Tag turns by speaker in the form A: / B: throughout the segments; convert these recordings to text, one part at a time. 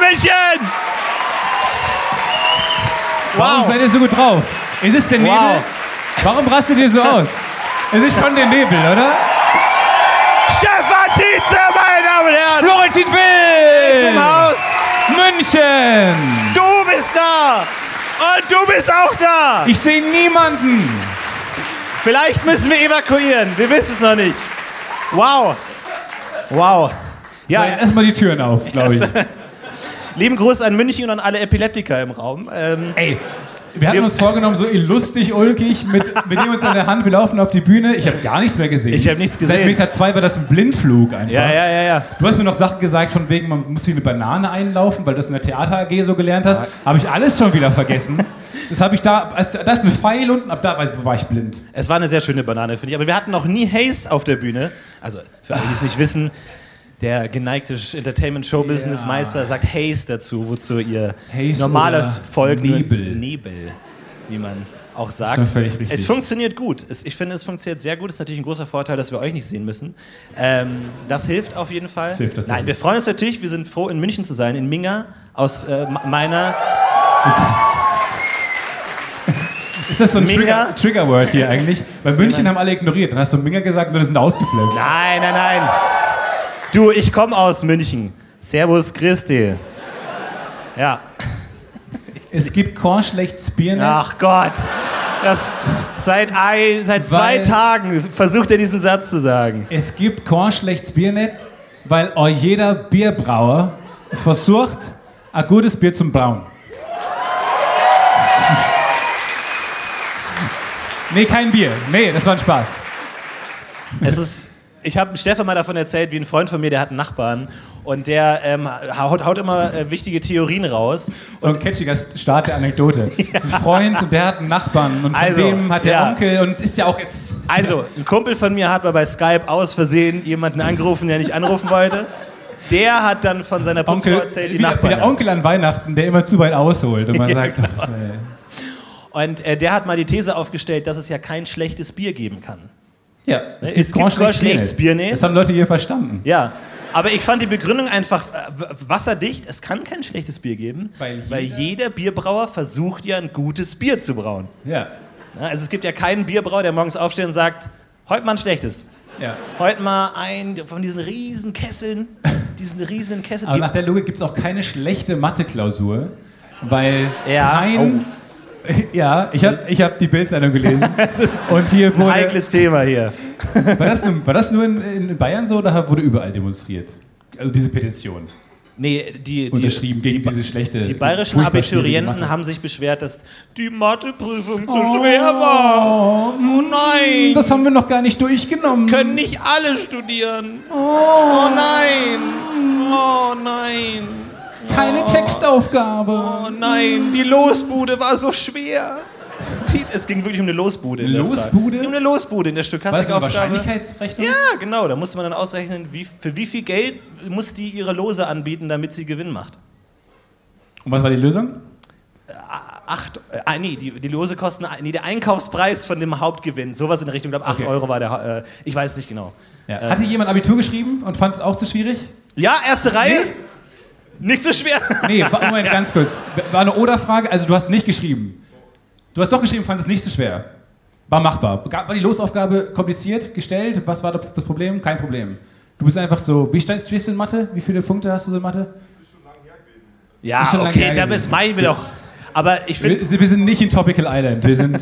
A: München!
B: Warum seid ihr so gut drauf? Ist es der
A: Wow.
B: Nebel? Warum rastet ihr so aus? Es ist schon der Nebel, oder?
A: Stefan Tietze, meine Damen und Herren!
B: Florentin
A: Ist im
B: Will!
A: Haus!
B: München!
A: Du bist da! Und du bist auch da!
B: Ich sehe niemanden!
A: Vielleicht müssen wir evakuieren. Wir wissen es noch nicht. Wow. Wow.
B: Ja,
A: Ja,
B: erstmal die Türen auf, glaube ich.
A: lieben Gruß an München und an alle Epileptiker im Raum. Ähm,
B: Ey, wir hatten uns vorgenommen, so lustig, ulkig, mit, wir nehmen uns an der Hand, wir laufen auf die Bühne. Ich habe gar nichts mehr gesehen.
A: Ich hab nichts gesehen.
B: Seit Meter 2 war das ein Blindflug einfach.
A: ja, ja, ja, ja.
B: Du hast mir noch Sachen gesagt, von wegen, man muss wie eine Banane einlaufen, weil du das in der Theater-AG so gelernt hast. Habe ich alles schon wieder vergessen. Das habe ich da, als, da ist ein Pfeil und ab da war, war ich blind.
A: Es war eine sehr schöne Banane, finde ich. Aber wir hatten noch nie Hayes auf der Bühne. Also, für alle, die es nicht wissen, der geneigte Entertainment-Show-Business-Meister sagt Hayes dazu, wozu ihr
B: Hayes
A: normales
B: oder
A: Volk
B: Nebel.
A: Nebel, wie man auch
B: ist
A: sagt.
B: schon völlig richtig.
A: Es funktioniert gut. Es, ich finde, es funktioniert sehr gut. Ist natürlich ein großer Vorteil, dass wir euch nicht sehen müssen. Ähm, das hilft auf jeden Fall.
B: Das hilft, das
A: Nein,
B: hilft.
A: wir freuen uns natürlich. Wir sind froh, in München zu sein, in Minga, aus äh, meiner
B: Ist, ist das so ein
A: Minga?
B: Trigger- Trigger-Word hier eigentlich? Bei München haben alle ignoriert. Dann hast du Minga gesagt und das sind ausgeflippt.
A: Nein, nein, nein. Du, ich komme aus München. Servus Christi. Ja.
B: Es gibt Korschlechts Bier.
A: Ach Gott. Das, seit ein, seit zwei
B: Weil-
A: Tagen versucht er diesen Satz zu sagen.
B: Es gibt kein schlechtes Bier nicht, weil auch jeder Bierbrauer versucht, ein gutes Bier zum Brauen. Nee, kein Bier. Nee, das war ein Spaß.
A: Es ist, ich habe Stefan mal davon erzählt, wie ein Freund von mir, der hat einen Nachbarn und der ähm, haut, haut immer äh, wichtige Theorien raus.
B: So ein catchiger Start der Anekdote. Das ist ein Freund und der hat einen Nachbarn und von
A: Also,
B: dem hat der
A: ja.
B: Onkel und ist ja auch jetzt.
A: Also, ein Kumpel von mir hat mal bei Skype aus Versehen jemanden angerufen, der nicht anrufen wollte. Der hat dann von seiner Putzfrau
B: Onkel,
A: erzählt, die
B: wie, der, wie
A: Nachbarn.
B: der Onkel an Weihnachten, der immer zu weit ausholt und man sagt, ach, nee.
A: Und äh, der hat mal die These aufgestellt, dass es ja kein schlechtes Bier geben kann.
B: ja,
A: Es gibt kein schlechtes Bier nicht.
B: Das haben Leute hier verstanden.
A: Ja, aber ich fand die Begründung einfach äh, w- wasserdicht. Es kann kein schlechtes Bier geben,
B: Weil jeder-
A: jeder Bierbrauer versucht ja ein gutes Bier zu brauen.
B: Ja,
A: Ja, Also es gibt ja keinen Bierbrauer, der morgens aufsteht und sagt, heute mal ein schlechtes.
B: ja.
A: Heute mal ein von diesen riesen Kesseln, diesen riesen Kesseln.
B: Aber
A: Die,
B: nach der Logik gibt es auch keine schlechte Mathe-Klausur, weil
A: Ja. Oh.
B: kein... Ja, ich habe ich hab die Bildzeitung gelesen
A: das ist
B: und hier
A: ein
B: wurde...
A: heikles Thema hier.
B: War das, nur- war das nur in, in Bayern so oder wurde überall demonstriert? Also diese Petition
A: Nee, die, die,
B: unterschrieben gegen
A: die,
B: diese schlechte...
A: die bayerischen
B: furchtbar schwierige
A: Abiturienten
B: Mathe.
A: haben sich beschwert, dass die Matheprüfung zu schwer war.
B: Oh,
A: nein.
B: Das haben wir noch gar nicht durchgenommen.
A: können nicht alle studieren.
B: oh,
A: Oh nein. Oh nein.
B: keine Textaufgabe.
A: Oh nein. Die Losbude war so schwer. Die, es ging wirklich um eine Losbude. in der Frage.
B: Losbude?
A: Um eine Losbude in der
B: War das eine
A: Stochastikaufgabe.
B: Wahrscheinlichkeitsrechnung?
A: Ja, genau. Da musste man dann ausrechnen, wie, für wie viel Geld muss die ihre Lose anbieten, damit sie Gewinn macht.
B: Und was war die Lösung?
A: Acht, äh, ah, nee, die, die Lose kosten, nee, der Einkaufspreis von dem Hauptgewinn. Sowas in der Richtung, ich glaube, 8
B: Okay.
A: Euro war der, Ha- äh, ich weiß es nicht genau.
B: Ja.
A: Ähm.
B: Hatte jemand Abitur geschrieben und fand es auch zu schwierig?
A: Ja, erste Reihe? Nicht so schwer.
B: Nee, wa- Moment, ganz kurz. War eine Oder-Frage, also du hast nicht geschrieben. Du hast doch geschrieben, fandest es nicht so schwer. War machbar. Gab- War die Losaufgabe kompliziert gestellt? Was war das Problem? Kein Problem. Du bist einfach so, wie stehst stehst du in Mathe? Wie viele Punkte hast du so in Mathe?
A: Ja,
B: Ist schon lange
A: okay,
B: her
A: da
B: gewesen.
A: bist mein wir doch. Aber ich finde,
B: Wir, wir sind nicht in Topical Island, wir sind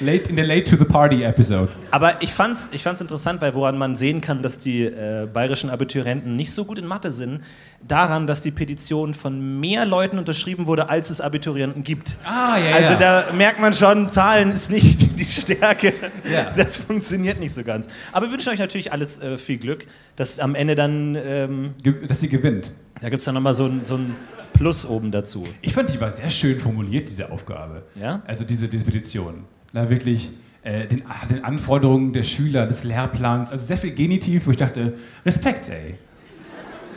B: late in der Late to the Party Episode.
A: aber ich fand's, ich fand's interessant, weil woran man sehen kann, dass die äh, bayerischen Abiturienten nicht so gut in Mathe sind, daran, dass die Petition von mehr Leuten unterschrieben wurde, als es Abiturienten gibt.
B: Ah, ja,
A: Also da merkt man schon, Zahlen ist nicht die Stärke.
B: Ja.
A: Das funktioniert nicht so ganz. Aber wir wünschen euch natürlich alles äh, viel Glück, dass am Ende dann, ähm,
B: Ge- Dass sie gewinnt.
A: da gibt's dann nochmal so ein, so ein Plus oben dazu.
B: Ich fand, die war sehr schön formuliert, diese Aufgabe.
A: Ja?
B: Also diese, diese Petition. Da wirklich äh, den, ah, den Anforderungen der Schüler, des Lehrplans, also sehr viel Genitiv, wo ich dachte, Respekt, ey.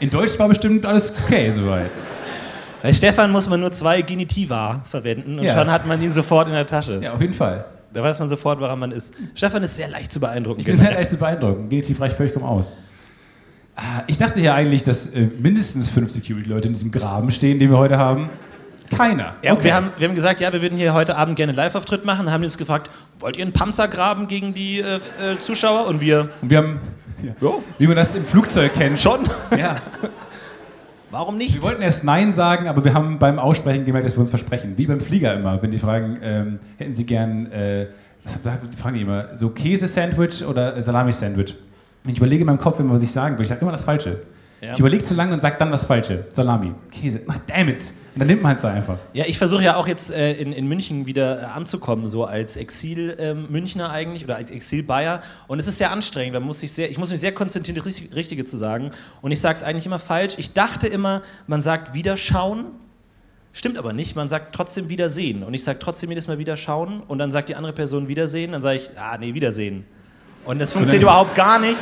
B: In Deutsch war bestimmt alles okay soweit.
A: Bei Stefan muss man nur zwei Genitiva verwenden und
B: Ja.
A: schon hat man ihn sofort in der Tasche.
B: Ja, auf jeden Fall.
A: Da weiß man sofort, woran man ist. Stefan ist sehr leicht zu beeindrucken. genau.
B: Ich bin sehr leicht zu beeindrucken. Genitiv reicht völlig kaum aus. Ah, Ich dachte ja eigentlich, dass äh, mindestens fünf Security-Leute in diesem Graben stehen, den wir heute haben. Keiner.
A: Ja,
B: Okay.
A: wir, haben, wir haben gesagt, ja, wir würden hier heute Abend gerne einen Live-Auftritt machen. Haben die uns gefragt, wollt ihr einen Panzer graben gegen die äh, f- äh, Zuschauer? Und wir
B: Und wir haben, ja, wie man das im Flugzeug kennt.
A: schon.
B: Ja.
A: Warum nicht?
B: Wir wollten erst Nein sagen, aber wir haben beim Aussprechen gemerkt, dass wir uns versprechen. Wie beim Flieger immer, wenn die fragen, ähm, hätten Sie gern, äh, was sagt- die fragen die immer, so Käse-Sandwich oder Salami-Sandwich? Und Ich überlege in meinem Kopf, wenn man was ich sagen will, ich sage immer das Falsche.
A: Ja.
B: Ich überlege zu lange und sage dann das Falsche. Salami, Käse, ach, damn it. Und dann nimmt man es da einfach.
A: Ja, ich versuche ja auch jetzt äh, in, in München wieder äh, anzukommen, so als Exil-Münchner eigentlich oder als Exil-Bayer. Und es ist sehr anstrengend, man muss sich sehr, ich muss mich sehr konzentrieren, das Richtig- Richtige zu sagen. Und ich sage es eigentlich immer falsch. Ich dachte immer, man sagt Wiederschauen. Stimmt aber nicht, man sagt trotzdem Wiedersehen. Und ich sage trotzdem jedes Mal Wiederschauen. Und dann sagt die andere Person Wiedersehen. Dann sage ich, ah, nee, Wiedersehen. Und das funktioniert überhaupt gar nicht.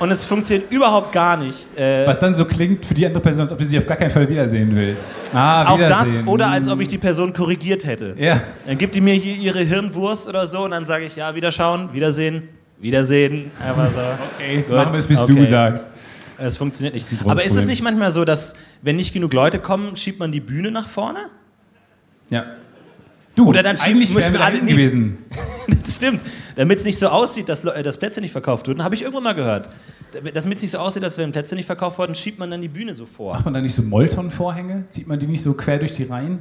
A: Und es funktioniert überhaupt gar nicht. Äh,
B: Was dann so klingt für die andere Person, als ob du sie auf gar keinen Fall wiedersehen willst. Ah,
A: auch das
B: wiedersehen.
A: oder als ob ich die Person korrigiert hätte.
B: Ja.
A: Dann gibt die mir hier ihre Hirnwurst oder so und dann sage ich, ja, wiederschauen, wiedersehen, wiedersehen. Einfach so.
B: Okay,
A: gut,
B: machen wir es, bis du
A: okay.
B: sagst.
A: Es funktioniert nicht.
B: ein großes
A: Aber ist es
B: Problem.
A: nicht manchmal so, dass, wenn nicht genug Leute kommen, schiebt man die Bühne nach vorne?
B: Ja. Du,
A: Oder dann schieben-
B: eigentlich wären
A: müssen
B: wir da
A: alle-
B: hinten
A: nee.
B: gewesen.
A: Das stimmt. Damit es nicht so aussieht, dass, Le- äh, dass Plätze nicht verkauft wurden, habe ich irgendwann mal gehört. Damit es nicht so aussieht, dass wenn Plätze nicht verkauft wurden, schiebt man dann die Bühne so vor.
B: Macht man da nicht so Molton-Vorhänge? Zieht man die nicht so quer durch die Reihen?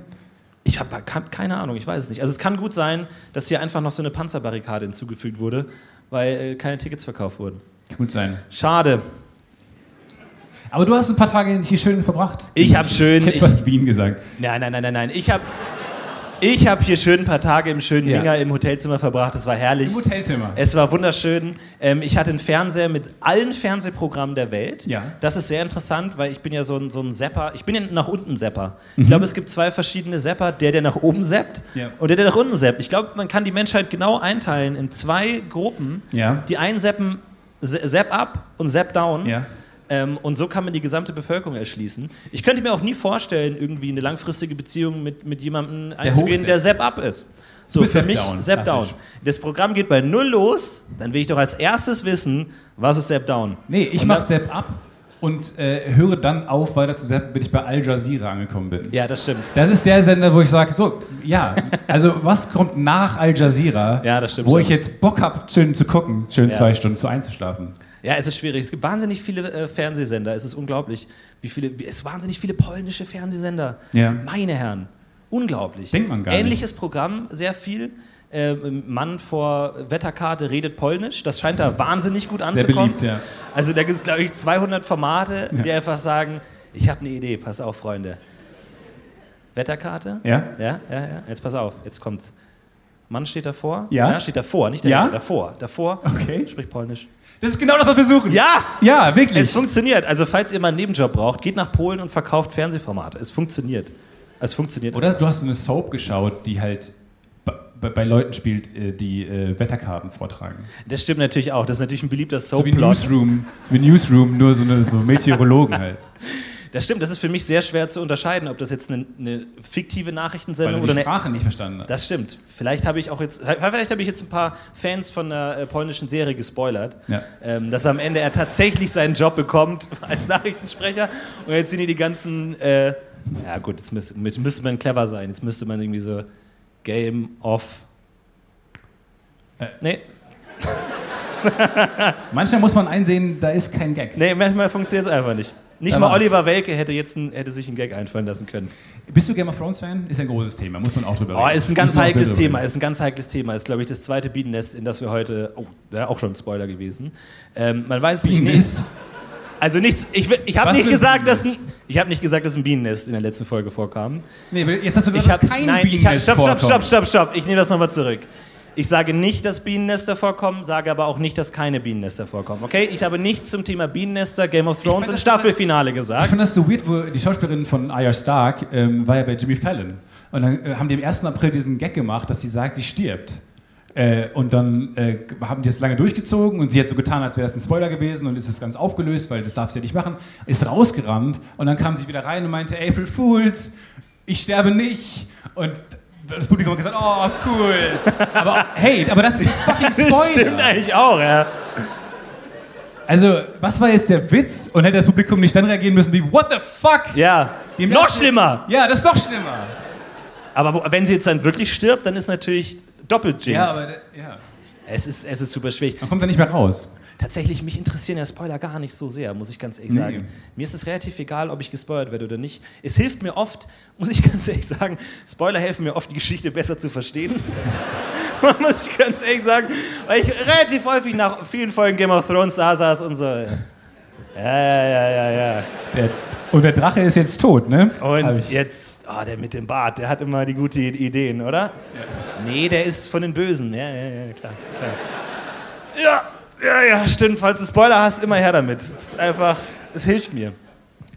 A: Ich habe keine Ahnung, ich weiß es nicht. Also es kann gut sein, dass hier einfach noch so eine Panzerbarrikade hinzugefügt wurde, weil äh, keine Tickets verkauft wurden.
B: Kann Gut sein.
A: Schade.
B: Aber du hast ein paar Tage hier schön verbracht.
A: Ich hab schön-
B: Ich hätte
A: ich-
B: fast Wien gesagt.
A: Nein, nein, nein, nein, nein. Ich habe ich hab hier schön ein paar Tage im schönen
B: Ja.
A: Minger im Hotelzimmer verbracht. Es war herrlich.
B: Im Hotelzimmer.
A: Es war wunderschön. Ähm, ich hatte einen Fernseher mit allen Fernsehprogrammen der Welt.
B: Ja.
A: Das ist sehr interessant, weil ich bin ja so ein, so ein Zapper. Ich bin ja nach unten Zapper. Ich glaube, es gibt zwei verschiedene Zapper. Der, der nach oben zappt
B: Mhm. Ja.
A: und der, der nach unten zappt. Ich glaube, man kann die Menschheit genau einteilen in zwei Gruppen.
B: Ja.
A: Die einen zappen z- Zap up und Zap down.
B: Ja.
A: Ähm, und so kann man die gesamte Bevölkerung erschließen. Ich könnte mir auch nie vorstellen, irgendwie eine langfristige Beziehung mit, mit jemandem einzugehen,
B: hochzappt.
A: der Zap up ist. So,
B: bist
A: für
B: Zap
A: mich
B: down.
A: Zap down.
B: Klassisch.
A: Das Programm geht bei null los, dann will ich doch als erstes wissen, was ist Zap down?
B: Nee, ich
A: Und
B: mache
A: dann-
B: Sepp ab und äh, höre dann auf, weiter zu Sepp, wenn ich bei Al Jazeera angekommen bin.
A: Ja, das stimmt.
B: Das ist der Sender, wo ich sage, so, ja, also was kommt nach Al Jazeera,
A: Ja, das stimmt
B: wo
A: schon.
B: ich jetzt Bock habe, schön zu gucken, schön
A: Ja.
B: zwei Stunden zu einzuschlafen.
A: Ja, es ist schwierig. Es gibt wahnsinnig viele äh, Fernsehsender. Es ist unglaublich, wie viele. wie- Es sind wahnsinnig viele polnische Fernsehsender.
B: Ja.
A: Meine Herren, unglaublich.
B: Denkt man gar nicht.
A: Ähnliches Programm, sehr viel. Ähm, Mann vor Wetterkarte redet Polnisch. Das scheint da wahnsinnig gut
B: Sehr
A: anzukommen.
B: beliebt, ja.
A: Also da gibt es, glaube ich, 200 Formate, die einfach sagen, ich habe eine Idee, pass auf, Freunde. Wetterkarte?
B: Ja?
A: Ja, ja, ja. Jetzt pass auf, jetzt kommt's. Mann steht davor?
B: Ja.
A: steht davor, nicht
B: Ja?
A: dahinter, davor. Davor.
B: Okay.
A: Sprich Polnisch.
B: Das ist genau das, was wir suchen.
A: Ja!
B: Ja, wirklich.
A: Es funktioniert. Also, falls ihr mal einen Nebenjob braucht, geht nach Polen und verkauft Fernsehformate. Es funktioniert. Es funktioniert.
B: Oder du hast so eine Soap geschaut, die halt bei- bei, bei Leuten spielt, äh, die äh, Wetterkarten vortragen.
A: Das stimmt natürlich auch. Das ist natürlich ein beliebter
B: So wie
A: Soapplot.
B: Newsroom, wie Newsroom, nur so, eine, so Meteorologen halt.
A: das stimmt. Das ist für mich sehr schwer zu unterscheiden, ob das jetzt eine, eine fiktive
B: Weil
A: Nachrichtensendung
B: du
A: oder
B: die
A: eine.
B: Sprache nicht verstanden hast.
A: Das stimmt. Vielleicht habe ich auch jetzt, vielleicht habe ich jetzt ein paar Fans von der äh, polnischen Serie gespoilert,
B: Ja.
A: ähm, dass am Ende er tatsächlich seinen Job bekommt als Nachrichtensprecher und jetzt sind hier die ganzen, äh, ja gut, jetzt müß, mit, müsste man clever sein, jetzt müsste man irgendwie so Game of,
B: Äh.
A: nee,
B: Manchmal muss man einsehen, da ist kein Gag.
A: nee, manchmal funktioniert es einfach nicht. Nicht
B: Da
A: mal
B: war's.
A: Oliver Welke hätte, jetzt ein, hätte sich einen Gag einfallen lassen können.
B: Bist du Game of Thrones Fan? Ist ein großes Thema, muss man auch drüber
A: Oh,
B: reden.
A: ist ein ganz
B: Müssen wir auch
A: heikles
B: drüber reden.
A: Thema, Also ist ein ganz heikles Thema. Ist, glaube ich, das zweite Bienennest, in das wir heute. Oh, da auch schon ein Spoiler gewesen. Ähm, man weiß nicht.
B: Bienen
A: Nee,
B: ist-
A: also nichts. Ich, will- ich habe
B: Was
A: nicht
B: für ein
A: gesagt, dass ein.
B: Bienennest?
A: Ich habe nicht gesagt, dass ein Bienennest in der letzten Folge vorkam.
B: Nee, aber jetzt hast du
A: Ich
B: gesagt,
A: habe
B: dass kein
A: nein, ich hab,
B: Bienennest
A: stopp, stopp, stopp,
B: vorkommt.
A: stopp, stopp. Ich nehme das nochmal zurück. Ich sage nicht, dass Bienennester vorkommen, sage aber auch nicht, dass keine Bienennester vorkommen. Okay? Ich habe nichts zum Thema Bienennester, Game of Thrones
B: fand
A: und
B: das aber-
A: Staffelfinale
B: Ich
A: gesagt.
B: fand das so weird, wo die Schauspielerin von Aya Stark ähm, war ja bei Jimmy Fallon. Und dann äh, haben die am 1. April diesen Gag gemacht, dass sie sagt, sie stirbt. Äh, und dann äh, haben die das lange durchgezogen und sie hat so getan, als wäre das ein Spoiler gewesen und ist das ganz aufgelöst, weil das darf sie ja nicht machen. Ist rausgerannt und dann kam sie wieder rein und meinte, April Fools, ich sterbe nicht. Und das Publikum hat gesagt, oh cool. Aber hey, aber das ist ein fucking
A: Das
B: Spoiler.
A: stimmt eigentlich auch, ja.
B: Also, was war jetzt der Witz? Und hätte das Publikum nicht dann reagieren müssen wie, what the fuck?
A: Ja.
B: Dem
A: Noch
B: letzten-
A: schlimmer.
B: Ja, das ist doch schlimmer.
A: Aber wo, wenn sie jetzt dann wirklich stirbt, dann ist natürlich doppelt Jinx.
B: Ja, aber, ja.
A: es, ist, es ist super schwierig.
B: Man kommt da nicht mehr raus.
A: Tatsächlich, mich interessieren ja Spoiler gar nicht so sehr, muss ich ganz ehrlich
B: Nee.
A: sagen. Mir ist es relativ egal, ob ich gespoilert werde oder nicht. Es hilft mir oft, muss ich ganz ehrlich sagen, Spoiler helfen mir oft, die Geschichte besser zu verstehen. muss ich ganz ehrlich sagen, weil ich relativ häufig nach vielen Folgen Game of Thrones da saß und so. Ja, ja, ja, ja, ja.
B: Der, und der Drache ist jetzt tot, ne? Hab
A: Und
B: ich-
A: jetzt, ah, der mit dem Bart, der hat immer die guten Ideen, oder? Nee, der ist von den Bösen. Ja, ja, ja, klar, klar. Ja, ja, ja, stimmt. Falls du Spoiler hast, immer her damit. Es ist einfach, es hilft mir.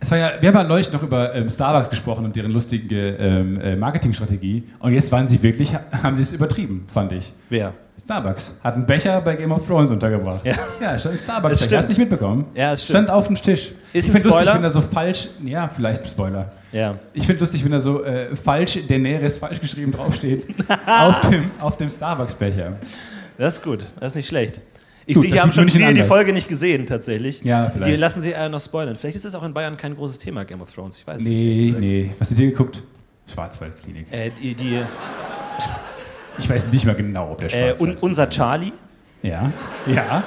B: Es war ja, wir haben ja neulich noch über ähm, Starbucks gesprochen und deren lustige ähm, äh, Marketingstrategie. Und jetzt waren sie wirklich, haben sie es übertrieben, fand ich.
A: Wer?
B: Starbucks hat einen Becher bei Game of Thrones untergebracht.
A: Ja.
B: ja stand Starbucks.
A: Das
B: Hast
A: stimmt.
B: du nicht mitbekommen?
A: Ja, das stimmt.
B: Stand auf dem
A: Ist
B: Tisch. ich
A: ein
B: finde lustig,
A: Spoiler?
B: wenn da so falsch, ja, vielleicht Spoiler.
A: Ja.
B: Ich finde lustig, wenn da so äh, falsch, Daenerys falsch geschrieben draufsteht. auf dem, auf dem Starbucks-Becher.
A: Das ist gut. Das ist nicht schlecht. Ich
B: Gut,
A: sehe,
B: das
A: hier haben
B: sieht
A: schon
B: München
A: viele die
B: anders.
A: Folge nicht gesehen, tatsächlich.
B: Ja, vielleicht.
A: Die lassen sich eher noch spoilern. Vielleicht ist es auch in Bayern kein großes Thema, Game of Thrones. Ich weiß nicht.
B: Nee, nee. Was hast du dir geguckt? Schwarzwaldklinik.
A: Äh, die, die,
B: Ich weiß nicht mehr genau, ob der
A: äh,
B: Schwarzwald...
A: un, unser Charlie.
B: ja, ja.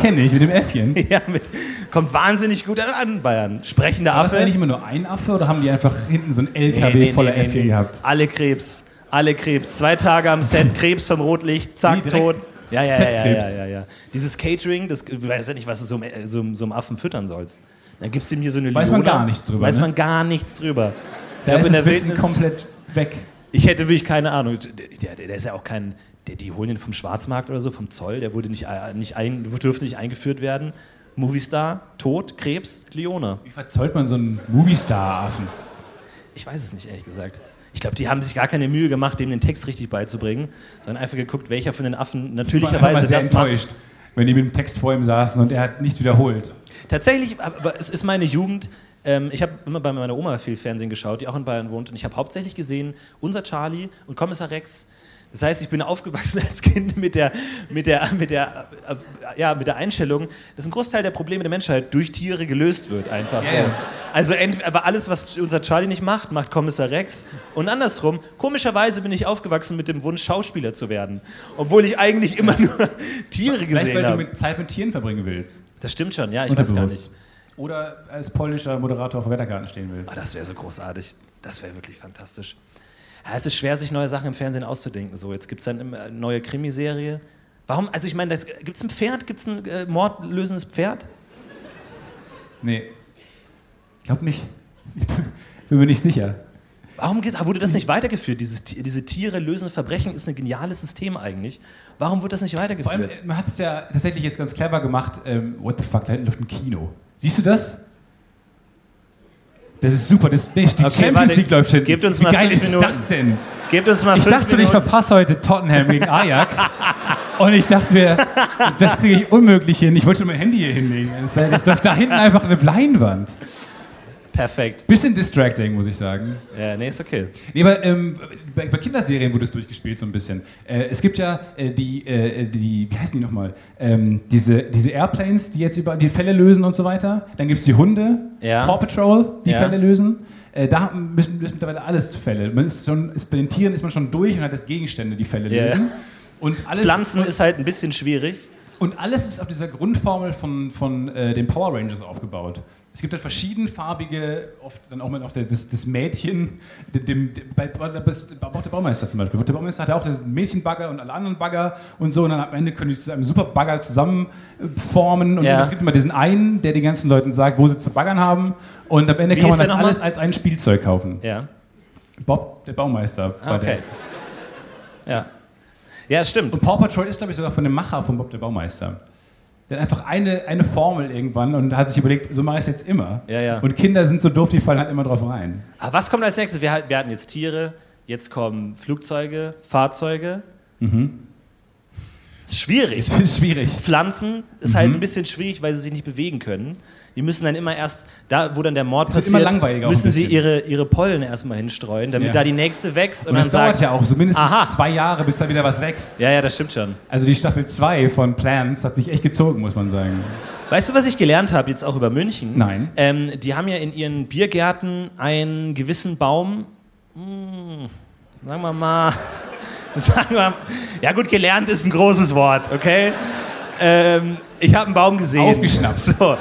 B: Kenne ich, mit dem Äffchen.
A: Ja, mit, kommt wahnsinnig gut an in Bayern. Sprechender
B: War das
A: Affe.
B: eigentlich immer nur ein Affe oder haben die einfach hinten so einen LKW
A: Nee, nee,
B: voller
A: nee, nee,
B: Äffchen
A: nee.
B: eh gehabt?
A: Alle Krebs, alle Krebs. Zwei Tage am Set, Krebs vom Rotlicht,
B: Wie,
A: zack, tot.
B: direkt?
A: Ja, ja, ja, ja, ja,
B: Setkrebs.
A: ja, ja. Dieses Catering, das, ich weiß ja nicht, was du so, einem- so, einem- so einem Affen füttern sollst. Dann gibst du ihm hier so eine
B: Weiß man
A: Leona,
B: gar nichts drüber,
A: Weiß
B: ne?
A: man gar nichts drüber. Ich
B: Da
A: glaub,
B: ist
A: in
B: das
A: der
B: Wissen
A: Wildnis,
B: komplett weg.
A: ich hätte wirklich keine Ahnung. Der, der, der ist ja auch kein. Der, die holen den vom Schwarzmarkt oder so, vom Zoll. Der wurde nicht, ein- nicht ein, dürfte nicht eingeführt werden. Movistar, Tod, Krebs, Leona.
B: Wie verzollt man so einen Moviestar-Affen?
A: Ich weiß es nicht, ehrlich gesagt. Ich glaube, die haben sich gar keine Mühe gemacht, dem den Text richtig beizubringen, sondern einfach geguckt, welcher von den Affen natürlicherweise
B: sehr
A: das macht.
B: enttäuscht, wenn die mit dem Text vor ihm saßen und er hat nichts wiederholt.
A: Tatsächlich, aber es ist meine Jugend. Ähm, ich habe immer bei meiner Oma viel Fernsehen geschaut, die auch in Bayern wohnt, und ich habe hauptsächlich gesehen, unser Charlie und Kommissar Rex. Das heißt, ich bin aufgewachsen als Kind mit der, mit der, mit der, äh, ja, mit der Einstellung, dass ein Großteil der Probleme der Menschheit durch Tiere gelöst wird, einfach.
B: Ja,
A: so.
B: ja.
A: Also ent- aber alles, was unser Charlie nicht macht, macht Kommissar Rex. Und andersrum, komischerweise bin ich aufgewachsen mit dem Wunsch, Schauspieler zu werden, obwohl ich eigentlich immer nur Tiere
B: Vielleicht, weil
A: gesehen
B: du
A: habe.
B: mit Zeit mit Tieren verbringen willst.
A: Das stimmt schon, ja, ich weiß gar nicht.
B: Unterbewusst. Oder als polnischer Moderator auf Wetterkarten stehen will.
A: Ah, das wäre so großartig. Das wäre wirklich fantastisch. Ja, es ist schwer, sich neue Sachen im Fernsehen auszudenken. So, jetzt gibt es dann eine neue Krimiserie. Warum? Also ich meine, gibt es ein Pferd? Gibt es ein äh, mordlösendes Pferd?
B: Nee. Ich glaube nicht. Ich bin mir nicht sicher.
A: Warum geht, wurde das nicht weitergeführt? Dieses, Ti- diese Tiere lösen Verbrechen ist ein geniales System eigentlich. Warum wird das nicht
B: Vor allem, äh,
A: weitergeführt?
B: man hat es ja tatsächlich jetzt ganz clever gemacht. Ähm, what the fuck, da hinten läuft ein Kino. Siehst du das? Das ist super. Das, Mensch, die
A: Okay,
B: Champions
A: warte,
B: League läuft hinten.
A: gebt uns
B: Wie
A: mal
B: geil
A: fünf
B: ist
A: Minuten.
B: das denn?
A: Gebt uns mal
B: Ich
A: fünf
B: dachte, ich
A: Minuten.
B: verpasse heute Tottenham gegen Ajax. Und ich dachte mir, das kriege ich unmöglich hin. Ich wollte schon mein Handy hier hinlegen. Das ist doch da hinten einfach eine Leinwand.
A: Perfekt.
B: Bisschen distracting, muss ich sagen.
A: Ja, nee, ist okay.
B: Nee, aber ähm, bei, bei Kinderserien wurde es durchgespielt so ein bisschen. Äh, es gibt ja äh, die, äh, die, wie heißen die nochmal? Ähm, diese, diese Airplanes, die jetzt über die Fälle lösen und so weiter. Dann gibt es die Hunde,
A: Ja.
B: Paw Patrol, die
A: Ja.
B: Fälle lösen. Äh, da haben- müssen, müssen mittlerweile alles Fälle. Man ist schon, ist, bei den Tieren ist man schon durch und hat das Gegenstände, die Fälle
A: Ja.
B: lösen. Und alles,
A: Pflanzen
B: und,
A: ist halt ein bisschen schwierig.
B: und alles ist auf dieser Grundformel von, von äh, den Power Rangers aufgebaut. Es gibt halt verschiedenfarbige, oft dann auch mal noch der- das, das Mädchen, dem, dem, dem- bei, bei, bei auch der Baumeister zum Beispiel. Der Baumeister hat ja auch das Mädchenbagger und alle anderen Bagger und so. Und dann am Ende können die zu einem super Bagger zusammenformen. Und
A: Ja.
B: es gibt immer diesen einen, der den ganzen Leuten sagt, wo sie zu baggern haben. Und am Ende
A: Wie
B: kann
A: hieß
B: man
A: der
B: das
A: nochmal?
B: alles als ein Spielzeug kaufen.
A: Ja.
B: Bob, der Baumeister.
A: Ah,
B: war der.
A: Okay. Ja. Ja, stimmt.
B: Und Paw Patrol ist, glaube ich, sogar von dem Macher von Bob der Baumeister. Der hat einfach eine, eine Formel irgendwann und hat sich überlegt, so mache ich es jetzt immer.
A: Ja, ja.
B: Und Kinder sind so doof, die fallen halt immer drauf rein.
A: Aber Ah, was kommt als nächstes? Wir, wir hatten jetzt Tiere, jetzt kommen Flugzeuge, Fahrzeuge.
B: Mhm.
A: Ist schwierig.
B: Das ist schwierig.
A: Pflanzen ist
B: Mhm.
A: halt ein bisschen schwierig, weil sie sich nicht bewegen können. Die müssen dann immer erst, da wo dann der Mord
B: Es wird
A: passiert,
B: immer langweiliger auch
A: müssen
B: ein
A: sie
B: bisschen.
A: ihre, ihre Pollen erstmal hinstreuen, damit
B: Ja.
A: da die nächste wächst und,
B: Und
A: dann
B: das dauert
A: sagt.
B: ja auch so mindestens
A: Aha.
B: zwei Jahre, bis da wieder was wächst.
A: ja, ja, das stimmt schon.
B: Also die Staffel 2 von Plants hat sich echt gezogen, muss man sagen.
A: Weißt du, was ich gelernt habe jetzt auch über München?
B: Nein.
A: Ähm, die haben ja in ihren Biergärten einen gewissen Baum. Hm, sagen wir mal. Sagen wir, ja gut, gelernt ist ein großes Wort, okay? Ähm, ich habe einen Baum gesehen.
B: Aufgeschnappt.
A: So.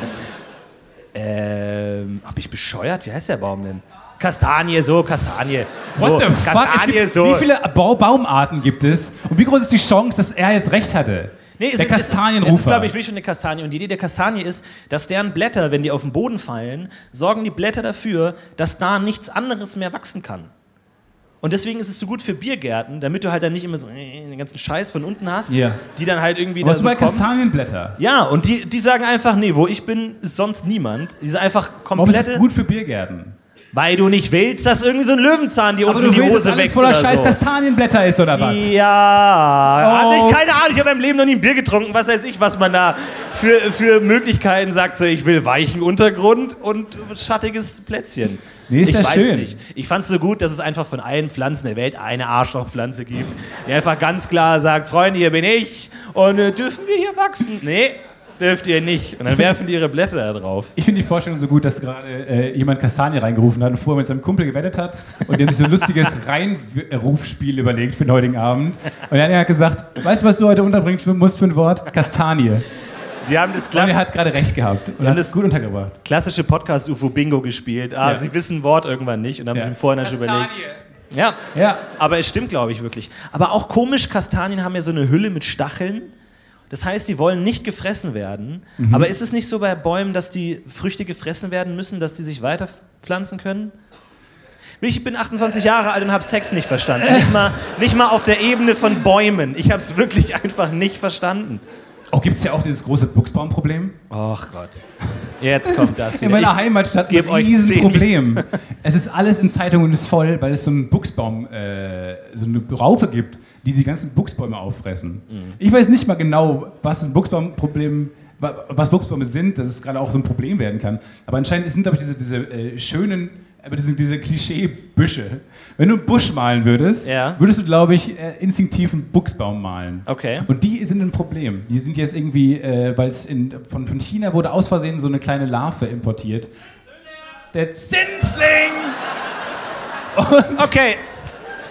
A: Ähm, hab ich bescheuert? Wie heißt der Baum denn? Kastanie, so, Kastanie. So,
B: What the fuck? Es
A: Kastanie,
B: gibt,
A: so.
B: Wie viele Bau- Baumarten gibt es? Und wie groß ist die Chance, dass er jetzt recht hatte?
A: Nee, es
B: der
A: ist,
B: Kastanienrufer.
A: Es ist, es ist glaube ich, wirklich schon eine Kastanie. Und die Idee der Kastanie ist, dass deren Blätter, wenn die auf den Boden fallen, sorgen die Blätter dafür, dass da nichts anderes mehr wachsen kann. Und deswegen ist es so gut für Biergärten, damit du halt dann nicht immer so äh, den ganzen Scheiß von unten hast,
B: Ja.
A: die dann halt irgendwie
B: Aber
A: da
B: so
A: so
B: bei
A: kommen.
B: Kastanienblätter.
A: Ja, und die, die sagen einfach, nee, wo ich bin, ist sonst niemand. Die sind einfach
B: Warum ist das
A: komplette,
B: gut für Biergärten?
A: weil du nicht willst, dass irgendwie so ein Löwenzahn dir
B: Aber
A: unten
B: du
A: in die
B: willst,
A: Hose
B: dass alles
A: wächst
B: voller
A: oder
B: scheiß
A: so.
B: Kastanienblätter ist, oder was?
A: Ja,
B: Oh.
A: hatte ich keine Ahnung, ich habe im Leben noch nie ein Bier getrunken, was weiß ich, was man da für, für Möglichkeiten sagt. So, ich will weichen Untergrund und schattiges Plätzchen.
B: Nee, ist
A: ich
B: ja
A: weiß
B: schön.
A: nicht. Ich fand es so gut, dass es einfach von allen Pflanzen der Welt eine Arschlochpflanze gibt, die einfach ganz klar sagt, Freunde, hier bin ich und äh, dürfen wir hier wachsen? Nee, dürft ihr nicht. Und dann werfen die ihre Blätter da drauf.
B: Ich finde die Vorstellung so gut, dass gerade äh, jemand Kastanie reingerufen hat und vorher mit seinem Kumpel gewettet hat und der sich so ein lustiges Reinrufspiel überlegt für den heutigen Abend. Und dann hat er gesagt, weißt du, was du heute unterbringen für, musst für ein Wort? Kastanie.
A: Die haben das
B: Und er
A: klass
B: hat gerade recht gehabt und
A: Ja,
B: hat
A: das-
B: es gut untergebracht.
A: klassische Podcast-UFO-Bingo gespielt. Ah,
B: Ja.
A: sie wissen ein Wort irgendwann nicht und haben
B: Ja.
A: sich im Vorhinein schon überlegt. Ja,
B: Ja,
A: Aber es stimmt, glaube ich, wirklich. Aber auch komisch, Kastanien haben ja so eine Hülle mit Stacheln. Das heißt, die wollen nicht gefressen werden.
B: Mhm.
A: Aber ist es nicht so bei Bäumen, dass die Früchte gefressen werden müssen, dass die sich weiterpflanzen können? Ich bin 28
B: Äh.
A: Jahre alt und habe Sex nicht verstanden. Nicht mal, nicht mal auf der Ebene von Bäumen. Ich habe es wirklich einfach nicht verstanden.
B: Oh, gibt es ja auch dieses große Buchsbaumproblem?
A: Ach Gott. Jetzt kommt das
B: In
A: wieder.
B: meiner
A: Ich,
B: Heimatstadt ein
A: geb euch zehn
B: Riesenproblem. es ist alles in Zeitungen ist voll, weil es so einen Buchsbaum, äh, so eine Raupe gibt, die die ganzen Buchsbäume auffressen.
A: Mhm.
B: Ich weiß nicht mal genau, was ein Buchsbaumproblem, wa- was Buchsbäume sind, dass es gerade auch so ein Problem werden kann. Aber anscheinend sind, glaube ich, diese, diese äh, schönen, aber diese, diese Klischee-Büsche. Wenn du einen Busch malen würdest,
A: Ja.
B: würdest du, glaube ich, äh, instinktiv einen Buchsbaum malen.
A: okay.
B: Und die sind ein Problem. Die sind jetzt irgendwie, äh, weil es in- von, von China wurde aus Versehen so eine kleine Larve importiert. Der Zinsling!
A: Okay.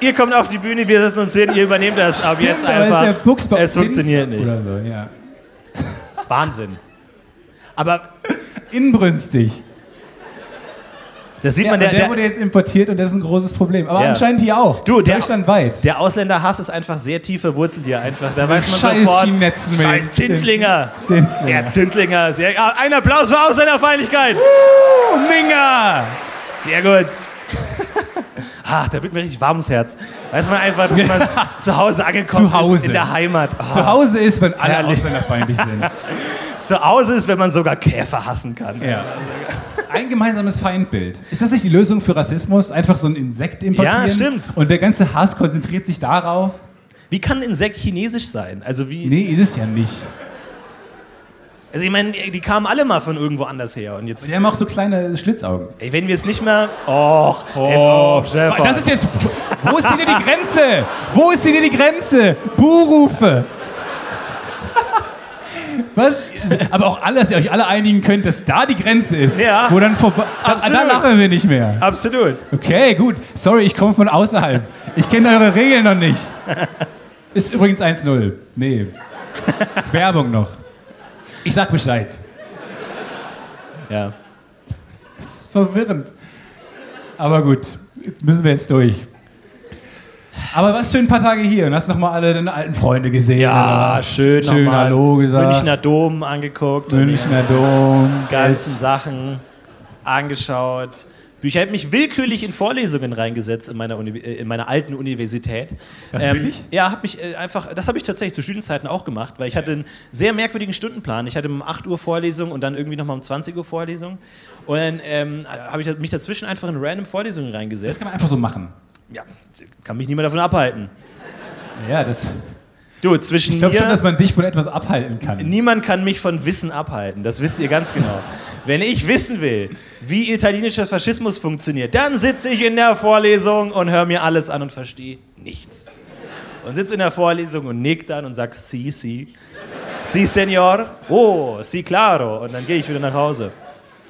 A: Ihr kommt auf die Bühne, wir setzen uns hin, ihr übernehmt das ab jetzt
B: Stimmt, aber ist
A: einfach.
B: der Buchsbaum
A: es funktioniert
B: Zinsling
A: nicht.
B: Oder so, ja.
A: Wahnsinn. Aber
B: Inbrünstig.
A: das sieht
B: Ja,
A: man,
B: und der,
A: der, der,
B: wurde jetzt importiert und das ist ein großes Problem. Aber
A: Ja.
B: anscheinend hier auch.
A: Du, der-
B: Deutschlandweit.
A: der Ausländerhass ist einfach sehr tief verwurzelt hier einfach. Da weiß man
B: Scheiß
A: sofort,
B: Schiennetzen mit
A: scheiß
B: den
A: Zinslinger.
B: Zinsling.
A: Der Zinslinger. Sehr, ah, ein Applaus für Ausländerfeindlichkeit.
B: Oh, Minga!
A: Sehr gut. Ah, da wird mir richtig warm ums Herz. Weiß man einfach, dass man zu Hause angekommen
B: Zu Hause.
A: ist, in der Heimat. Ah,
B: Zu Hause ist, wenn alle
A: Herrlich.
B: ausländerfeindlich sind.
A: zu Hause ist, wenn man sogar Käfer hassen kann.
B: Ja. Ein gemeinsames Feindbild. Ist das nicht die Lösung für Rassismus? Einfach so ein Insekt importieren?
A: Ja, stimmt.
B: Und der ganze Hass konzentriert sich darauf?
A: Wie kann ein Insekt chinesisch sein? Also wie,
B: Nee, ist es ja nicht.
A: also ich meine, die kamen alle mal von irgendwo anders her und jetzt,
B: Die haben auch so kleine Schlitzaugen.
A: ey, wenn wir es nicht mehr, och, ey, oh, Stefan.
B: Das ist jetzt. Wo ist hier denn die Grenze? Wo ist hier denn die Grenze? Buhrufe! Was? Aber auch alle, dass ihr euch alle einigen könnt, dass da die Grenze ist.
A: Ja.
B: Wo dann vorbei. Da,
A: Absolut.
B: da lachen wir nicht mehr.
A: absolut.
B: Okay, gut. Sorry, ich komme von außerhalb. Ich kenne eure Regeln noch nicht. Ist übrigens 1-0. Nee. Ist Werbung noch. Ich sag Bescheid.
A: Ja.
B: Das ist verwirrend. Aber gut, jetzt müssen wir jetzt durch. Aber was für ein paar Tage hier und hast nochmal alle deine alten Freunde gesehen. oder
A: Ja,
B: was?
A: schön,
B: schön
A: nochmal
B: Hallo gesagt.
A: Münchner Dom angeguckt. und
B: Münchner Dom.
A: Die ganzen
B: Geist.
A: Sachen angeschaut. Bücher. Ich habe mich willkürlich in Vorlesungen reingesetzt in meiner, Uni äh, in meiner alten Universität. Ähm,
B: Das wirklich?
A: Ja, habe mich äh, einfach, das habe ich tatsächlich zu Studienzeiten auch gemacht, weil ich hatte einen sehr merkwürdigen Stundenplan. Ich hatte um 8 Uhr Vorlesung und dann irgendwie nochmal um 20 Uhr Vorlesung. Und dann ähm, habe ich mich dazwischen einfach in random Vorlesungen
B: Das
A: reingesetzt.
B: kann man einfach so machen.
A: ja, kann mich niemand davon abhalten.
B: Ja, das,
A: Du, zwischen
B: ich glaube
A: mir
B: schon, dass man dich von etwas abhalten kann.
A: Niemand kann mich von Wissen abhalten, das wisst ihr ganz genau. Wenn ich wissen will, wie italienischer Faschismus funktioniert, dann sitze ich in der Vorlesung und höre mir alles an und verstehe nichts. Und sitze in der Vorlesung und nick dann und sag si, si, Si, Senor. Oh, si, claro. Und dann gehe ich wieder nach Hause.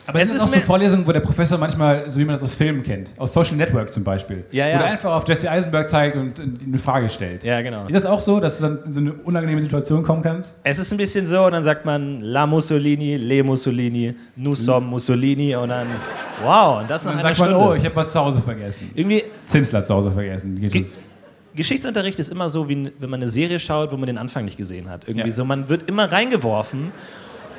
B: Aber es
A: Es
B: sind
A: ist
B: auch so
A: mir-
B: Vorlesungen, wo der Professor manchmal, so wie man das aus Filmen kennt, aus Social Network zum Beispiel,
A: Ja,
B: wo
A: ja.
B: er einfach auf Jesse Eisenberg zeigt und und eine Frage stellt.
A: Ja, genau.
B: Ist das auch so, dass du dann in so eine unangenehme Situation kommen kannst?
A: Es ist ein bisschen so, und dann sagt man La Mussolini, Le Mussolini, Nous sommes Mussolini, und dann, wow, und das nach
B: Dann
A: einer
B: sagt man,
A: Stunde.
B: oh, ich habe was zu Hause vergessen.
A: Irgendwie,
B: Zinsler zu Hause vergessen. Geht
A: Ge-
B: uns.
A: Geschichtsunterricht ist immer so, wie n- wenn man eine Serie schaut, wo man den Anfang nicht gesehen hat. Irgendwie
B: Ja.
A: so, man wird immer reingeworfen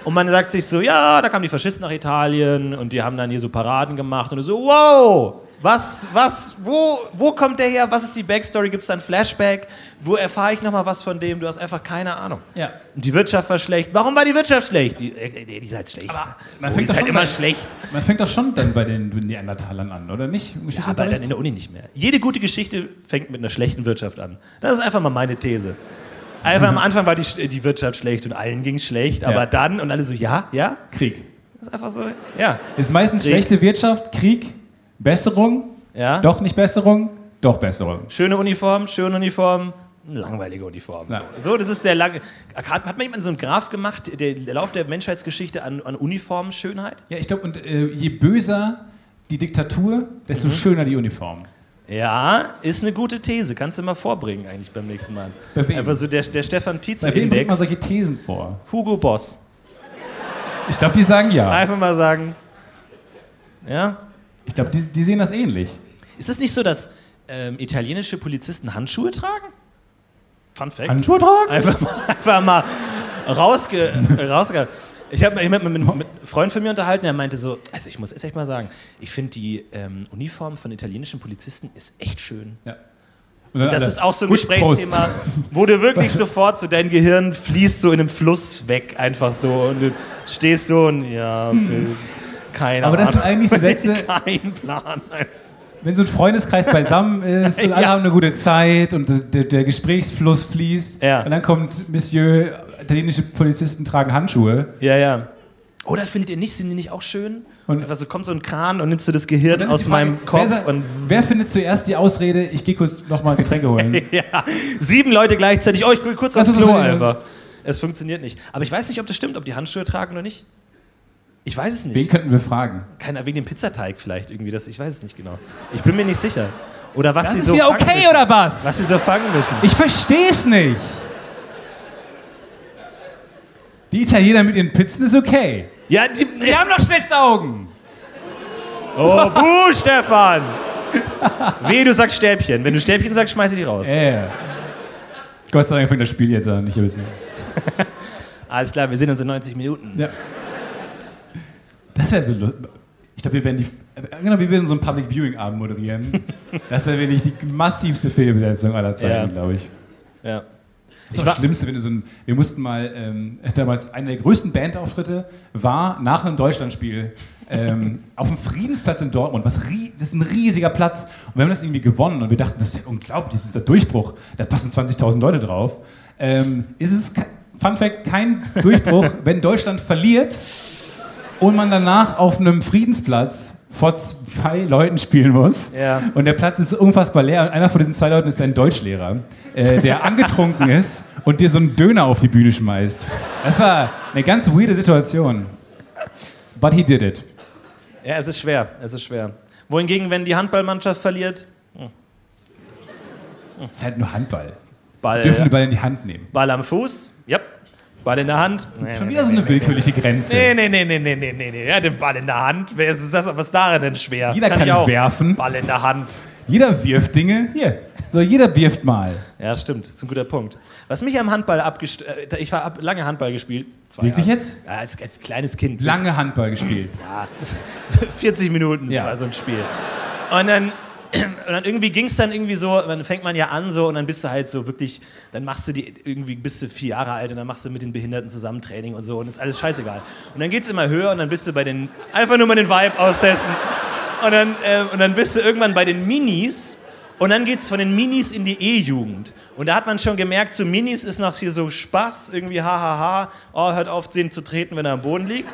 A: und man sagt sich so, ja, da kamen die Faschisten nach Italien und die haben dann hier so Paraden gemacht und so, wow, was, was, wo, wo kommt der her? Was ist die Backstory? Gibt es da ein Flashback? Wo erfahre ich nochmal was von dem? Du hast einfach keine Ahnung.
B: Ja.
A: Und die Wirtschaft war schlecht. Warum war die Wirtschaft schlecht? Die, äh, die ist halt schlecht.
B: Aber man
A: man so,
B: fängt
A: die ist
B: doch
A: halt
B: schon
A: immer
B: bei-
A: schlecht.
B: Man fängt doch schon dann bei den Neandertalern an, oder nicht?
A: Ja,
B: Im
A: aber dann
B: Geschichtsunterricht?
A: in der Uni nicht mehr. Jede gute Geschichte fängt mit einer schlechten Wirtschaft an. Das ist einfach mal meine These. Einfach am Anfang war die, die Wirtschaft schlecht und allen ging schlecht, aber
B: Mhm. Ja.
A: dann und alle so, ja, ja,
B: Krieg.
A: das ist einfach so, ja,
B: Ist meistens
A: Krieg.
B: schlechte Wirtschaft, Krieg, Besserung,
A: ja.
B: doch nicht Besserung, doch Besserung.
A: Schöne Uniform, schöne Uniform, langweilige Uniform.
B: Ja.
A: So. so, das ist der lange. Hat, hat man jemand so einen Graph gemacht, der, der Lauf der Menschheitsgeschichte an, an Uniformschönheit?
B: Ja, ich glaube, und äh, je böser die Diktatur, desto
A: Mhm.
B: schöner die Uniform.
A: Ja, ist eine gute These. Kannst du mal vorbringen eigentlich beim nächsten Mal.
B: Bei wem?
A: Einfach so der, der Stefan
B: Bei wem bringt man
A: Tietze-Index.
B: solche Thesen vor?
A: Hugo Boss.
B: Ich glaube, die sagen ja.
A: Einfach mal sagen. Ja?
B: Ich glaube, die, die sehen das ähnlich.
A: Ist es nicht so, dass ähm, italienische Polizisten Handschuhe tragen? Fun Fact.
B: Handschuhe tragen?
A: einfach mal, einfach mal rausge. rausge ich habe mich mit, mit, mit einem Freund von mir unterhalten, der meinte so, also ich muss es echt mal sagen, ich finde die ähm, Uniform von italienischen Polizisten ist echt schön.
B: Und dann
A: Das
B: alle,
A: ist auch so ein
B: gut,
A: Gesprächsthema,
B: Prost.
A: wo du wirklich sofort so dein Gehirn fließt so in einem Fluss weg, einfach so. Und du stehst so und ja, okay, keine
B: Aber das sind
A: Ahnung.
B: eigentlich die Sätze-
A: Kein Plan.
B: Wenn so ein Freundeskreis beisammen ist und alle haben eine gute Zeit und der- der, der Gesprächsfluss fließt
A: Ja.
B: und dann kommt Monsieur, italienische Polizisten tragen Handschuhe.
A: Ja, ja. Oder findet ihr nicht, sind die nicht auch schön?
B: Und-
A: Und einfach so kommt so ein Kran und nimmst du das Gehirn
B: Dann ist
A: aus
B: die Frage,
A: meinem Kopf
B: Wer, sa-
A: und
B: wer findet zuerst die Ausrede, ich gehe kurz nochmal Getränke holen?
A: ja, sieben Leute gleichzeitig. Oh, ich gehe kurz
B: Lass
A: aufs
B: uns
A: Klo
B: das mal-
A: einfach. Es funktioniert nicht. Aber ich weiß nicht, ob das stimmt, ob die Handschuhe tragen oder nicht. Ich weiß es nicht.
B: Wen könnten wir fragen?
A: Keiner wegen dem Pizzateig vielleicht irgendwie, das, ich weiß es nicht genau. Ich bin mir nicht sicher. Oder was
B: Das
A: sie
B: ist
A: so
B: wieder
A: fangen
B: okay,
A: müssen.
B: oder was?
A: Was sie so fangen müssen.
B: Ich versteh's nicht. Die Italiener mit ihren Pizzen ist okay.
A: Ja, die,
B: Die haben doch Schlitzaugen.
A: Oh, buh, Stefan! Weh, du sagst Stäbchen. Wenn du Stäbchen sagst, schmeiß ich dich raus.
B: Äh. Gott sei Dank fängt das Spiel jetzt an. Ich hab's-
A: Alles klar, wir sehen uns in 90 Minuten.
B: ja. Das wäre so. lu- Ich glaube, wir werden die. äh, Genau, wir würden so einen Public Viewing Abend moderieren. das wäre wirklich die massivste Fehlbesetzung aller Zeiten,
A: Ja.
B: glaube ich.
A: Ja.
B: Das
A: Ich
B: ist
A: war-
B: das Schlimmste, wenn du so ein. Wir mussten mal ähm, damals einer der größten Bandauftritte war nach einem Deutschlandspiel ähm, auf dem Friedensplatz in Dortmund. Was rie, das ist ein riesiger Platz. Und wir haben das irgendwie gewonnen und wir dachten, das ist ja unglaublich, das ist der Durchbruch. Da passen 20.000 Leute drauf. Ähm, ist es ke- Fun Fact kein Durchbruch, wenn Deutschland verliert und man danach auf einem Friedensplatz vor zwei Leuten spielen muss.
A: Ja.
B: Und der Platz ist unfassbar leer. Und einer von diesen zwei Leuten ist ein Deutschlehrer, äh, der angetrunken ist und dir so einen Döner auf die Bühne schmeißt. Das war eine ganz weirde Situation. But he did it.
A: ja, es ist schwer. Es ist schwer. Wohingegen, wenn die Handballmannschaft verliert,
B: Es ist halt nur Handball.
A: Ball,
B: Dürfen die Ball in die Hand nehmen.
A: Ball am Fuß, ja. Ball in der Hand.
B: Schon wieder so eine willkürliche Grenze.
A: Nee, nee, nee, nee, nee, nee, nee, nee. Ja, den Ball in der Hand. Wer ist das? Was ist darin denn schwer?
B: Jeder kann
A: ich auch.
B: werfen.
A: Ball in der Hand.
B: Jeder wirft Dinge. Hier. So, jeder wirft mal.
A: Ja, stimmt. Das ist ein guter Punkt. Was mich am Handball abgest... Äh, ich war ab, lange Handball gespielt. Zwei
B: Wirklich
A: Jahre.
B: jetzt?
A: Ja, als, als kleines Kind.
B: Lange Handball gespielt.
A: Ja, 40 Minuten
B: Ja.
A: war so ein Spiel. Und dann... Und dann irgendwie ging es dann irgendwie so, dann fängt man ja an so und dann bist du halt so wirklich, dann machst du die irgendwie, bist du vier Jahre alt und dann machst du mit den Behinderten zusammen Training und so und ist alles scheißegal. Und dann geht es immer höher und dann bist du bei den, einfach nur mal den Vibe austesten. Und dann, äh, und dann bist du irgendwann bei den Minis und dann geht's von den Minis in die E-Jugend. Und da hat man schon gemerkt, zu Minis ist noch hier so Spaß, irgendwie hahaha, oh, hört auf, den zu treten, wenn er am Boden liegt.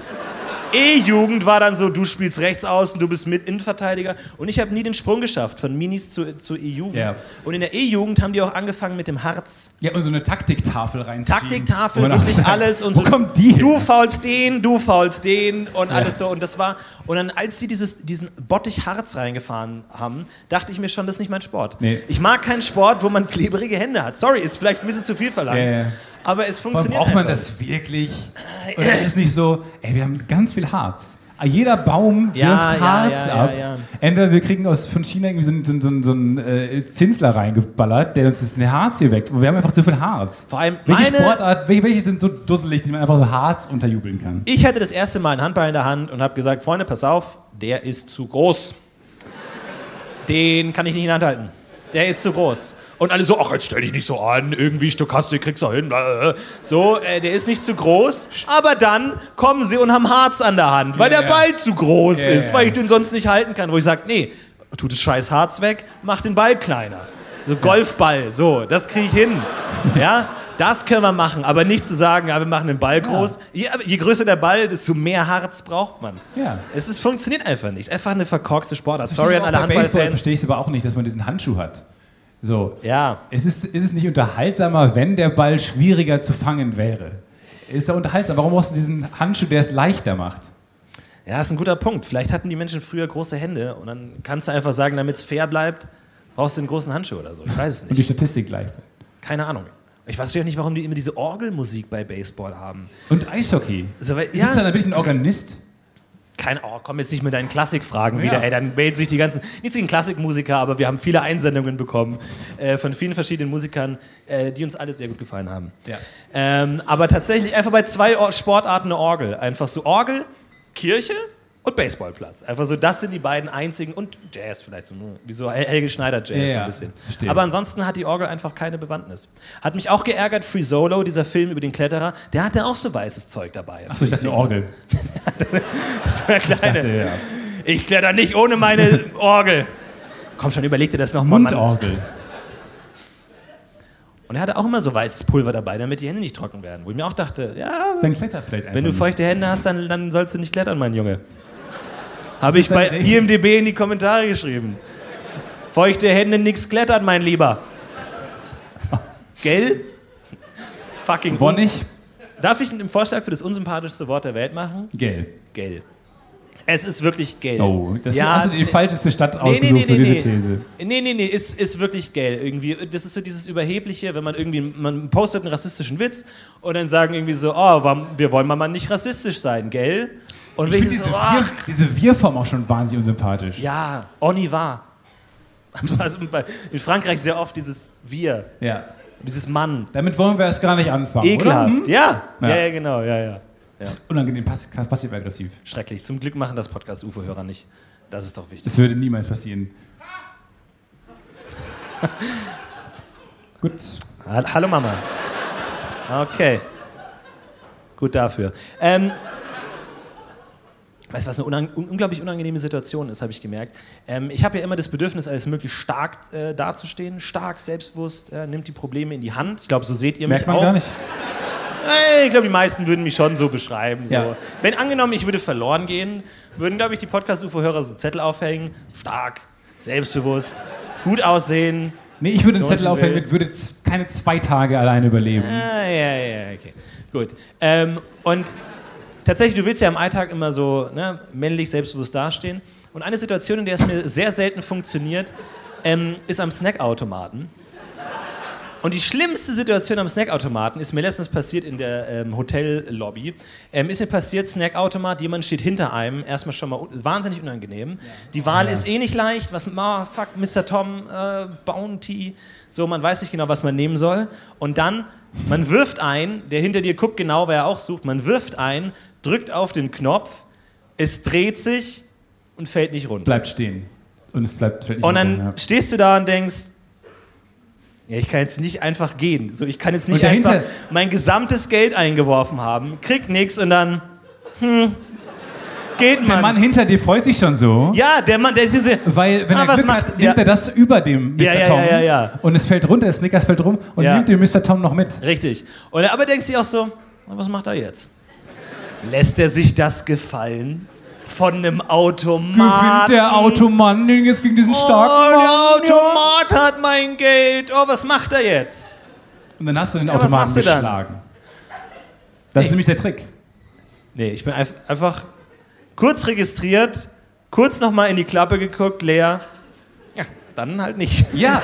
A: E-Jugend war dann so, du spielst rechts außen, du bist mit Innenverteidiger. Und ich habe nie den Sprung geschafft von Minis zu, zu E-Jugend.
B: Ja.
A: Und in der E-Jugend haben die auch angefangen mit dem Harz.
B: Ja, und so eine Taktiktafel rein.
A: Taktiktafel, wirklich alles. Und
B: Wo
A: so,
B: kommt die hin?
A: Du faulst den, du faulst den und alles so. Und das war, und dann als sie dieses, diesen Bottich Harz reingefahren haben, dachte ich mir schon, das ist nicht mein Sport.
B: Nee.
A: Ich mag keinen Sport, wo man klebrige Hände hat. Sorry, ist vielleicht ein bisschen zu viel verlangt.
B: Ja, ja, ja.
A: Aber es
B: Warum
A: funktioniert
B: braucht man
A: einfach. Äh,
B: das wirklich? Und es ist nicht so, ey, wir haben ganz viel Harz. Ah, Jeder Baum wirft
A: Ja, ja,
B: Harz
A: ja,
B: ab.
A: ja, ja.
B: Entweder wir kriegen aus, von China irgendwie so einen so, einen- so, einen- so einen äh, Zinsler reingeballert, der uns das den Harz hier weckt. Und wir haben einfach zu viel Harz.
A: Vor allem
B: Welche
A: meine-
B: Sportart, welche, welche sind so dusselig, die man einfach so Harz unterjubeln kann?
A: Ich hatte das erste Mal einen Handball in der Hand und habe gesagt, Freunde, pass auf, der ist zu groß. Den kann ich nicht in der Hand halten. Der ist zu groß. Und alle so, ach, jetzt stell dich nicht so an, irgendwie Stochastik kriegst du hin. äh, äh. So, äh, der ist nicht zu groß, aber dann kommen sie und haben Harz an der Hand, weil
B: Ja,
A: der
B: ja.
A: Ball zu groß
B: Ja,
A: ist,
B: ja.
A: weil ich den sonst nicht halten kann. Wo ich sage, nee, tu das scheiß Harz weg, mach den Ball kleiner. So Golfball, so, das kriege ich hin. Ja, das können wir machen, aber nicht zu sagen, ja, wir machen den Ball groß. Je, aber je größer der Ball, desto mehr Harz braucht man.
B: Ja.
A: Es ist, funktioniert einfach nicht. Einfach eine verkorkste Sportart. Sorry an alle
B: Bei Baseball
A: Handballfans.
B: verstehe ich es aber auch nicht, dass man diesen Handschuh hat. So.
A: Ja.
B: Es ist, ist es nicht unterhaltsamer, wenn der Ball schwieriger zu fangen wäre? Ist er unterhaltsam? Warum brauchst du diesen Handschuh, der es leichter macht?
A: ja, ist ein guter Punkt. Vielleicht hatten die Menschen früher große Hände und dann kannst du einfach sagen, damit es fair bleibt, brauchst du einen großen Handschuh oder so. Ich weiß es
B: Und die
A: nicht.
B: Statistik gleich.
A: Keine Ahnung. Ich weiß ja nicht, warum die immer diese Orgelmusik bei Baseball haben.
B: Und Eishockey.
A: Also, weil,
B: Ist es dann wirklich ein Organist?
A: Kein, oh, komm jetzt nicht mit deinen Klassikfragen
B: Ja.
A: wieder, ey, dann melden sich die ganzen, nicht gegen Klassikmusiker, aber wir haben viele Einsendungen bekommen äh, von vielen verschiedenen Musikern, äh, die uns alle sehr gut gefallen haben.
B: Ja.
A: Ähm, aber tatsächlich einfach bei zwei Or Sportarten eine Orgel. Einfach so Orgel, Kirche und Baseballplatz. Einfach so, das sind die beiden einzigen und Jazz vielleicht, so, ne? wie so Hel- Helge Schneider Jazz
B: Ja,
A: so
B: ja,
A: ein bisschen.
B: verstehe.
A: Aber ansonsten hat die Orgel einfach keine Bewandtnis. Hat mich auch geärgert, Free Solo, dieser Film über den Kletterer, der hatte auch so weißes Zeug dabei.
B: Achso, ich dachte eine Orgel.
A: so eine
B: Ich
A: kleine.
B: dachte, ja.
A: Ich kletter nicht ohne meine Orgel. Komm schon, überleg dir das nochmal. Mann.
B: Mundorgel.
A: Und er hatte auch immer so weißes Pulver dabei, damit die Hände nicht trocken werden. Wo ich mir auch dachte, ja,
B: Dann kletter vielleicht einfach.
A: wenn du
B: nicht.
A: feuchte Hände hast, dann, dann sollst du nicht klettern, mein Junge. Habe ich
B: ist
A: bei
B: dein Ding.
A: IMDB in die Kommentare geschrieben. Feuchte Hände, nix klettern, mein Lieber. Gell? Fucking.
B: Wonnig?
A: Darf ich einen Vorschlag für das unsympathischste Wort der Welt machen?
B: Gell.
A: Gell. Es ist wirklich gell.
B: Oh, das ist also die falscheste Stadt
A: Nee,
B: ausgesucht
A: nee, nee,
B: für
A: nee,
B: diese
A: nee.
B: These.
A: Nee, nee, nee, ist, ist wirklich geil irgendwie. Das ist so dieses Überhebliche, wenn man irgendwie, man postet einen rassistischen Witz und dann sagen irgendwie so, oh, warum- wir wollen mal mal nicht rassistisch sein, gell? Und
B: Ich
A: wenn
B: finde
A: ich
B: diese,
A: so,
B: Wir,
A: ach,
B: diese Wir-Form auch schon wahnsinnig unsympathisch.
A: ja, Oni war. Also bei- in Frankreich sehr oft dieses Wir,
B: Ja.
A: dieses Mann.
B: Damit wollen wir erst gar nicht anfangen.
A: Ekelhaft.
B: Oder? Hm?
A: Ja. ja,
B: Ja.
A: ja, genau, ja, ja.
B: Das ist unangenehm, pass- passiv-aggressiv.
A: Schrecklich. Zum Glück machen das Podcast-UFO-Hörer nicht. Das ist doch wichtig.
B: Das würde niemals passieren. Gut.
A: Ha- Hallo Mama. Okay. Gut dafür. Ähm, weißt du, was eine unang un unglaublich unangenehme Situation ist, habe ich gemerkt. Ähm, ich habe ja immer das Bedürfnis, als möglichst stark äh, dazustehen. Stark, selbstbewusst, äh, nimmt die Probleme in die Hand. Ich glaube, so seht ihr
B: Merkt
A: mich
B: man
A: auch.
B: gar nicht.
A: Äh, Ich glaube, die meisten würden mich schon so beschreiben. So.
B: Ja.
A: Wenn angenommen, ich würde verloren gehen, würden, glaube ich, die Podcast-UFO-Hörer so Zettel aufhängen. Stark, selbstbewusst, gut aussehen.
B: Nee, ich würde einen Zettel
A: Deutschen
B: aufhängen
A: Welt.
B: mit, würde z- keine zwei Tage alleine überleben.
A: Ah, ja, ja, okay. Gut. Ähm, und tatsächlich, du willst ja im Alltag immer so ne, männlich selbstbewusst dastehen. Und eine Situation, in der es mir sehr selten funktioniert, ähm, ist am Snackautomaten. Und die schlimmste Situation am Snackautomaten ist mir letztens passiert in der ähm, Hotellobby. Ähm, ist mir passiert, Snackautomat, jemand steht hinter einem, erstmal schon mal un- wahnsinnig unangenehm. Die Wahl ist eh nicht leicht, was, ma, fuck, Mr. Tom, äh, Bounty, so, man weiß nicht genau, was man nehmen soll. Und dann, man wirft ein, der hinter dir guckt genau, wer er auch sucht, man wirft ein, drückt auf den Knopf, es dreht sich und fällt nicht runter.
B: Bleibt stehen. Und es bleibt fällt nicht
A: Und dann
B: runter, ja.
A: stehst du da und denkst, ja, ich kann jetzt nicht einfach gehen. So, ich kann jetzt nicht
B: Und dahinter-
A: einfach mein gesamtes Geld eingeworfen haben, krieg nichts und dann, hm, geht man.
B: Der Mann hinter dir freut sich schon so.
A: ja, der Mann, der ist diese,
B: Weil, wenn
A: Ah,
B: er
A: was
B: Glück
A: macht-
B: hat, nimmt
A: ja.
B: er das über dem Mr.
A: Ja, ja,
B: Tom.
A: ja, ja, ja.
B: Und es fällt runter, das Snickers fällt rum und
A: Ja.
B: nimmt den Mr. Tom noch mit.
A: richtig. Und, aber denkt sich auch so, na, was macht er jetzt? Lässt er sich das gefallen? Von einem
B: Gewinnt
A: Automaten.
B: der Automann jetzt gegen diesen
A: oh,
B: starken Mann?
A: der Automat hat mein Geld. Oh, was macht er jetzt?
B: Und dann hast du den
A: was
B: Automaten
A: machst du dann?
B: geschlagen. Das ist
A: Nee.
B: nämlich der Trick.
A: Nee, ich bin einf einfach kurz registriert, kurz nochmal in die Klappe geguckt, leer. Ja, dann halt nicht.
B: Ja,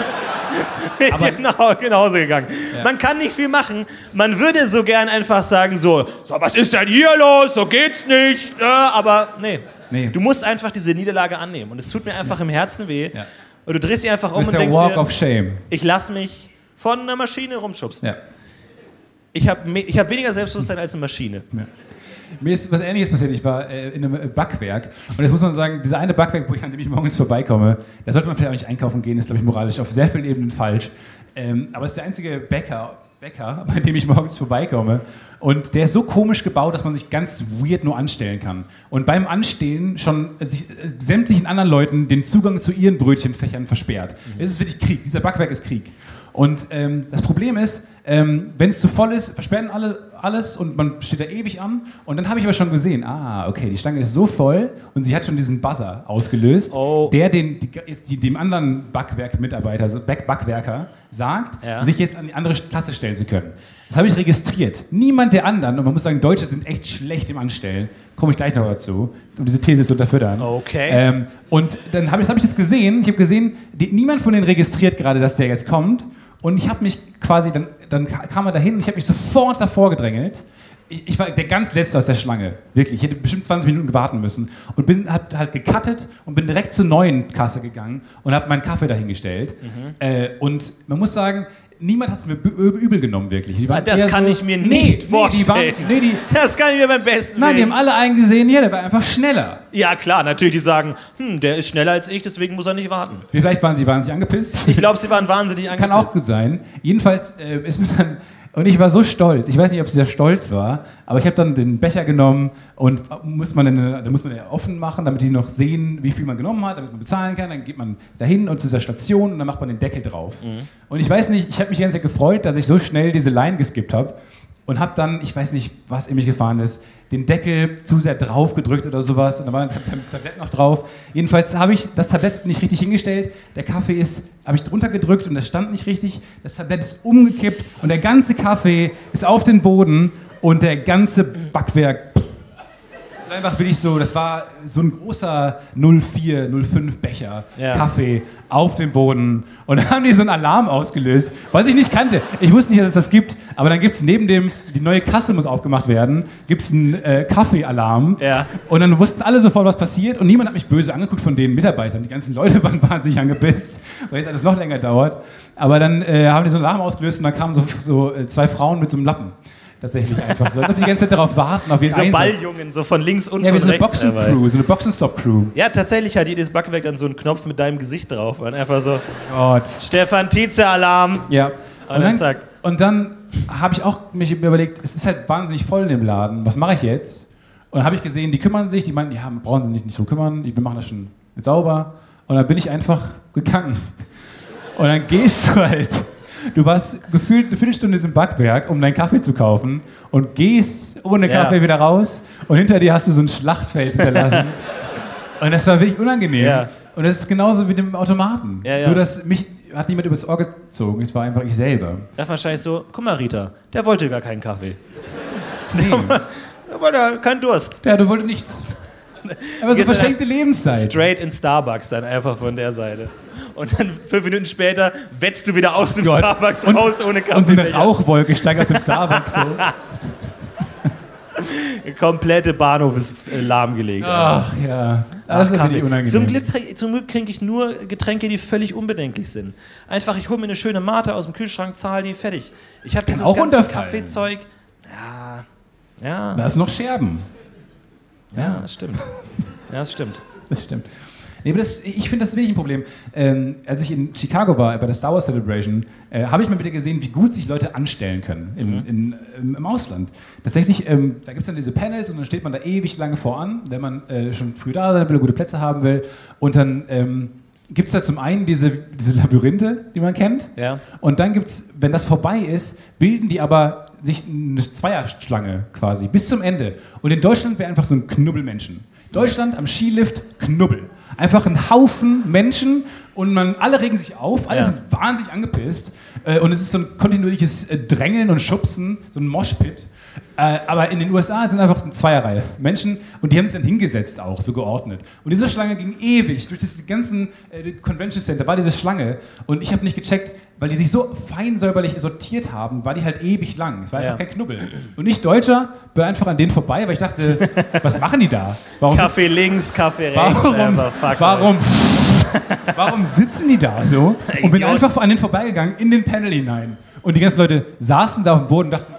B: Aber-
A: genau, genau so gegangen.
B: Ja.
A: Man kann nicht viel machen. Man würde so gern einfach sagen, so, so was ist denn hier los? So geht's nicht. Äh, aber nee.
B: Nee.
A: Du musst einfach diese Niederlage annehmen. Und es tut mir einfach im Herzen weh.
B: Ja.
A: Und du drehst dich einfach um
B: das ist
A: und
B: der
A: denkst
B: Walk
A: dir,
B: of Shame.
A: ich lass mich von einer Maschine rumschubsen.
B: Ja.
A: Ich habe ich hab weniger Selbstbewusstsein als eine Maschine.
B: Mir ist was Ähnliches passiert. Ich war äh, in einem Backwerk und jetzt muss man sagen, dieser eine Backwerk, wo ich, an dem ich morgens vorbeikomme, da sollte man vielleicht auch nicht einkaufen gehen, ist glaube ich moralisch auf sehr vielen Ebenen falsch. Ähm, aber es ist der einzige Bäcker, Bäcker, bei dem ich morgens vorbeikomme und der ist so komisch gebaut, dass man sich ganz weird nur anstellen kann. Und beim Anstehen schon äh, sich, äh, sämtlichen anderen Leuten den Zugang zu ihren Brötchenfächern versperrt. Es ist wirklich Krieg. Dieser Backwerk ist Krieg. Und ähm, das Problem ist, ähm, wenn es zu voll ist, versperren alle alles und man steht da ewig an. Und dann habe ich aber schon gesehen, ah, okay, die Stange ist so voll und sie hat schon diesen Buzzer ausgelöst,
A: Oh.
B: der den, die, jetzt die, dem anderen Backwerk-Mitarbeiter, also Back Backwerker, sagt,
A: Ja.
B: sich jetzt an die andere Klasse stellen zu können. Das habe ich registriert. Niemand der anderen, und man muss sagen, Deutsche sind echt schlecht im Anstellen, komme ich gleich noch dazu, um diese These zu unterfüttern.
A: Okay.
B: Ähm, und dann habe ich, hab ich das gesehen. Ich habe gesehen, die, niemand von denen registriert gerade, dass der jetzt kommt. Und ich habe mich quasi, dann, dann ka- kam er dahin und ich habe mich sofort davor gedrängelt. Ich, ich war der ganz Letzte aus der Schlange. Wirklich. Ich hätte bestimmt 20 Minuten warten müssen. Und bin hab halt gecuttet und bin direkt zur neuen Kasse gegangen und habe meinen Kaffee dahingestellt.
A: Mhm.
B: Äh, und man muss sagen, niemand hat es mir bü- übel genommen, wirklich. Die waren
A: Das
B: eher
A: kann ich mir nicht
B: die waren,
A: vorstellen.
B: nee, die,
A: Das kann ich mir beim besten
B: nein, die
A: Willen.
B: haben alle eingesehen, ja, der war einfach schneller.
A: Ja, klar, natürlich, die sagen, hm, der ist schneller als ich, deswegen muss er nicht warten.
B: Vielleicht waren sie wahnsinnig angepisst.
A: Ich glaube, sie waren wahnsinnig angepisst.
B: Kann auch gut sein. Jedenfalls äh, ist man dann. Und ich war so stolz. Ich weiß nicht, ob es dieser Stolz war, aber ich habe dann den Becher genommen und äh, muss man dann, dann muss man ja offen machen, damit die noch sehen, wie viel man genommen hat, damit man bezahlen kann. Dann geht man dahin und zu dieser Station und dann macht man den Deckel drauf. Und ich weiß nicht, ich habe mich die ganze Zeit gefreut, dass ich so schnell diese Line geskippt habe und habe dann, ich weiß nicht, was in mich gefahren ist, den Deckel zu sehr drauf gedrückt oder sowas und da war ein Tab- Tab- Tablett noch drauf. Jedenfalls habe ich das Tablett nicht richtig hingestellt, der Kaffee ist, habe ich drunter gedrückt und das stand nicht richtig, das Tablett ist umgekippt und der ganze Kaffee ist auf den Boden und der ganze Backwerk das war einfach wirklich so, das war so ein großer 04, 05 Becher
A: Ja.
B: Kaffee auf dem Boden. Und dann haben die so einen Alarm ausgelöst, was ich nicht kannte. Ich wusste nicht, dass es das gibt. Aber dann gibt es neben dem, die neue Kasse muss aufgemacht werden, gibt es einen äh, Kaffeealarm.
A: Ja.
B: Und dann wussten alle sofort, was passiert. Und niemand hat mich böse angeguckt von den Mitarbeitern. Die ganzen Leute waren wahnsinnig angepisst, weil jetzt alles noch länger dauert. Aber dann äh, haben die so einen Alarm ausgelöst und dann kamen so, so äh, zwei Frauen mit so einem Lappen. Tatsächlich einfach so. Als ob die ganze Zeit darauf warten, auf jeden
A: So
B: Einsatz.
A: Balljungen, so von links und
B: Ja,
A: von
B: wir sind eine
A: rechts. dabei.
B: Boxen-Crew, so eine Boxen-Stop-Crew.
A: Ja, tatsächlich hat jedes Backwerk dann so einen Knopf mit deinem Gesicht drauf. Und einfach so,
B: Gott.
A: Stefan Tietze-Alarm.
B: Ja. Und
A: dann zack.
B: und dann habe ich auch mich überlegt, es ist halt wahnsinnig voll in dem Laden, was mache ich jetzt? Und dann habe ich gesehen, die kümmern sich, die meinten, ja, brauchen sie nicht, nicht drum kümmern, wir machen das schon sauber. Und dann bin ich einfach gegangen. Und dann gehst du halt. Du warst gefühlt eine Viertelstunde in diesem Backwerk, um deinen Kaffee zu kaufen und gehst ohne
A: Ja.
B: Kaffee wieder raus und hinter dir hast du so ein Schlachtfeld hinterlassen. und das war wirklich unangenehm.
A: Ja.
B: Und das ist genauso wie dem Automaten.
A: Ja, ja.
B: Nur, dass mich hat niemand übers Ohr gezogen, es war einfach ich selber.
A: Das wahrscheinlich so, guck mal, Rita, der wollte gar keinen Kaffee.
B: Nee.
A: Der wollte keinen Durst.
B: ja, du wolltest nichts. Aber so
A: Jetzt
B: verschenkte Lebenszeit.
A: Straight in Starbucks dann einfach von der Seite. Und dann fünf Minuten später wetzt du wieder aus dem
B: Oh Gott.
A: Starbucks
B: Und-
A: raus ohne Kaffee.
B: Und so eine Rauchwolke steigt aus dem Starbucks. So.
A: Komplette Bahnhof ist äh, lahmgelegt.
B: Ach ja, das ist
A: Kaffee.
B: wirklich unangenehm.
A: Zum Glück, trink- zum Glück trinke ich nur Getränke, die völlig unbedenklich sind. Einfach, ich hole mir eine schöne Mate aus dem Kühlschrank, zahle die, fertig. Ich habe dieses
B: auch
A: ganze
B: runterfallen.
A: Kaffeezeug. Ja, ja,
B: Da ist noch Scherben.
A: ja, das stimmt. Ja, das stimmt.
B: Das stimmt. Nee, aber das, ich finde das ist wirklich ein Problem. Ähm, als ich in Chicago war, bei der Star Wars Celebration, äh, habe ich mal wieder gesehen, wie gut sich Leute anstellen können im, in, ähm, im, im Ausland. Tatsächlich, ähm, da gibt es dann diese Panels und dann steht man da ewig lange voran, wenn man äh, schon früh da sein will, gute Plätze haben will. Und dann ähm, gibt es da zum einen diese, diese Labyrinthe, die man kennt.
A: Ja.
B: Und dann gibt es, wenn das vorbei ist, bilden die aber sich eine Zweierschlange quasi bis zum Ende. Und in Deutschland wäre einfach so ein Knubbelmenschen. Deutschland am Skilift, Knubbel. Einfach ein Haufen Menschen und man, alle regen sich auf, alle
A: Ja.
B: sind wahnsinnig angepisst. Äh, und es ist so ein kontinuierliches äh, Drängeln und Schubsen, so ein Moshpit. Äh, aber in den USA sind einfach eine Zweierreihe Menschen und die haben sich dann hingesetzt auch, so geordnet. Und diese Schlange ging ewig durch das ganzen äh, Convention Center, war diese Schlange. Und ich habe nicht gecheckt, weil die sich so fein säuberlich sortiert haben, war die halt ewig lang. Es war
A: Ja.
B: einfach kein Knubbel. Und ich Deutscher bin einfach an denen vorbei, weil ich dachte, was machen die da? Warum
A: Kaffee links, Kaffee rechts.
B: Warum,
A: einfach, fuck, äh,
B: warum, warum sitzen die da so? Und bin
A: Idiot.
B: einfach an den vorbeigegangen, in den Panel hinein. Und die ganzen Leute saßen da auf dem Boden und dachten,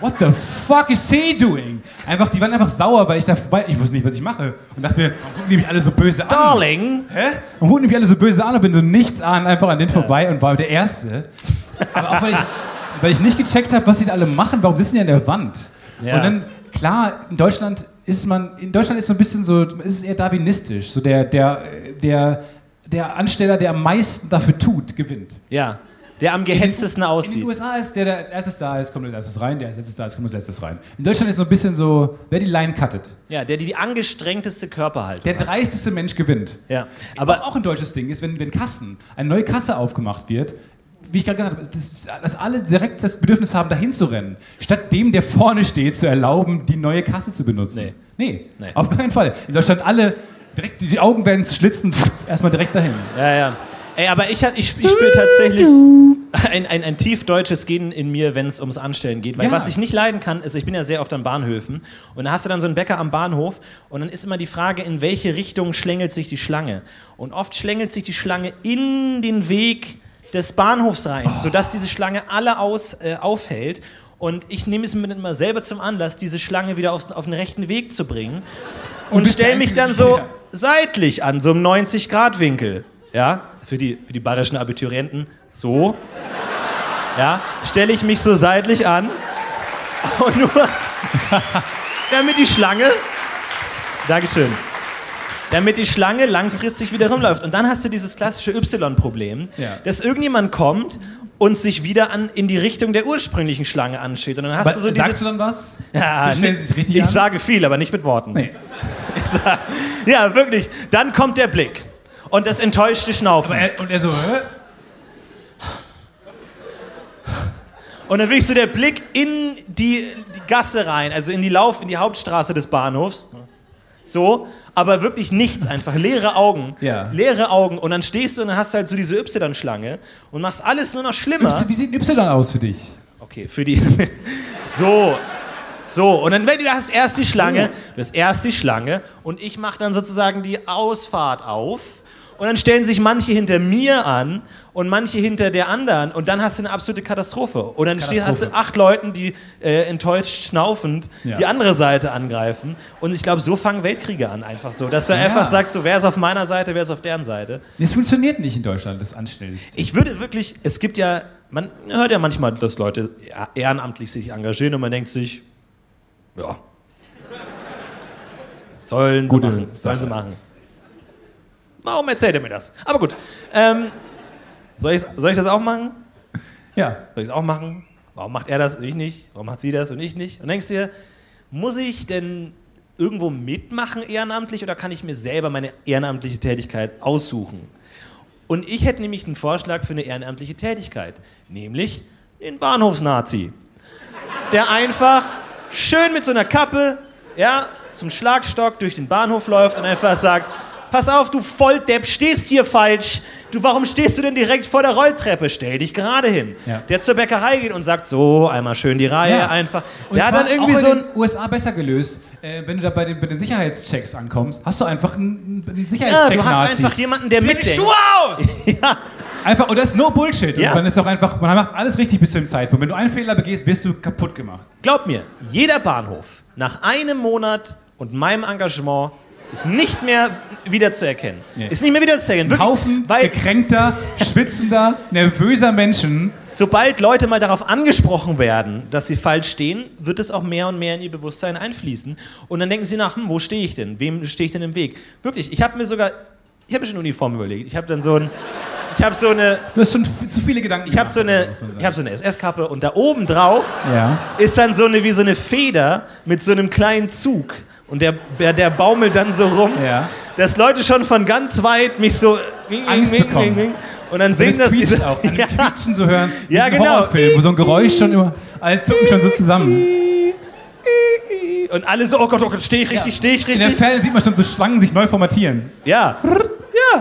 B: what the fuck is he doing? Einfach, die waren einfach sauer, weil ich da vorbei, ich wusste nicht, was ich mache. Und dachte mir, warum gucken die mich alle so böse an?
A: Darling.
B: Hä? Und wurden mich alle so böse an und bin so nichts an, einfach an den vorbei und war der Erste. Aber auch weil ich, weil ich nicht gecheckt habe, was die da alle machen, warum sitzen die an der Wand?
A: Ja.
B: Und dann, klar, in Deutschland ist man, in Deutschland ist so ein bisschen so, ist es eher darwinistisch, so der, der, der, der Ansteller, der am meisten dafür tut, gewinnt.
A: Ja. Der am gehetztesten
B: In den
A: aussieht.
B: USA ist der, der als erstes da ist, kommt als erstes rein, der als erstes da ist, kommt als erstes rein. In Deutschland ist so ein bisschen so, wer die Line cuttet,
A: Ja, der die, die angestrengteste Körperhaltung
B: der
A: hat.
B: dreisteste Mensch gewinnt.
A: Ja.
B: Aber
A: Aber
B: auch ein deutsches Ding ist, wenn, wenn Kassen, eine neue Kasse aufgemacht wird, wie ich gerade gesagt habe, das ist, dass alle direkt das Bedürfnis haben, dahin zu rennen, statt dem, der vorne steht, zu erlauben, die neue Kasse zu benutzen. Nee. Nee,
A: Nee.
B: auf keinen Fall. In Deutschland alle direkt die- die Augen werden zu schlitzen, erstmal direkt dahin.
A: Ja, ja. Ey, aber ich, hab- ich, sp- ich spüre tatsächlich ein, ein, ein tief deutsches Gen in mir, wenn es ums Anstellen geht. Weil
B: Ja.
A: was ich nicht leiden kann, ist, ich bin ja sehr oft an Bahnhöfen und da hast du dann so einen Bäcker am Bahnhof und dann ist immer die Frage, in welche Richtung schlängelt sich die Schlange. Und oft schlängelt sich die Schlange in den Weg des Bahnhofs rein, sodass diese Schlange alle aus, äh, aufhält. Und ich nehme es mir dann immer selber zum Anlass, diese Schlange wieder aufs, auf den rechten Weg zu bringen und
B: bist
A: stell
B: der
A: mich
B: Einzige,
A: dann so
B: der-
A: seitlich an, so im 90-Grad-Winkel. Ja, für die, für die bayerischen Abiturienten, so. Ja, stelle ich mich so seitlich an. Und nur, damit die Schlange, Dankeschön, damit die Schlange langfristig wieder rumläuft. Und dann hast du dieses klassische Y-Problem,
B: Ja.
A: dass irgendjemand kommt und sich wieder an, in die Richtung der ursprünglichen Schlange ansteht. Und dann hast
B: Was,
A: du so diese
B: sagst du dann was?
A: ja,
B: Die stellen
A: nee,
B: sich richtig
A: ich
B: an?
A: sage viel, aber nicht mit Worten.
B: Nee.
A: Ich sag, ja, wirklich. Dann kommt der Blick und das enttäuschte Schnaufen.
B: Aber er, und er so, hä?
A: und dann wirklich so der Blick in die, die Gasse rein, also in die Lauf, in die Hauptstraße des Bahnhofs. So, aber wirklich nichts, einfach leere Augen.
B: Ja.
A: Leere Augen. Und dann stehst du und dann hast du halt so diese Y-Schlange und machst alles nur noch schlimmer.
B: Y- Wie sieht ein Y aus für dich?
A: Okay, für die. so. So, und dann wenn du hast erst die Schlange, du hast erst die Schlange und ich mache dann sozusagen die Ausfahrt auf und dann stellen sich manche hinter mir an und manche hinter der anderen und dann hast du eine absolute Katastrophe. Und dann stehst, hast du
B: Katastrophe.
A: acht Leuten, die äh, enttäuscht schnaufend
B: Ja.
A: die andere Seite angreifen und ich glaube, so fangen Weltkriege an einfach so, dass du
B: Ah, Ja.
A: einfach sagst, so, wer ist auf meiner Seite, wer ist auf deren Seite.
B: Das funktioniert nicht in Deutschland, das anstellig.
A: Ich würde wirklich, es gibt ja, man hört ja manchmal, dass Leute ehrenamtlich sich engagieren und man denkt sich, ja, sollen sie
B: Gute
A: machen, sollen
B: Sache.
A: sie machen. Warum erzählt er mir das? Aber gut, ähm, soll, ich, soll ich das auch machen?
B: Ja.
A: Soll ich es auch machen? Warum macht er das und ich nicht? Warum macht sie das und ich nicht? Und denkst dir, muss ich denn irgendwo mitmachen ehrenamtlich oder kann ich mir selber meine ehrenamtliche Tätigkeit aussuchen? Und ich hätte nämlich einen Vorschlag für eine ehrenamtliche Tätigkeit, nämlich den Bahnhofsnazi, der einfach schön mit so einer Kappe, ja, zum Schlagstock durch den Bahnhof läuft und einfach sagt: Pass auf, du Volldepp, stehst hier falsch. Du, warum stehst du denn direkt vor der Rolltreppe? Stell dich gerade hin.
B: Ja.
A: Der zur Bäckerei geht und sagt: So, einmal schön die Reihe,
B: Ja.
A: einfach.
B: Und
A: Der hat
B: zwar
A: dann irgendwie
B: auch in
A: so ein
B: den USA besser gelöst. Äh, wenn du da bei den, bei den Sicherheitschecks ankommst, hast du einfach einen, einen
A: Ja,
B: Sicherheitscheck-Nazi.
A: Ah, du hast einfach jemanden, der
B: Zieh die
A: mitdenkt.
B: Schuhe aus! Einfach, und das ist no Bullshit.
A: Ja.
B: Und dann ist auch einfach, man macht alles richtig bis zu dem Zeitpunkt. Wenn du einen Fehler begehst, wirst du kaputt gemacht.
A: Glaub mir, jeder Bahnhof nach einem Monat und meinem Engagement ist nicht mehr wiederzuerkennen.
B: Nee.
A: Ist nicht mehr wiederzuerkennen.
B: Ein
A: Wirklich,
B: Haufen
A: weil
B: gekränkter, schwitzender, nervöser Menschen.
A: sobald Leute mal darauf angesprochen werden, dass sie falsch stehen, wird es auch mehr und mehr in ihr Bewusstsein einfließen. Und dann denken sie nach, hm, wo stehe ich denn? Wem stehe ich denn im Weg? Wirklich, ich habe mir sogar Ich habe schon Uniform überlegt. Ich habe dann so ein. Ich habe so eine.
B: Du hast schon f- zu viele Gedanken
A: Ich habe so eine,
B: muss man sagen.
A: ich hab so eine SS-Kappe und da oben drauf
B: Ja.
A: ist dann so eine wie so eine Feder mit so einem kleinen Zug und der, der, der baumelt dann so rum,
B: Ja.
A: dass Leute schon von ganz weit mich so wing,
B: Angst bekommen. Also
A: und dann
B: Wenn
A: sehen das
B: quietscht
A: diese
B: auch. An
A: ja,
B: dem Quietschen zu hören. wie
A: Ja,
B: ein
A: genau.
B: Horrorfilm, wo so ein Geräusch schon immer. Alle zucken schon so zusammen.
A: und alle so oh Gott, oh Gott, stehe ich richtig, stehe ich
B: In der
A: richtig?
B: Ferne sieht man schon so Schlangen sich neu formatieren.
A: Ja. Ja.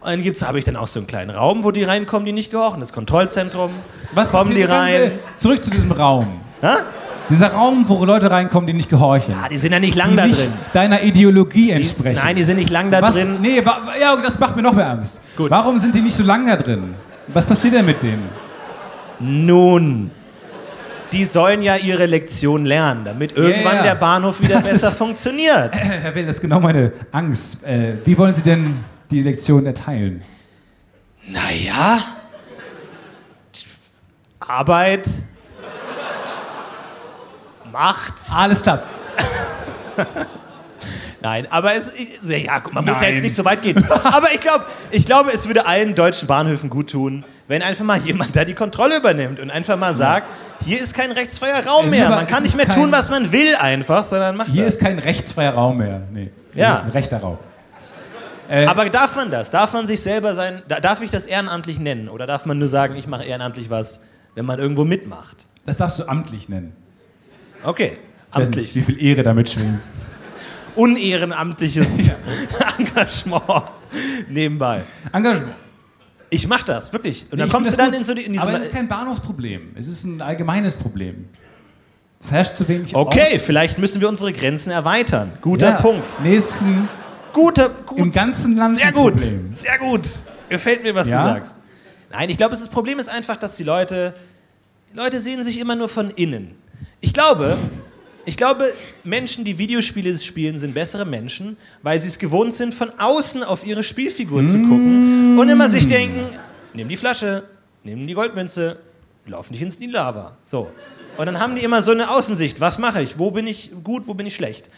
A: Und dann gibt's habe ich dann auch so einen kleinen Raum, wo die reinkommen, die nicht gehorchen. Das Kontrollzentrum.
B: Was
A: kommen die
B: passiert ganz, äh,
A: rein?
B: Zurück zu diesem Raum.
A: Hä?
B: Dieser Raum, wo Leute reinkommen, die nicht gehorchen.
A: Ah, die sind ja nicht lang
B: die
A: da
B: nicht
A: drin.
B: deiner Ideologie entsprechen.
A: Nein, die sind nicht lang da
B: Was?
A: drin.
B: Nee, wa- ja, das macht mir noch mehr Angst.
A: Gut.
B: Warum sind die nicht so lang da drin? Was passiert denn mit denen?
A: Nun, die sollen ja ihre Lektion lernen, damit irgendwann
B: ja.
A: der Bahnhof wieder
B: Das
A: besser
B: ist-
A: funktioniert.
B: Herr Will, das ist genau meine Angst. Äh, wie wollen Sie denn die Lektion erteilen?
A: Naja, Arbeit, Macht.
B: Alles klar.
A: Nein, aber es, ich- ja, guck, man muss ja
B: Nein.
A: jetzt nicht so weit gehen. Aber ich glaube, ich glaube, es würde allen deutschen Bahnhöfen gut tun, wenn einfach mal jemand da die Kontrolle übernimmt und einfach mal sagt, hier ist kein rechtsfreier Raum
B: Es ist
A: mehr.
B: aber-
A: man kann nicht
B: es ist
A: mehr
B: kein-
A: tun, was man will einfach, sondern macht
B: Hier
A: das.
B: ist kein rechtsfreier Raum mehr. Nee, hier
A: Ja.
B: ist ein rechter Raum. Äh,
A: Aber darf man das? Darf man sich selber sein? da- Darf ich das ehrenamtlich nennen? Oder darf man nur sagen, ich mache ehrenamtlich was, wenn man irgendwo mitmacht?
B: Das darfst du amtlich nennen.
A: Okay,
B: Ich weiß nicht,
A: amtlich.
B: Wie viel Ehre damit schwingt.
A: Unehrenamtliches Engagement nebenbei.
B: Engagement.
A: Ich mach das, wirklich. Und dann
B: Ich
A: kommst du
B: find das
A: dann
B: gut.
A: in, so die, in
B: Aber es ist
A: diesem.
B: kein Bahnhofsproblem. Es ist ein allgemeines Problem. Es herrscht zu wenig
A: Okay, vielleicht müssen wir unsere Grenzen erweitern. Guter
B: Ja.
A: Punkt.
B: Nächsten,
A: Guter gut.
B: im ganzen Land
A: Sehr
B: ein
A: gut.
B: Problem.
A: Sehr gut. Gefällt mir, was
B: Ja?
A: du sagst. Nein, ich glaube, es ist- das Problem ist einfach, dass die Leute, die Leute sehen sich immer nur von innen. Ich glaube, ich glaube, Menschen, die Videospiele spielen, sind bessere Menschen, weil sie es gewohnt sind, von außen auf ihre Spielfigur zu gucken und immer sich denken, nimm die Flasche, nimm die Goldmünze, lauf nicht ins die Lava. So. Und dann haben die immer so eine Außensicht. Was mache ich? Wo bin ich gut, wo bin ich schlecht?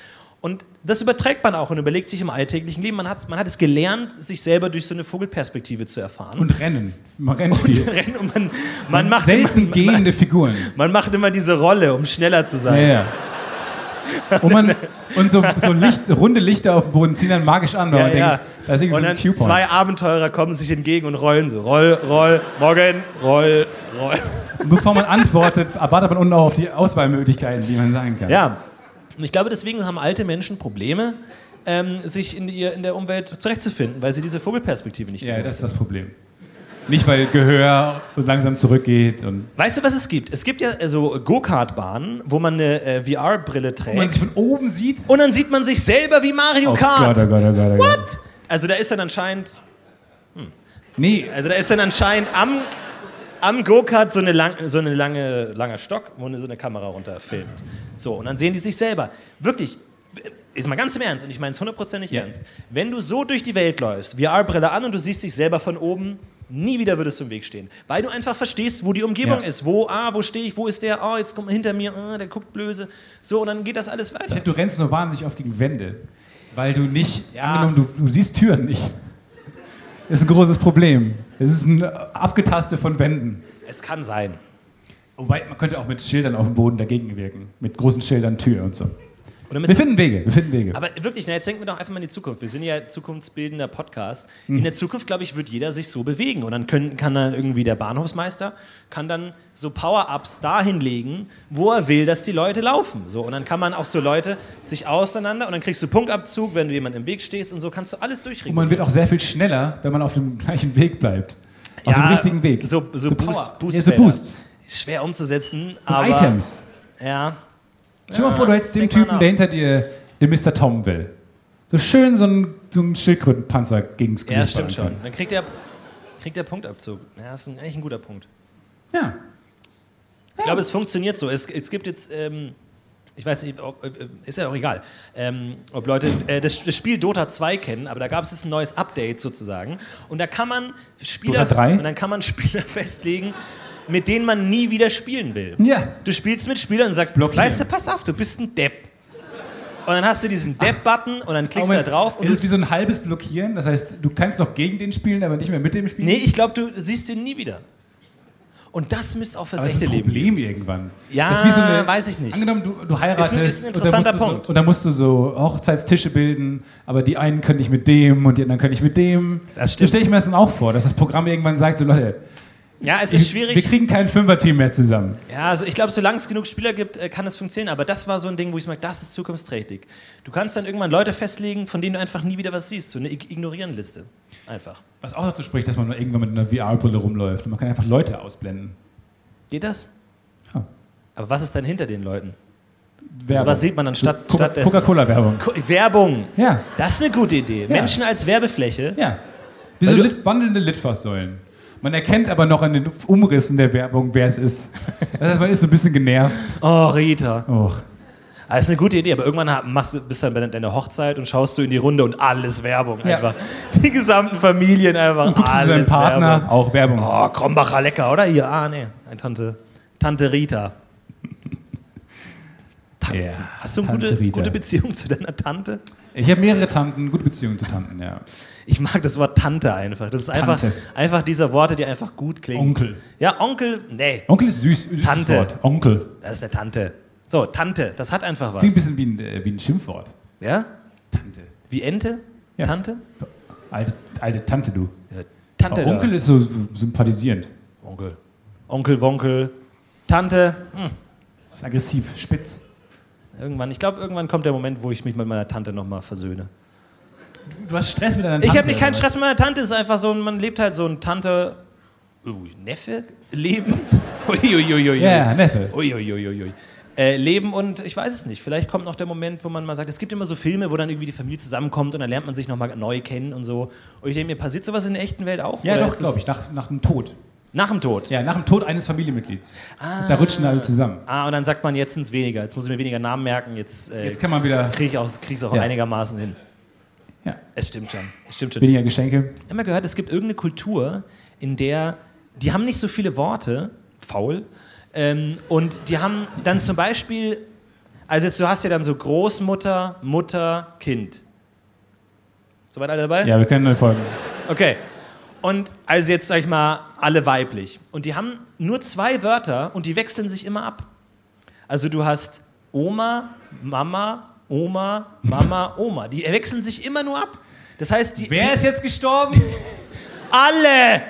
A: Und das überträgt man auch und überlegt sich im alltäglichen Leben. Man hat, man hat es gelernt, sich selber durch so eine Vogelperspektive zu erfahren.
B: Und rennen. Man rennt viel.
A: Rennen und man, man, macht immer,
B: Selten gehende Figuren.
A: man macht immer diese Rolle, um schneller zu sein.
B: Ja, ja. Und, man, und so, so Licht, runde Lichter auf dem Boden ziehen dann magisch an, weil
A: Ja,
B: man
A: ja.
B: denkt, da ist
A: Und
B: irgendwie
A: dann
B: so ein Coupon.
A: zwei Abenteurer kommen sich entgegen und rollen so. Roll, roll, morgen, roll, roll.
B: Und bevor man antwortet, erwartet man unten auch auf die Auswahlmöglichkeiten, die man sagen kann.
A: Ja. Und ich glaube, deswegen haben alte Menschen Probleme, ähm, sich in, ihr, in der Umwelt zurechtzufinden, weil sie diese Vogelperspektive nicht
B: ja,
A: gewohnt
B: das ist
A: sind.
B: das Problem. Nicht, weil Gehör langsam zurückgeht und
A: Weißt du, was es gibt? Es gibt ja äh, so Go-Kart-Bahnen, wo man eine äh, VR-Brille
B: man sich
A: trägt.
B: von oben sieht.
A: Und dann sieht man sich selber wie Mario Kart.
B: Gott, oh Gott, oh Gott, oh Gott.
A: What? Also da ist dann anscheinend,
B: Nee, äh,
A: also da ist dann anscheinend am, am Go-Kart so eine, lang, so eine lange, langer Stock, wo eine- so eine Kamera runterfilmt. So, und dann sehen die sich selber. Wirklich, ist mal ganz im Ernst, und ich meine es hundertprozentig
B: Ja.
A: ernst. Wenn du so durch die Welt läufst, VR-Brille an und du siehst dich selber von oben, nie wieder würdest du im Weg stehen. Weil du einfach verstehst, wo die Umgebung
B: Ja.
A: ist. Wo, ah, wo stehe ich, wo ist der, ah, jetzt kommt hinter mir, ah, der guckt blöse. So, und dann geht das alles weiter.
B: du rennst nur wahnsinnig oft gegen Wände, weil du nicht,
A: Ja.
B: angenommen, du, du siehst Türen nicht. Das ist ein großes Problem. Es ist ein Abgetaste von Wänden.
A: Es kann sein.
B: Wobei, man könnte auch mit Schildern auf dem Boden dagegen wirken. Mit großen Schildern Tür und so.
A: Oder mit
B: Wir finden Wege, wir finden Wege.
A: Also Aber wirklich, na, jetzt denken wir doch einfach mal in die Zukunft. Wir sind ja zukunftsbildender Podcast.
B: Hm.
A: In der Zukunft, glaube ich, wird jeder sich so bewegen. Und dann können, kann dann irgendwie der Bahnhofsmeister kann dann so Power-Ups dahin legen, wo er will, dass die Leute laufen. So, und dann kann man auch so Leute sich auseinander und dann kriegst du Punktabzug, wenn du jemandem im Weg stehst und so kannst du alles
B: Und
A: durchregeln.
B: man wird auch sehr viel schneller, wenn man auf dem gleichen Weg bleibt. Auf
A: Ja,
B: dem richtigen Weg.
A: So, so,
B: Power.
A: Boost, Boost
B: ja, so Boosts.
A: Schwer umzusetzen,
B: Und
A: aber...
B: Items.
A: Ja.
B: Stell dir mal vor, du hättest den
A: denk mal
B: Typen,
A: nach.
B: der hinter dir den Mr. Tom will. So schön so einen, so einen Schildkrötenpanzer gegen das
A: ja,
B: Gesicht
A: stimmt
B: ballern
A: schon. Dann kriegt er, kriegt er Punktabzug. Ja, das ist ein, eigentlich ein guter Punkt.
B: kann. Ja.
A: Ich glaube, es funktioniert so. Es, es gibt jetzt, ähm, ich weiß nicht, ob, äh, ist ja auch egal, ähm, ob Leute äh, das, das Spiel Dota 2 kennen, aber da gab es jetzt ein neues Update sozusagen. Und da kann man Spieler,
B: Dota 3?
A: und dann kann man Spieler festlegen, mit denen man nie wieder spielen will.
B: Ja.
A: Du spielst mit Spielern und sagst,
B: Blockieren.
A: weißt du, pass auf, du bist ein Depp. Und dann hast du diesen Depp-Button und dann klickst du da
B: Ah. Moment,
A: drauf. Und
B: ist es
A: du,
B: wie so ein halbes Blockieren? Das heißt, du kannst noch gegen den spielen, aber nicht mehr mit dem spielen?
A: nee, ich glaube, du siehst ihn nie wieder. Und das müsste auch fürs
B: aber das ist
A: echte
B: ein
A: Leben.
B: Problem irgendwann.
A: Ja,
B: Das
A: weiß ich nicht.
B: Angenommen, du, du heiratest
A: Ist ein- ist ein
B: und, dann musst
A: interessanter
B: du so,
A: Punkt.
B: und dann musst du so Hochzeitstische bilden, aber die einen können nicht mit dem und die anderen können nicht mit dem.
A: Das stimmt.
B: So stelle ich mir das dann auch vor, dass das Programm irgendwann sagt, so Leute,
A: Ja, es ist
B: wir
A: schwierig.
B: kriegen kein Fünfer-Team mehr zusammen.
A: Ja, also ich glaube, solange es genug Spieler gibt, äh, kann es funktionieren. Aber das war so ein Ding, wo ich sage, das ist zukunftsträchtig. Du kannst dann irgendwann Leute festlegen, von denen du einfach nie wieder was siehst. So eine Ig- Ignorieren-Liste. Einfach.
B: Was auch dazu spricht, dass man irgendwann mit einer VR-Brille rumläuft und man kann einfach Leute ausblenden.
A: Geht das?
B: Ja.
A: Aber was ist dann hinter den Leuten? Also
B: Werbung.
A: was sieht man dann statt-
B: Co-
A: stattdessen?
B: Also Coca-Cola-Werbung.
A: Ko Werbung.
B: Ja,
A: Das ist eine gute Idee. Menschen als Werbefläche.
B: ja. Wie so
A: Weil du-
B: Lit wandelnde Litfaßsäulen. Man erkennt aber noch an den Umrissen der Werbung, wer es ist. Das heißt, man ist so ein bisschen genervt.
A: Oh, Rita. Ah,
B: Och.
A: Das ist eine gute Idee, aber irgendwann ha- machst du, bist du dann bei deiner Hochzeit und schaust du in die Runde und alles Werbung.
B: Ja.
A: Einfach. Die gesamten Familien einfach.
B: Und guckst du zu deinem
A: alles
B: Partner,
A: Werbung.
B: auch Werbung.
A: Oh, Krombacher lecker, oder? Hier, ah, nee. Ein Tante, Tante Rita. Tanten.
B: Ja,
A: Hast du eine
B: Tante
A: gute,
B: Rita.
A: gute Beziehung zu deiner Tante?
B: Ich habe mehrere Tanten, gute Beziehungen zu Tanten, ja.
A: Ich mag das Wort Tante einfach. Das ist einfach,
B: Tante.
A: einfach diese Worte, die einfach gut klingen.
B: Onkel.
A: Ja, Onkel, nee,
B: Onkel ist süß. süßes
A: Tante.
B: Wort. Onkel.
A: das ist eine Tante. So, Tante, das hat einfach
B: Das klingt ein
A: was.
B: bisschen wie ein, äh, wie ein Schimpfwort.
A: Ja?
B: Tante.
A: Wie Ente?
B: Ja.
A: Tante?
B: Alte, alte Tante, du.
A: Ja, Tante.
B: Aber
A: da.
B: Onkel ist so sympathisierend.
A: Onkel. Onkel, Wonkel, Tante. Hm.
B: Ist aggressiv, spitz.
A: Irgendwann, ich glaube, irgendwann kommt der Moment, wo ich mich mit meiner Tante nochmal versöhne.
B: Du, du hast Stress mit deiner Tante.
A: ich habe nicht keinen
B: oder?
A: Stress mit meiner Tante, es ist einfach so, man lebt halt so ein Tante. Ui, Neffe? Leben? Uiuiuiui.
B: Ja, ja, Neffe.
A: Uiuiuiui. Äh, Leben und ich weiß es nicht. Vielleicht kommt noch der Moment, wo man mal sagt, es gibt immer so Filme, wo dann irgendwie die Familie zusammenkommt und dann lernt man sich nochmal neu kennen und so. Und ich denke mir, passiert sowas in der echten Welt auch?
B: Ja,
A: Oder
B: doch,
A: ist
B: glaube
A: es
B: ich, nach, nach dem Tod.
A: Nach dem Tod.
B: Ja, nach dem Tod eines Familienmitglieds. Da rutschen alle zusammen.
A: Ah, und dann sagt man, jetzt sind es weniger. Jetzt muss ich mir weniger Namen merken. Jetzt, äh,
B: Jetzt kann man wieder
A: kriege ich auch, krieg's auch
B: Ja.
A: einigermaßen hin.
B: Ja.
A: Es stimmt schon. Es stimmt schon. Ich
B: weniger Geschenke.
A: habe mal gehört, es gibt irgendeine Kultur, in der die haben nicht so viele Worte, faul, ähm, und die haben dann zum Beispiel, also jetzt du hast ja dann so Großmutter, Mutter, Kind. Soweit alle dabei?
B: Ja, wir können neu folgen.
A: Okay. Und also jetzt sag ich mal alle weiblich. Und die haben nur zwei Wörter und die wechseln sich immer ab. Also du hast Oma, Mama, Oma, Mama, Oma. Die wechseln sich immer nur ab. Das heißt, die, die
B: Wer ist jetzt gestorben?
A: alle.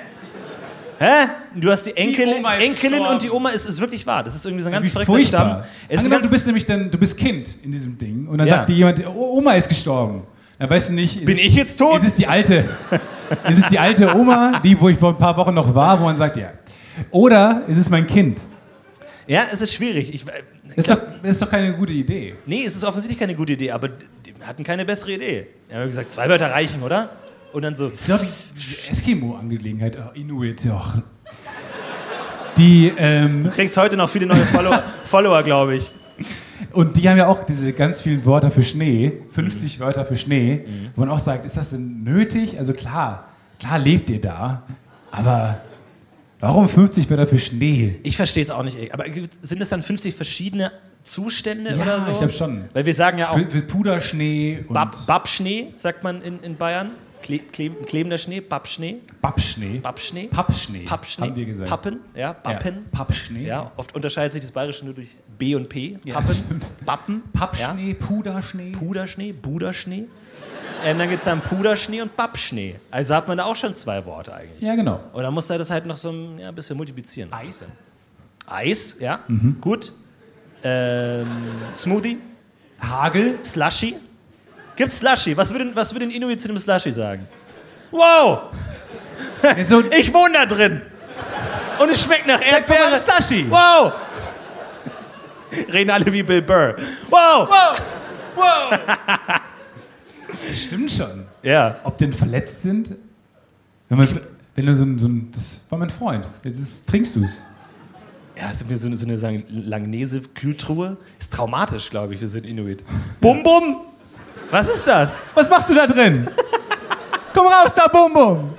A: Hä? Du hast die Enkelin,
B: Oma ist
A: Enkelin
B: gestorben.
A: und die Oma ist, ist wirklich wahr. Das ist irgendwie so ein
B: Wie
A: ganz verrückter Stamm.
B: furchtbar.
A: Es ist ein
B: Angenommen, du
A: ganz,
B: bist nämlich dann, du bist Kind in diesem Ding und dann
A: Ja.
B: sagt dir jemand, "Oh, Oma ist gestorben. Dann weißt du nicht, ist,
A: Bin ich jetzt tot?
B: Ist es die alte? ist es die alte Oma, die wo ich vor ein paar Wochen noch war, wo man sagt, ja. Oder ist es mein Kind?
A: ja, es ist schwierig. Ich, äh,
B: Das ist, doch, das ist doch keine gute Idee.
A: Nee, es ist offensichtlich keine gute Idee, aber die hatten keine bessere Idee. Die haben gesagt, zwei Wörter reichen, oder? Und dann so,
B: Ich glaube, die Eskimo-Angelegenheit, oh, Inuit, doch. Die, ähm,
A: kriegst heute noch viele neue Follower, Follower glaube ich.
B: und die haben ja auch diese ganz vielen Wörter für Schnee,
A: Mhm.
B: 50 Wörter für Schnee, wo man auch sagt, ist das denn nötig? Also klar, klar lebt ihr da, aber warum 50 Wörter für Schnee?
A: Ich verstehe es auch nicht. Aber gibt- sind es dann 50 verschiedene Zustände
B: Ja,
A: oder so?
B: ich glaub schon.
A: Weil wir sagen ja auch
B: Für, für Puderschnee und
A: Bab- Babschnee, sagt man in, in Bayern. Kle kle klebender Schnee, Babschnee,
B: Babschnee,
A: Babschnee,
B: Pappschnee,
A: Pappschnee,
B: haben wir gesagt.
A: Pappen, ja,
B: Ja,
A: Pappen.
B: Pappschnee.
A: Ja. oft unterscheidet sich das Bayerische nur durch B und P.
B: Ja,
A: Pappen,
B: stimmt.
A: Pappen, ja.
B: Pappschnee, Puderschnee.
A: Puderschnee, Buderschnee. Ähm, dann gibt es dann Puderschnee und Babschnee. Also hat man da auch schon zwei Worte eigentlich.
B: Ja, genau.
A: Und dann muss er das halt noch so ein ja, ein bisschen multiplizieren.
B: Eis. Mhm.
A: Eis, ja, gut. Ähm, Smoothie,
B: Hagel.
A: Slushy. Gibt's Slushy? Was würde was würden Inuit zu einem Slushy sagen? Wow,
B: Ja, so-
A: ich wohne da drin. Und es schmeckt nach
B: Sag doch mal
A: Erdbeere.
B: Slushy.
A: Wow. Reden alle wie Bill Burr. Wow.
B: Wow! Wow! Stimmt schon.
A: Ja,
B: Ob denn verletzt sind? Wenn, man, wenn du so ein, so ein. Das war mein Freund. Jetzt ist, trinkst du es.
A: ja sind wir so eine, so eine Sang- Langnese-Kühltruhe? Ist traumatisch, glaube ich, wir sind Inuit. Bum, bum. Was ist das?
B: Was machst du da drin? Komm raus da, Bum Bum!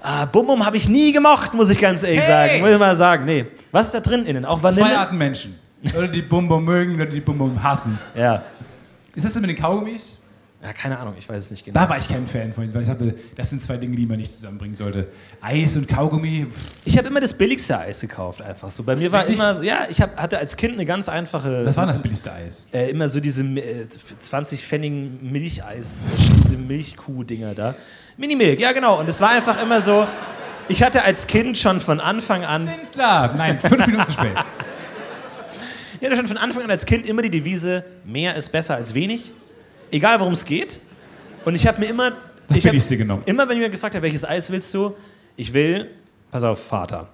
A: Ah, Bum Bum habe ich nie gemocht, muss ich ganz ehrlich
B: Hey!
A: sagen. Muss ich mal sagen, nee. Was ist da drin innen? Auch Vanille?
B: Zwei Arten Menschen. Leute, die Bum Bum mögen, Leute, die Bum Bum hassen.
A: Ja.
B: Ist das denn mit den Kaugummis?
A: ja, keine Ahnung, ich weiß es nicht genau.
B: Da war ich kein Fan von, weil ich dachte, das sind zwei Dinge, die man nicht zusammenbringen sollte. Eis und Kaugummi, pff,
A: Ich habe immer das billigste Eis gekauft, einfach so. Bei mir war
B: Wirklich?
A: immer, so- ja, ich hab, hatte als Kind eine ganz einfache.
B: was war denn das billigste Eis?
A: Äh, immer so diese äh, 20 Pfennigen Milcheis, äh, diese Milchkuh-Dinger da. Minimilk, ja genau. Und es war einfach immer so, ich hatte als Kind schon von Anfang an,
B: Zinsler! Nein, fünf Minuten zu spät.
A: ich hatte schon von Anfang an als Kind immer die Devise, mehr ist besser als wenig, egal worum es geht. Und ich habe mir immer,
B: Das
A: ich hab,
B: billigste genommen.
A: immer wenn jemand gefragt hat, welches Eis willst du, ich will, pass auf, Vater.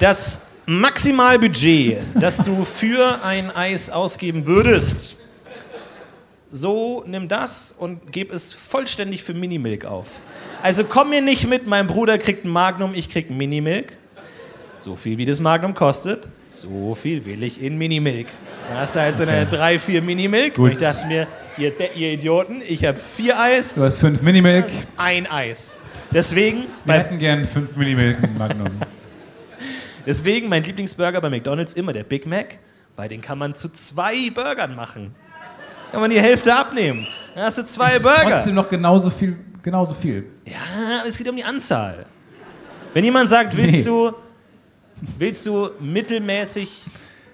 A: Das Maximalbudget, das du für ein Eis ausgeben würdest, so nimm das und gib es vollständig für Minimilk auf. Also komm mir nicht mit, mein Bruder kriegt ein Magnum, ich krieg ein Minimilk. So viel wie das Magnum kostet, so viel will ich in Minimilk. Da hast du halt so eine
B: Okay.
A: 3, 4 Minimilk. Und
B: Gut.
A: ich dachte mir, ihr, De- ihr Idioten, ich habe vier Eis,
B: Du hast fünf Minimilk.
A: ein Eis. Deswegen,
B: Wir
A: mein,
B: hätten gern fünf Minimilk Magnum.
A: deswegen mein Lieblingsburger bei McDonalds immer der Big Mac, weil den kann man zu zwei Burgern machen. Kann man die Hälfte abnehmen. Dann hast du zwei
B: Das ist
A: Burger.
B: Trotzdem noch genauso viel, genauso viel.
A: Ja, aber es geht um die Anzahl. Wenn jemand sagt, willst
B: Nee.
A: du, willst du mittelmäßig,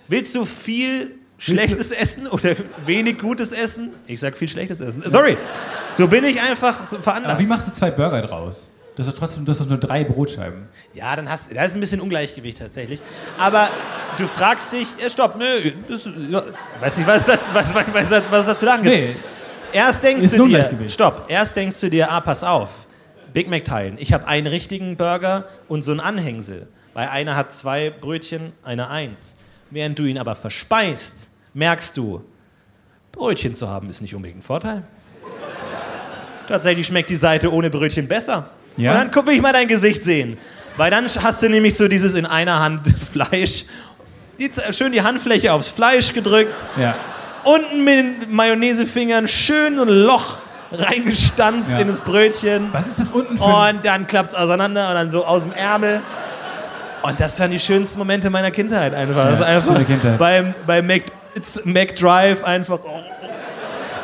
A: willst du viel schlechtes Essen oder wenig gutes Essen? Ich sag viel schlechtes Essen. Sorry, so bin ich einfach so
B: Aber wie
A: veranlagt.
B: machst du zwei Burger draus? Du hast doch trotzdem du hast doch nur drei Brotscheiben.
A: Ja, dann hast, da ist ein bisschen Ungleichgewicht tatsächlich. Aber du fragst dich, äh, stopp, nö, das, ja, weiß nicht, was das, was, was, was, was, was dazu lang gibt.
B: Nee,
A: Erst denkst
B: Ist
A: du
B: ein
A: dir,
B: Ungleichgewicht.
A: stopp, erst denkst du dir, ah, pass auf, Big Mac teilen. Ich habe einen richtigen Burger und so ein Anhängsel, weil einer hat zwei Brötchen, einer eins. Während du ihn aber verspeist, merkst du, Brötchen zu haben ist nicht unbedingt ein Vorteil. Tatsächlich schmeckt die Seite ohne Brötchen besser.
B: Ja?
A: Und dann guck, will ich mal dein Gesicht sehen. Weil dann hast du nämlich so dieses in einer Hand Fleisch, die, schön die Handfläche aufs Fleisch gedrückt
B: ja.
A: unten mit den Mayonnaisefingern schön so ein Loch reingestanzt
B: Ja.
A: in das Brötchen.
B: Was ist das unten für ein-
A: Und dann klappt's auseinander und dann so aus dem Ärmel. Und das waren die schönsten Momente meiner Kindheit einfach. das ist einfach
B: schöne Kindheit.
A: beim, beim Mac, Mac Drive einfach oh, oh,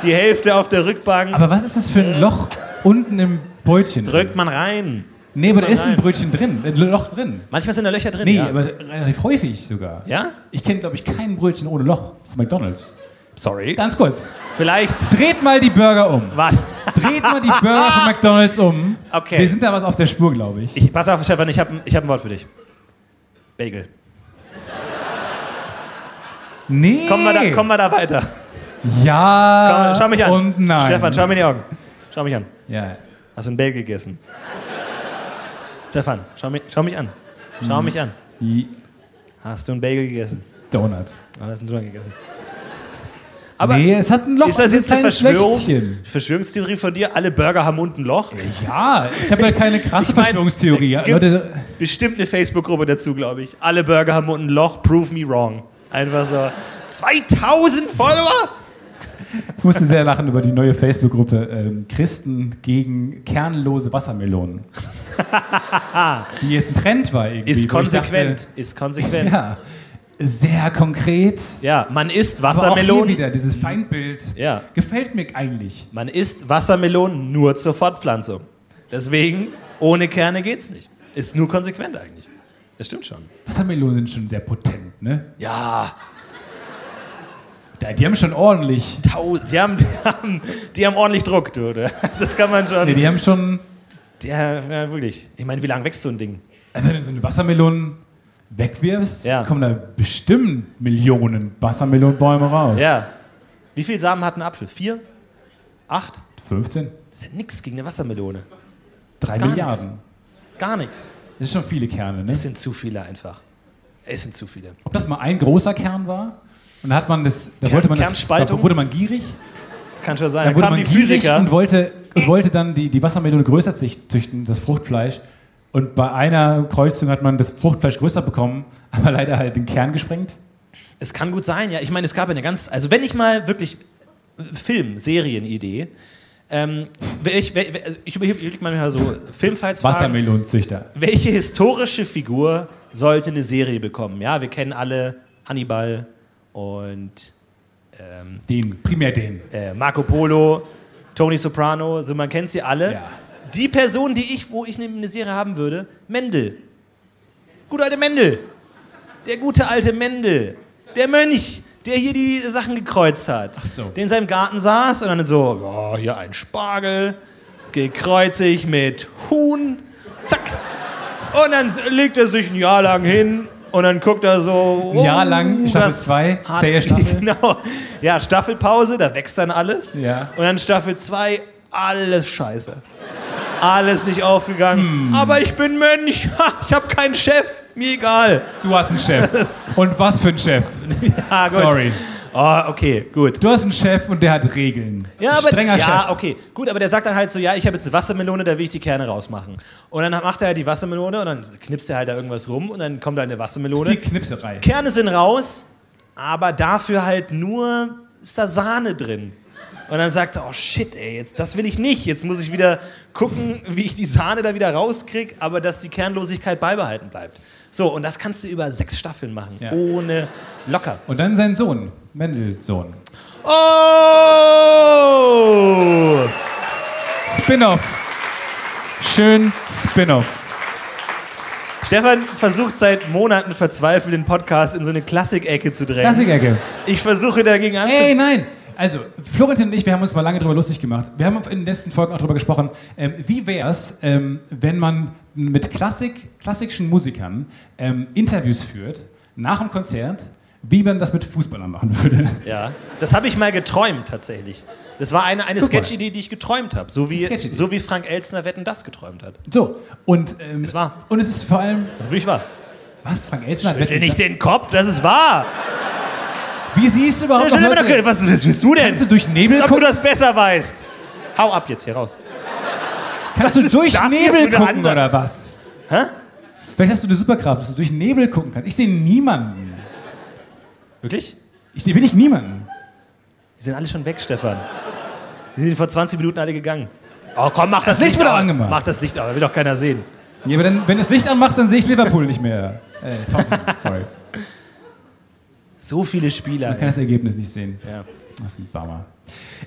A: die Hälfte auf der Rückbank
B: Aber was ist das für ein Loch unten im Brötchen?
A: drückt man rein.
B: Nee, aber da ist ein
A: rein.
B: Brötchen drin, ein Loch drin.
A: Manchmal sind da Löcher drin.
B: Nee,
A: ja.
B: aber relativ häufig sogar.
A: ja?
B: Ich kenne, glaube ich, kein Brötchen ohne Loch von McDonalds.
A: Sorry.
B: Ganz kurz.
A: Vielleicht
B: Dreht mal die Burger um.
A: war.
B: Dreht mal die Burger von McDonalds um.
A: Okay.
B: Wir sind da was auf der Spur, glaube ich.
A: Ich, pass auf, Stefan, ich habe ich hab ein Wort für dich. Bagel.
B: Nee.
A: Kommen wir da, kommen wir da weiter.
B: Ja.
A: Schau, schau mich an.
B: Äh, Und nein.
A: Stefan, schau mir in die Augen. Schau mich an.
B: Ja.
A: Hast du ein Bagel gegessen? Stefan, schau mich, schau mich an. Schau mich an.
B: Die
A: Hast du ein Bagel gegessen?
B: Donut.
A: Oder hast du einen Donut gegessen? Aber
B: nee, es hat ein Loch.
A: ist das
B: ein
A: jetzt eine
B: kleines
A: Verschwörung?
B: Löchchen.
A: Verschwörungstheorie von dir? Alle Burger haben unten ein Loch?
B: Ja, ich habe halt keine krasse
A: Ich mein,
B: Verschwörungstheorie.
A: gibt's-
B: Leute,
A: Bestimmt eine Facebook-Gruppe dazu, glaube ich. Alle Burger haben unten ein Loch. Prove me wrong. Einfach so. 2000 Follower?
B: Ich musste sehr lachen über die neue Facebook-Gruppe ähm, Christen gegen kernlose Wassermelonen. die jetzt ein Trend war irgendwie.
A: Ist
B: wo ich
A: konsequent. Ist konsequent.
B: Dachte, ja, sehr konkret.
A: Ja, man isst
B: Aber auch hier
A: Wassermelonen.
B: wieder dieses Feindbild.
A: Ja.
B: Gefällt mir eigentlich.
A: Man isst Wassermelonen nur zur Fortpflanzung. Deswegen, ohne Kerne geht's nicht. Ist nur konsequent eigentlich. Das stimmt schon.
B: Wassermelonen sind schon sehr potent, ne?
A: Ja,
B: Da- Die haben schon ordentlich.
A: tau die, haben, die, haben, die haben ordentlich Druck, du. du. Das kann man
B: Nee,
A: schon.
B: die haben schon.
A: Ja, ja, wirklich. Ich meine, wie lange wächst so ein Ding?
B: Also wenn du so eine Wassermelone wegwirfst,
A: Ja.
B: kommen da bestimmt Millionen Wassermelonenbäume raus.
A: Ja. Wie viele Samen hat ein Apfel? Vier? Acht?
B: 15?
A: Das ist ja nix gegen eine Wassermelone.
B: 3
A: Gar
B: Milliarden.
A: Gar nichts.
B: Das ist schon viele Kerne, ne?
A: Es sind zu viele einfach. Es sind zu viele.
B: ob das mal ein großer Kern war. Und da hat man das, da
A: Kern-
B: wollte man das,
A: Kernspaltung?
B: da wurde man gierig,
A: Das kann schon sein.
B: da
A: Dann
B: wurde
A: kamen
B: man
A: die
B: gierig
A: Physiker.
B: und wollte, und wollte dann die, die Wassermelone größer zücht- züchten, das Fruchtfleisch. Und bei einer Kreuzung hat man das Fruchtfleisch größer bekommen, aber leider halt den Kern gesprengt.
A: Es kann gut sein, ja. Ich meine, es gab eine ganz. Also, wenn ich mal wirklich. äh, Film, Serienidee. Ähm, wär ich wär, wär- also ich überlege manchmal so Filmfights-Fragen.
B: Wassermelonenzüchter.
A: Welche historische Figur sollte eine Serie bekommen? Ja, wir kennen alle Hannibal und ähm,
B: Den, primär den.
A: äh, Marco Polo, Tony Soprano, so man kennt sie alle.
B: Ja.
A: Die Person, die ich, wo ich eine- eine Serie haben würde, Mendel. Gut alte Mendel. Der gute alte Mendel. Der Mönch, der hier die Sachen gekreuzt hat. Ach
B: so.
A: Der in seinem Garten saß und dann so, ja, hier ein Spargel, gekreuze ich mit Huhn. Zack. Und dann legt er sich ein Jahr lang hin und dann guckt er so. oh,
B: Ein Jahr lang, Staffel
A: das
B: zwei,
A: hat-
B: zähe Staffel.
A: Genau. Ja, Staffelpause, da wächst dann alles.
B: Ja.
A: Und dann Staffel 2, alles scheiße. Alles nicht aufgegangen.
B: Hm.
A: Aber ich bin Mönch, ha, ich habe keinen Chef, mir egal.
B: Du hast einen Chef. Und was für ein Chef?
A: Ah, gut.
B: Sorry.
A: Oh, okay, gut.
B: Du hast einen Chef und der hat Regeln.
A: Ja, aber,
B: Strenger
A: ja,
B: Chef.
A: okay. Gut, aber der sagt dann halt so, ja, ich habe jetzt Wassermelone, da will ich die Kerne rausmachen. Und dann macht er halt die Wassermelone und dann knipst er halt da irgendwas rum und dann kommt da eine Wassermelone.
B: Viel Knipserei.
A: Kerne sind raus, aber dafür halt nur ist da Sahne drin. Und dann sagt er, oh shit, ey, jetzt, das will ich nicht. Jetzt muss ich wieder gucken, wie ich die Sahne da wieder rauskriege, aber dass die Kernlosigkeit beibehalten bleibt. So, und das kannst du über sechs Staffeln machen,
B: Ja.
A: ohne locker.
B: Und dann sein Sohn, Mendelsohn.
A: Oh!
B: Spin-off. Schön Spin-off.
A: Stefan versucht seit Monaten verzweifelt, den Podcast in so eine Klassik-Ecke zu drängen.
B: Klassikecke.
A: Ich versuche dagegen anzu...
B: Ey, nein! Also, Florentin und ich, wir haben uns mal lange drüber lustig gemacht. Wir haben in den letzten Folgen auch drüber gesprochen, ähm, wie wär's, ähm, wenn man mit Klassik, klassischen Musikern ähm, Interviews führt, nach dem Konzert, wie man das mit Fußballern machen würde.
A: Ja, das habe ich mal geträumt tatsächlich. Das war eine, eine
B: Guck mal.
A: Sketch-Idee, die ich geträumt habe. So wie,
B: Sketch-Idee.
A: so wie Frank Elstner Wetten das geträumt hat.
B: So, und, ähm,
A: Ist wahr.
B: und es ist vor allem,
A: Das bin ich wahr.
B: was, Frank Elstner?
A: Schüttel nicht den Kopf, das ist wahr.
B: Wie siehst du
A: Ja,
B: überhaupt noch
A: schüttel mir doch-
B: Leute?
A: was, was bist du denn?
B: Oh, Kannst du durch Nebel
A: Als ob du
B: gucken?
A: das besser weißt. Hau ab jetzt hier raus.
B: Kannst
A: was
B: du
A: ist
B: durch
A: das hier für
B: Nebel
A: eine
B: gucken
A: Ansage?
B: oder was?
A: Hä?
B: Vielleicht hast du eine Superkraft, dass du durch Nebel gucken kannst. Ich sehe niemanden.
A: Wirklich?
B: Ich sehe wirklich niemanden.
A: Die sind alle schon weg, Stefan. Die sind vor 20 Minuten alle gegangen. Oh komm, mach das,
B: Licht wird
A: an.
B: angemacht.
A: Mach das Licht an, da will doch keiner sehen.
B: Ja, aber dann, wenn du das Licht anmachst, dann sehe ich Liverpool nicht mehr. Äh, Tottenham, sorry.
A: So viele Spieler.
B: Ich kann
A: ey.
B: das Ergebnis nicht sehen.
A: Ja.
B: Das ist ein Bummer.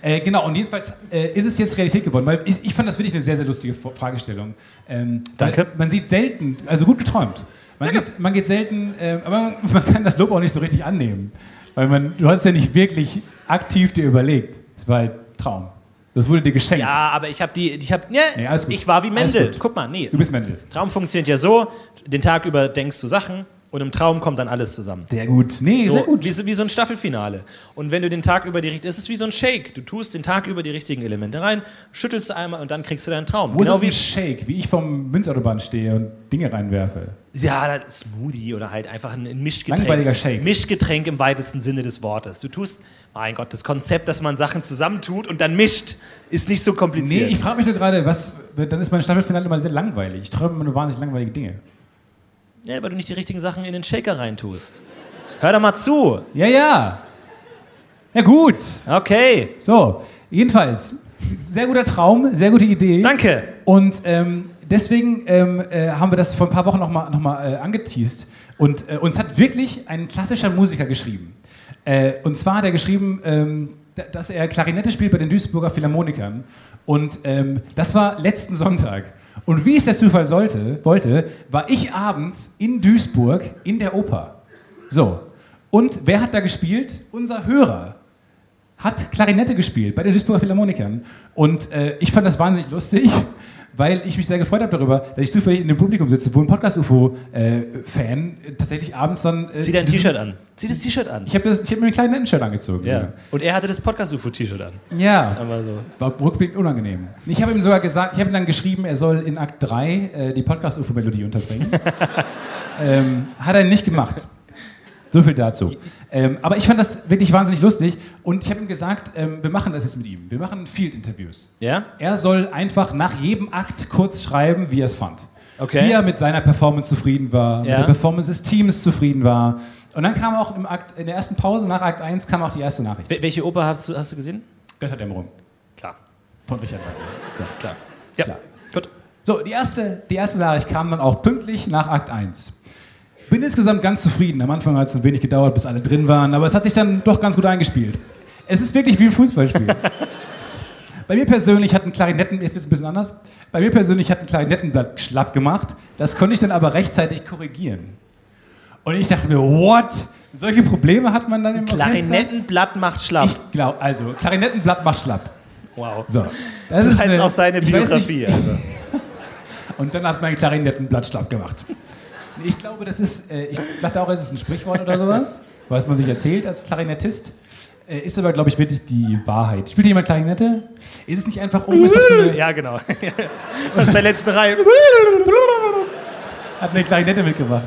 B: Äh, genau, und jedenfalls äh, ist es jetzt Realität geworden, weil ich, ich fand das wirklich eine sehr, sehr lustige Fra- Fragestellung. Ähm, weil
A: Danke.
B: Man sieht selten, also gut geträumt. Man, geht, man geht selten, äh, aber man, man kann das Lob auch nicht so richtig annehmen. Weil man, du hast ja nicht wirklich aktiv dir überlegt. Es war halt Traum. Das wurde dir geschenkt.
A: Ja, aber ich habe die, ich habe, nee,
B: Nee, alles gut.
A: ich war wie
B: Alles
A: Mendel.
B: gut.
A: Guck mal, nee,
B: Du bist Mendel.
A: Traum funktioniert ja so, den Tag über denkst du Sachen und im Traum kommt dann alles zusammen.
B: Sehr gut. Nee, sehr
A: So,
B: gut.
A: wie, so- wie so ein Staffelfinale. Und wenn du den Tag über die richtigen, es ist wie so ein Shake. Du tust den Tag über die richtigen Elemente rein, schüttelst du einmal und dann kriegst du deinen Traum.
B: Wo
A: genau
B: ist das
A: wie
B: ein Shake, wie ich vom Münzautobahn stehe und Dinge reinwerfe?
A: ja, das Smoothie oder halt einfach ein ein Mischgetränk.
B: Langweiliger Shake.
A: Mischgetränk im weitesten Sinne des Wortes. Du tust, mein Gott, das Konzept, dass man Sachen zusammentut und dann mischt, ist nicht so
B: Nee,
A: kompliziert.
B: ich frage mich nur gerade, was, dann ist mein Staffelfinale immer sehr langweilig. Ich träume immer nur wahnsinnig langweilige Dinge.
A: ja, weil du nicht die richtigen Sachen in den Shaker reintust. Hör da mal zu.
B: Ja, ja. Ja, gut.
A: Okay,
B: So, jedenfalls, sehr guter Traum, sehr gute Idee.
A: danke.
B: Und ähm, deswegen ähm, äh, haben wir das vor ein paar Wochen nochmal noch mal, äh, angeteased. Und äh, uns hat wirklich ein klassischer Musiker geschrieben. Äh, und zwar hat er geschrieben, ähm, d- dass er Klarinette spielt bei den Duisburger Philharmonikern. Und ähm, das war letzten Sonntag. Und wie es der Zufall sollte, wollte, war ich abends in Duisburg in der Oper. So. Und wer hat da gespielt? Unser Hörer hat Klarinette gespielt bei den Duisburger Philharmonikern. Und äh, ich fand das wahnsinnig lustig, weil ich mich sehr gefreut habe darüber, dass ich zufällig in dem Publikum sitze, wo ein Podcast-UFO-Fan äh, tatsächlich abends dann. äh,
A: Zieh dein
B: zu diesem-
A: T-Shirt an. Zieh das T-Shirt an.
B: Ich habe hab mir ein Klarinettenschirm angezogen.
A: Ja. Ähm. Und er hatte das Podcast-UFO-T-Shirt an.
B: ja.
A: Aber so.
B: War rückblickend unangenehm. Ich habe ihm sogar gesagt, ich habe ihm dann geschrieben, er soll in Akt 3 äh, die Podcast-UFO-Melodie unterbringen. ähm, hat er nicht gemacht. So viel dazu. Ähm, aber ich fand das wirklich wahnsinnig lustig und ich habe ihm gesagt, ähm, wir machen das jetzt mit ihm. Wir machen Field-Interviews.
A: Ja?
B: Er soll einfach nach jedem Akt kurz schreiben, wie er es fand.
A: Okay.
B: Wie er mit seiner Performance zufrieden war,
A: Ja.
B: mit der Performance des Teams zufrieden war. Und dann kam auch im Akt, in der ersten Pause nach Akt 1 kam auch die erste Nachricht.
A: Wel- welche Oper hast du, hast du gesehen?
B: Götterdämmerung
A: Klar.
B: von Richard Wagner. So.
A: Klar. Ja.
B: Klar.
A: Gut.
B: So, die erste, die erste Nachricht kam dann auch pünktlich nach Akt 1. bin insgesamt ganz zufrieden. Am Anfang hat es ein wenig gedauert, bis alle drin waren, aber es hat sich dann doch ganz gut eingespielt. Es ist wirklich wie ein Fußballspiel. Bei mir persönlich hat ein Klarinetten, jetzt wird es ein bisschen anders, bei mir persönlich hat ein Klarinettenblatt schlapp gemacht. Das konnte ich dann aber rechtzeitig korrigieren. Und ich dachte mir, what? Solche Probleme hat man dann im Orchester?
A: Klarinettenblatt macht schlapp.
B: Ich glaube, also, Klarinettenblatt macht schlapp.
A: wow.
B: So.
A: Das,
B: ist
A: heißt
B: eine-
A: auch seine
B: ich weiß nicht-
A: Biografie. Also.
B: Und dann hat mein Klarinettenblatt schlapp gemacht. Ich glaube, das ist, äh, ich dachte auch, es ist ein Sprichwort oder sowas, was man sich erzählt als Klarinettist. Äh, ist aber, glaube ich, wirklich die Wahrheit. Spielt jemand Klarinette? Ist es nicht einfach, oh, ist das so eine,
A: Ja, genau. Aus der letzten Reihe
B: hat eine Klarinette mitgebracht?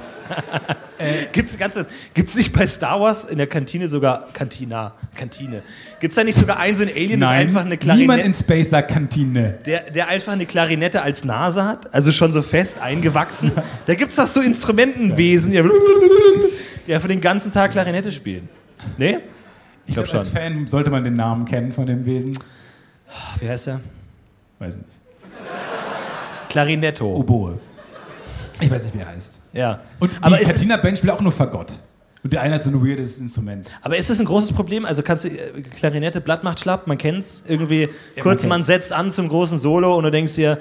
A: gibt es ganzes. Gibt es nicht bei Star Wars in der Kantine sogar Kantina? Kantine. Gibt es da nicht sogar einen so ein Alien, das einfach eine
B: niemand in
A: Klarinette,
B: Space sagt Kantine.
A: der, der einfach eine Klarinette als Nase hat? Also schon so fest eingewachsen. Da gibt es doch so Instrumentenwesen, die die einfach den ganzen Tag Klarinette spielen. Nee?
B: Ich
A: glaub
B: glaube, als
A: schon.
B: Fan sollte man den Namen kennen von dem Wesen.
A: Ach, Ah, Wie heißt der?
B: Weiß nicht.
A: Klarinetto.
B: Oboe. Ich weiß nicht, wie er heißt.
A: Ja.
B: Und die
A: Aber ist es-
B: Katina Band spielt auch nur Fagott. Und der eine hat so ein weirdes Instrument.
A: Aber ist das ein großes Problem? Also kannst du äh, Klarinette, Blatt macht schlapp, man kennt's irgendwie. kurz, man,
B: man kennt's.
A: setzt an zum großen Solo und du denkst dir,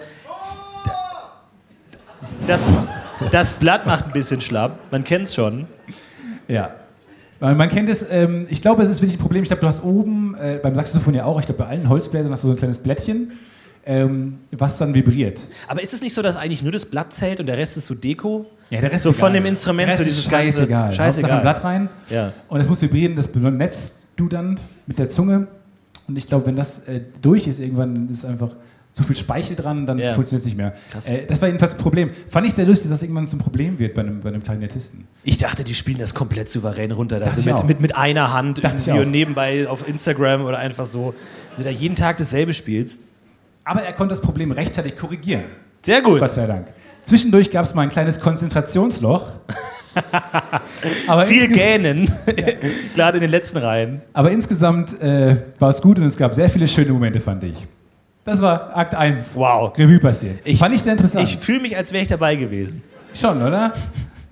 A: das, das Blatt macht ein bisschen schlapp. Man kennt's schon.
B: Ja. Weil man kennt es, ähm, ich glaube, es ist wirklich ein Problem. Ich glaube, du hast oben äh, beim Saxophon ja auch, ich glaube, bei allen Holzbläsern hast du so ein kleines Blättchen, ähm, was dann vibriert.
A: Aber ist es nicht so, dass eigentlich nur das Blatt zählt und der Rest ist so Deko?
B: Ja, der Rest
A: So
B: ist
A: von
B: egal.
A: dem Instrument,
B: Der Rest
A: so
B: ist
A: dieses ganze-
B: scheißegal.
A: scheißegal.
B: Hauptsache ein Blatt rein.
A: Ja.
B: Und es muss vibrieren, das benetzt du dann mit der Zunge. Und ich glaube, wenn das äh, durch ist, irgendwann ist einfach zu viel Speichel dran, dann
A: Ja.
B: funktioniert es nicht mehr.
A: Krass.
B: Äh, das war jedenfalls ein Problem. Fand ich sehr lustig, dass das irgendwann zum Problem wird bei einem, bei einem Klarinettisten.
A: Ich dachte, die spielen das komplett souverän runter. Also
B: ich
A: mit,
B: auch.
A: mit, mit einer Hand
B: Dachte ich
A: irgendwie
B: auch.
A: und nebenbei auf Instagram oder einfach so. Wenn du da jeden Tag dasselbe spielst.
B: Aber er konnte das Problem rechtzeitig korrigieren.
A: Sehr gut.
B: Gott sei Dank. Zwischendurch gab es mal ein kleines Konzentrationsloch. aber,
A: Viel
B: insge-
A: gähnen. Gerade in den letzten Reihen.
B: aber insgesamt äh, war es gut und es gab sehr viele schöne Momente, fand ich. Das war Akt 1.
A: Wow.
B: Revue passiert.
A: Ich-
B: fand ich sehr interessant.
A: Ich fühle mich, als wäre ich dabei gewesen.
B: Schon, oder?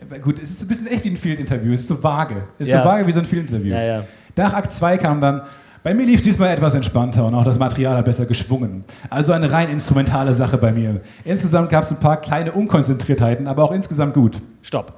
B: Aber Gut, es ist ein bisschen echt wie ein Field-Interview. Es ist so vage. Es ist
A: Ja.
B: so vage wie so ein Field-Interview.
A: Ja, ja.
B: Nach Akt 2 kam dann, bei mir lief diesmal etwas entspannter und auch das Material hat besser geschwungen. Also eine rein instrumentale Sache bei mir. Insgesamt gab es ein paar kleine Unkonzentriertheiten, aber auch insgesamt gut.
A: Stopp.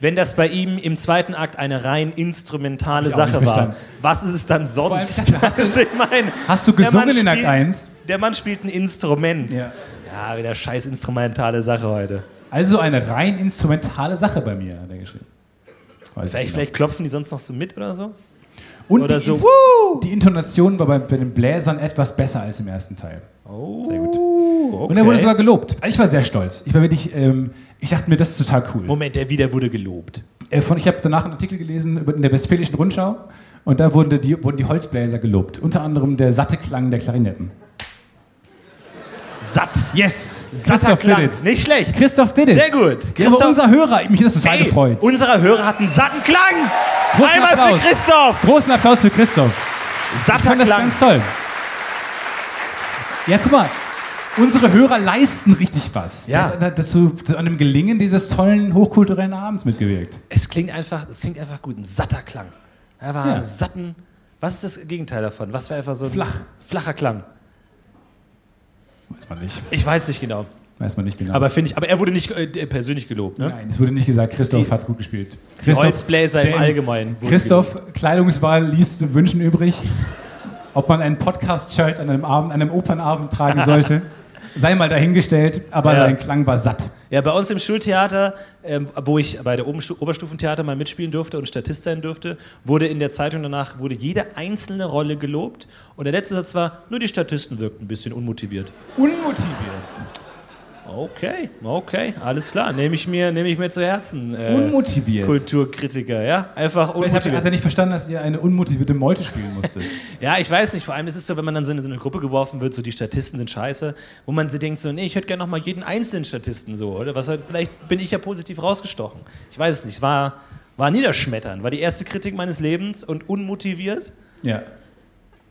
A: Wenn das bei ihm im zweiten Akt eine rein instrumentale
B: Hab ich auch
A: Sache
B: nicht
A: war,
B: verstanden.
A: was ist es dann
B: allem,
A: sonst?
B: ich dachte, hast du-
A: Also, ich meine,
B: Hast du
A: der Mann
B: gesungen in Akt
A: spielt-
B: 1?
A: Der Mann spielt ein Instrument.
B: Ja.
A: Ja, wieder scheiß instrumentale Sache heute.
B: Also eine rein instrumentale Sache bei mir, hat er geschrieben. Weiß ich
A: Vielleicht,
B: genau.
A: vielleicht klopfen die sonst noch so mit oder so?
B: Und
A: Oder
B: die,
A: so.
B: Inf-
A: Woo!
B: die Intonation war bei, bei den Bläsern etwas besser als im ersten Teil.
A: Oh,
B: Sehr gut.
A: Okay.
B: Und er wurde sogar gelobt. Ich war sehr stolz. Ich war wirklich, ähm, ich dachte mir, das ist total cool.
A: Moment, der wieder wurde gelobt.
B: Äh, von, ich habe danach einen Artikel gelesen über- in der Westfälischen Rundschau und da wurden die, wurden die Holzbläser gelobt. Unter anderem der satte Klang der Klarinetten.
A: Satt.
B: Yes!
A: Satter
B: Christoph did
A: Klang.
B: it.
A: Nicht schlecht.
B: Christoph did it.
A: Sehr gut.
B: Christoph. Aber unser Hörer, mich hat das total
A: Ey,
B: gefreut.
A: Unsere Hörer hatten satten Klang.
B: Großen
A: Einmal
B: Applaus.
A: für Christoph.
B: Großen Applaus für Christoph. Ich
A: Satter
B: fand das
A: Klang.
B: ganz toll. Ja, guck mal. Unsere Hörer leisten richtig was.
A: Ja.
B: Da- da- Dazu zu einem Gelingen dieses tollen hochkulturellen Abends mitgewirkt.
A: Es klingt einfach, es klingt einfach gut, ein satter Klang. Er war
B: Ja.
A: einen satten. Was ist das Gegenteil davon? Was war einfach so ein
B: Flach.
A: flacher Klang?
B: Weiß man nicht.
A: Ich weiß nicht genau,
B: Weiß man nicht genau.
A: aber finde ich, aber er wurde nicht äh, persönlich gelobt, ne?
B: Nein, es wurde nicht gesagt, Christoph
A: Die-
B: hat gut gespielt.
A: Die
B: Christoph,
A: Holzbläser im
B: der-
A: Allgemeinen. wurden gelobt.
B: Christoph, Kleidungswahl ließ zu wünschen übrig. Ob man ein Podcast-Shirt an einem, Abend, an einem Opernabend tragen sollte, sei mal dahingestellt, aber
A: Ja.
B: sein Klang war satt.
A: Ja, bei uns im Schultheater, ähm, wo ich bei der Oberstu Oberstufentheater mal mitspielen durfte und Statist sein durfte, wurde in der Zeitung danach wurde jede einzelne Rolle gelobt und der letzte Satz war: Nur die Statisten wirkten ein bisschen unmotiviert.
B: Unmotiviert.
A: Okay, okay, alles klar, nehme ich mir, nehme ich mir zu Herzen. äh,
B: Unmotiviert.
A: Kulturkritiker, ja? Einfach
B: Vielleicht hat er- hat er
A: unmotiviert.
B: nicht verstanden, dass ihr eine unmotivierte Meute spielen musstet.
A: Ja, ich weiß nicht. Vor allem ist es so, wenn man dann so in so eine Gruppe geworfen wird, so die Statisten sind scheiße, wo man so denkt, so, nee, ich hätte gerne nochmal jeden einzelnen Statisten so, oder? Was, halt- vielleicht bin ich ja positiv rausgestochen. Ich weiß es nicht. War, war niederschmetternd. War die erste Kritik meines Lebens und unmotiviert.
B: ja.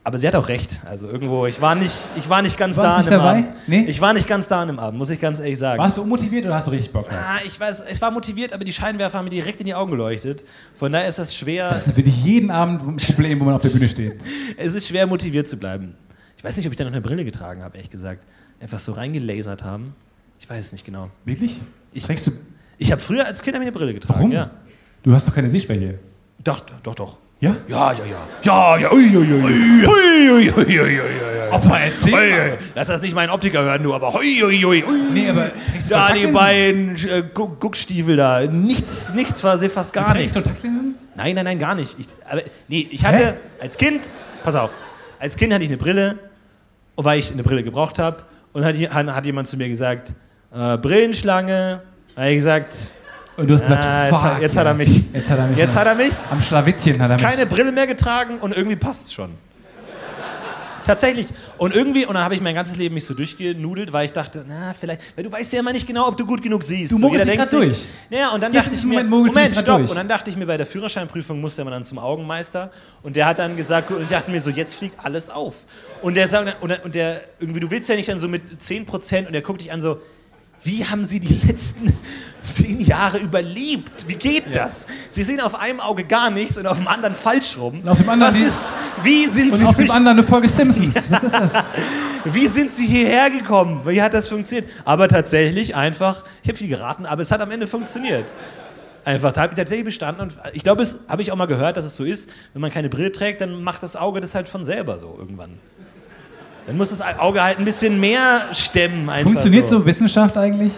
A: Aber sie hat auch recht. Also irgendwo, ich war nicht, ich war nicht ganz
B: Warst
A: da
B: nicht
A: an dem
B: dabei?
A: Abend.
B: Nee?
A: Ich war nicht ganz da an dem Abend, muss ich ganz ehrlich sagen.
B: Warst du unmotiviert oder hast du richtig Bock gehabt?
A: Ah, ich weiß, ich war motiviert, aber die Scheinwerfer haben mir direkt in die Augen geleuchtet. Von daher ist das schwer,
B: Das ist wirklich jeden Abend ein Problem, wo man auf der Bühne steht.
A: es ist schwer motiviert zu bleiben. Ich weiß nicht, ob ich da noch eine Brille getragen habe, ehrlich gesagt. Einfach so reingelasert haben. Ich weiß es nicht genau.
B: Wirklich?
A: Ich-
B: Trägst du.
A: Ich habe früher als Kind hab ich eine Brille getragen.
B: Warum?
A: Ja.
B: Du hast doch keine Sehschwäche.
A: Doch, doch, doch.
B: Ja?
A: Ja, ja, ja. Ja, ja. Ui, ui, ui. Ui, ui, ui, ui, ui.
B: Opa,
A: Ui,
B: erzähl!
A: ui. Lass das nicht meinen Optiker hören, du, aber hui, ui, ui, ui.
B: Nee, aber trägst du
A: Da die
B: Kontaktlinsen?
A: beiden äh, Gu- Guckstiefel da. Nichts, nichts war sehr fast gar
B: Trägst
A: nichts.
B: du Kontaktlinsen?
A: Nein, nein, nein, gar nicht. Ich, aber, nee, ich hatte
B: Hä?
A: als Kind, pass auf, als Kind hatte ich eine Brille, und weil ich eine Brille gebraucht habe. Und hat, hat, hat jemand zu mir gesagt, äh, Brillenschlange. Da habe ich gesagt,
B: Und du hast gesagt,
A: Ah, jetzt
B: fuck,
A: hat- jetzt
B: ja.
A: hat er mich.
B: Jetzt hat er mich.
A: jetzt hat er mich,
B: Am Schlawittchen hat er mich.
A: keine Brille mehr getragen und irgendwie passt schon. Tatsächlich. Und irgendwie, und dann habe ich mein ganzes Leben mich so durchgenudelt, weil ich dachte, na, vielleicht, weil du weißt ja immer nicht genau, ob du gut genug siehst.
B: Du
A: so,
B: mogelst dich grad durch.
A: Naja, und dann
B: Jetzt
A: dachte
B: in
A: ich
B: diesem
A: mir,
B: Moment mogelst du dich
A: Moment,
B: grad
A: stopp.
B: durch.
A: Und dann dachte ich mir, bei der Führerscheinprüfung musste man dann zum Augenmeister und der hat dann gesagt, und ich dachte mir so, jetzt fliegt alles auf. Und der sagt, und der, und der irgendwie, du willst ja nicht dann so mit 10% und der guckt dich an so, wie haben sie die letzten zehn Jahre überlebt? Wie geht das? Sie sehen auf einem Auge gar nichts und auf dem anderen falsch rum.
B: Und auf dem anderen
A: Was
B: die-
A: ist, wie sind
B: Und
A: sie
B: auf dem
A: durch
B: anderen eine Folge Simpsons. Was ist das?
A: wie sind sie hierher gekommen? Wie hat das funktioniert? Aber tatsächlich einfach, ich habe viel geraten, aber es hat am Ende funktioniert. Einfach, da habe ich tatsächlich bestanden und ich glaube, es habe ich auch mal gehört, dass es so ist, wenn man keine Brille trägt, dann macht das Auge das halt von selber so irgendwann. Dann muss das Auge halt ein bisschen mehr stemmen. Einfach
B: Funktioniert
A: so.
B: so Wissenschaft eigentlich?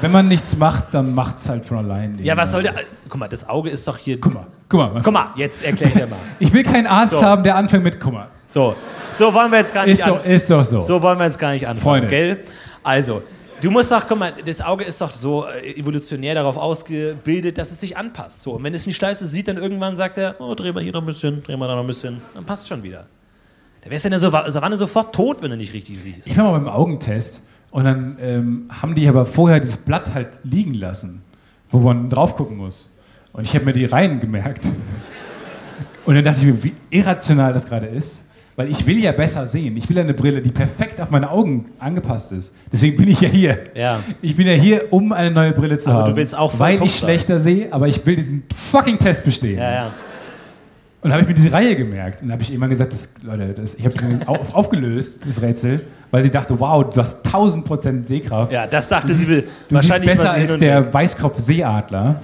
B: Wenn man nichts macht, dann macht es halt von allein.
A: Ja, was soll der. Guck mal, das Auge ist doch hier.
B: Guck mal, guck mal.
A: Guck mal, jetzt erkläre ich dir mal.
B: Ich will keinen Arzt
A: So.
B: haben, der anfängt mit Kummer.
A: So, so wollen wir jetzt gar nicht
B: Ist, doch,
A: anfangen.
B: ist doch so.
A: So wollen wir jetzt gar nicht anfangen,
B: Freunde.
A: gell? Also, du musst doch, guck mal, das Auge ist doch so äh, evolutionär darauf ausgebildet, dass es sich anpasst. So, und wenn es nicht scheiße sieht, dann irgendwann sagt er, oh, dreh mal hier noch ein bisschen, dreh mal da noch ein bisschen, dann passt schon wieder. Da wärst du in der Sava- Savanne sofort tot, wenn du nicht richtig siehst.
B: Ich war mal beim Augentest und dann ähm, haben die aber vorher dieses Blatt halt liegen lassen, wo man drauf gucken muss. Und ich habe mir die Reihen gemerkt. Und dann dachte ich mir, wie irrational das gerade ist. Weil ich will ja besser sehen. Ich will ja eine Brille, die perfekt auf meine Augen angepasst ist. Deswegen bin ich ja hier.
A: Ja.
B: Ich bin ja hier, um eine neue Brille zu
A: Aber
B: haben.
A: du willst auch voll
B: Weil
A: Pop
B: ich
A: sein.
B: schlechter sehe, aber ich will diesen fucking Test bestehen.
A: Ja, ja.
B: Und dann habe ich mir diese Reihe gemerkt. Und dann habe ich immer gesagt, das, Leute, das, ich habe es auf, aufgelöst, das Rätsel, weil sie dachte, wow, du hast 1000% Sehkraft.
A: Ja, das dachte
B: du
A: sie
B: siehst,
A: will.
B: du siehst
A: war
B: besser
A: sie hin
B: als
A: und Mhm.
B: der Weißkopf-Seeadler.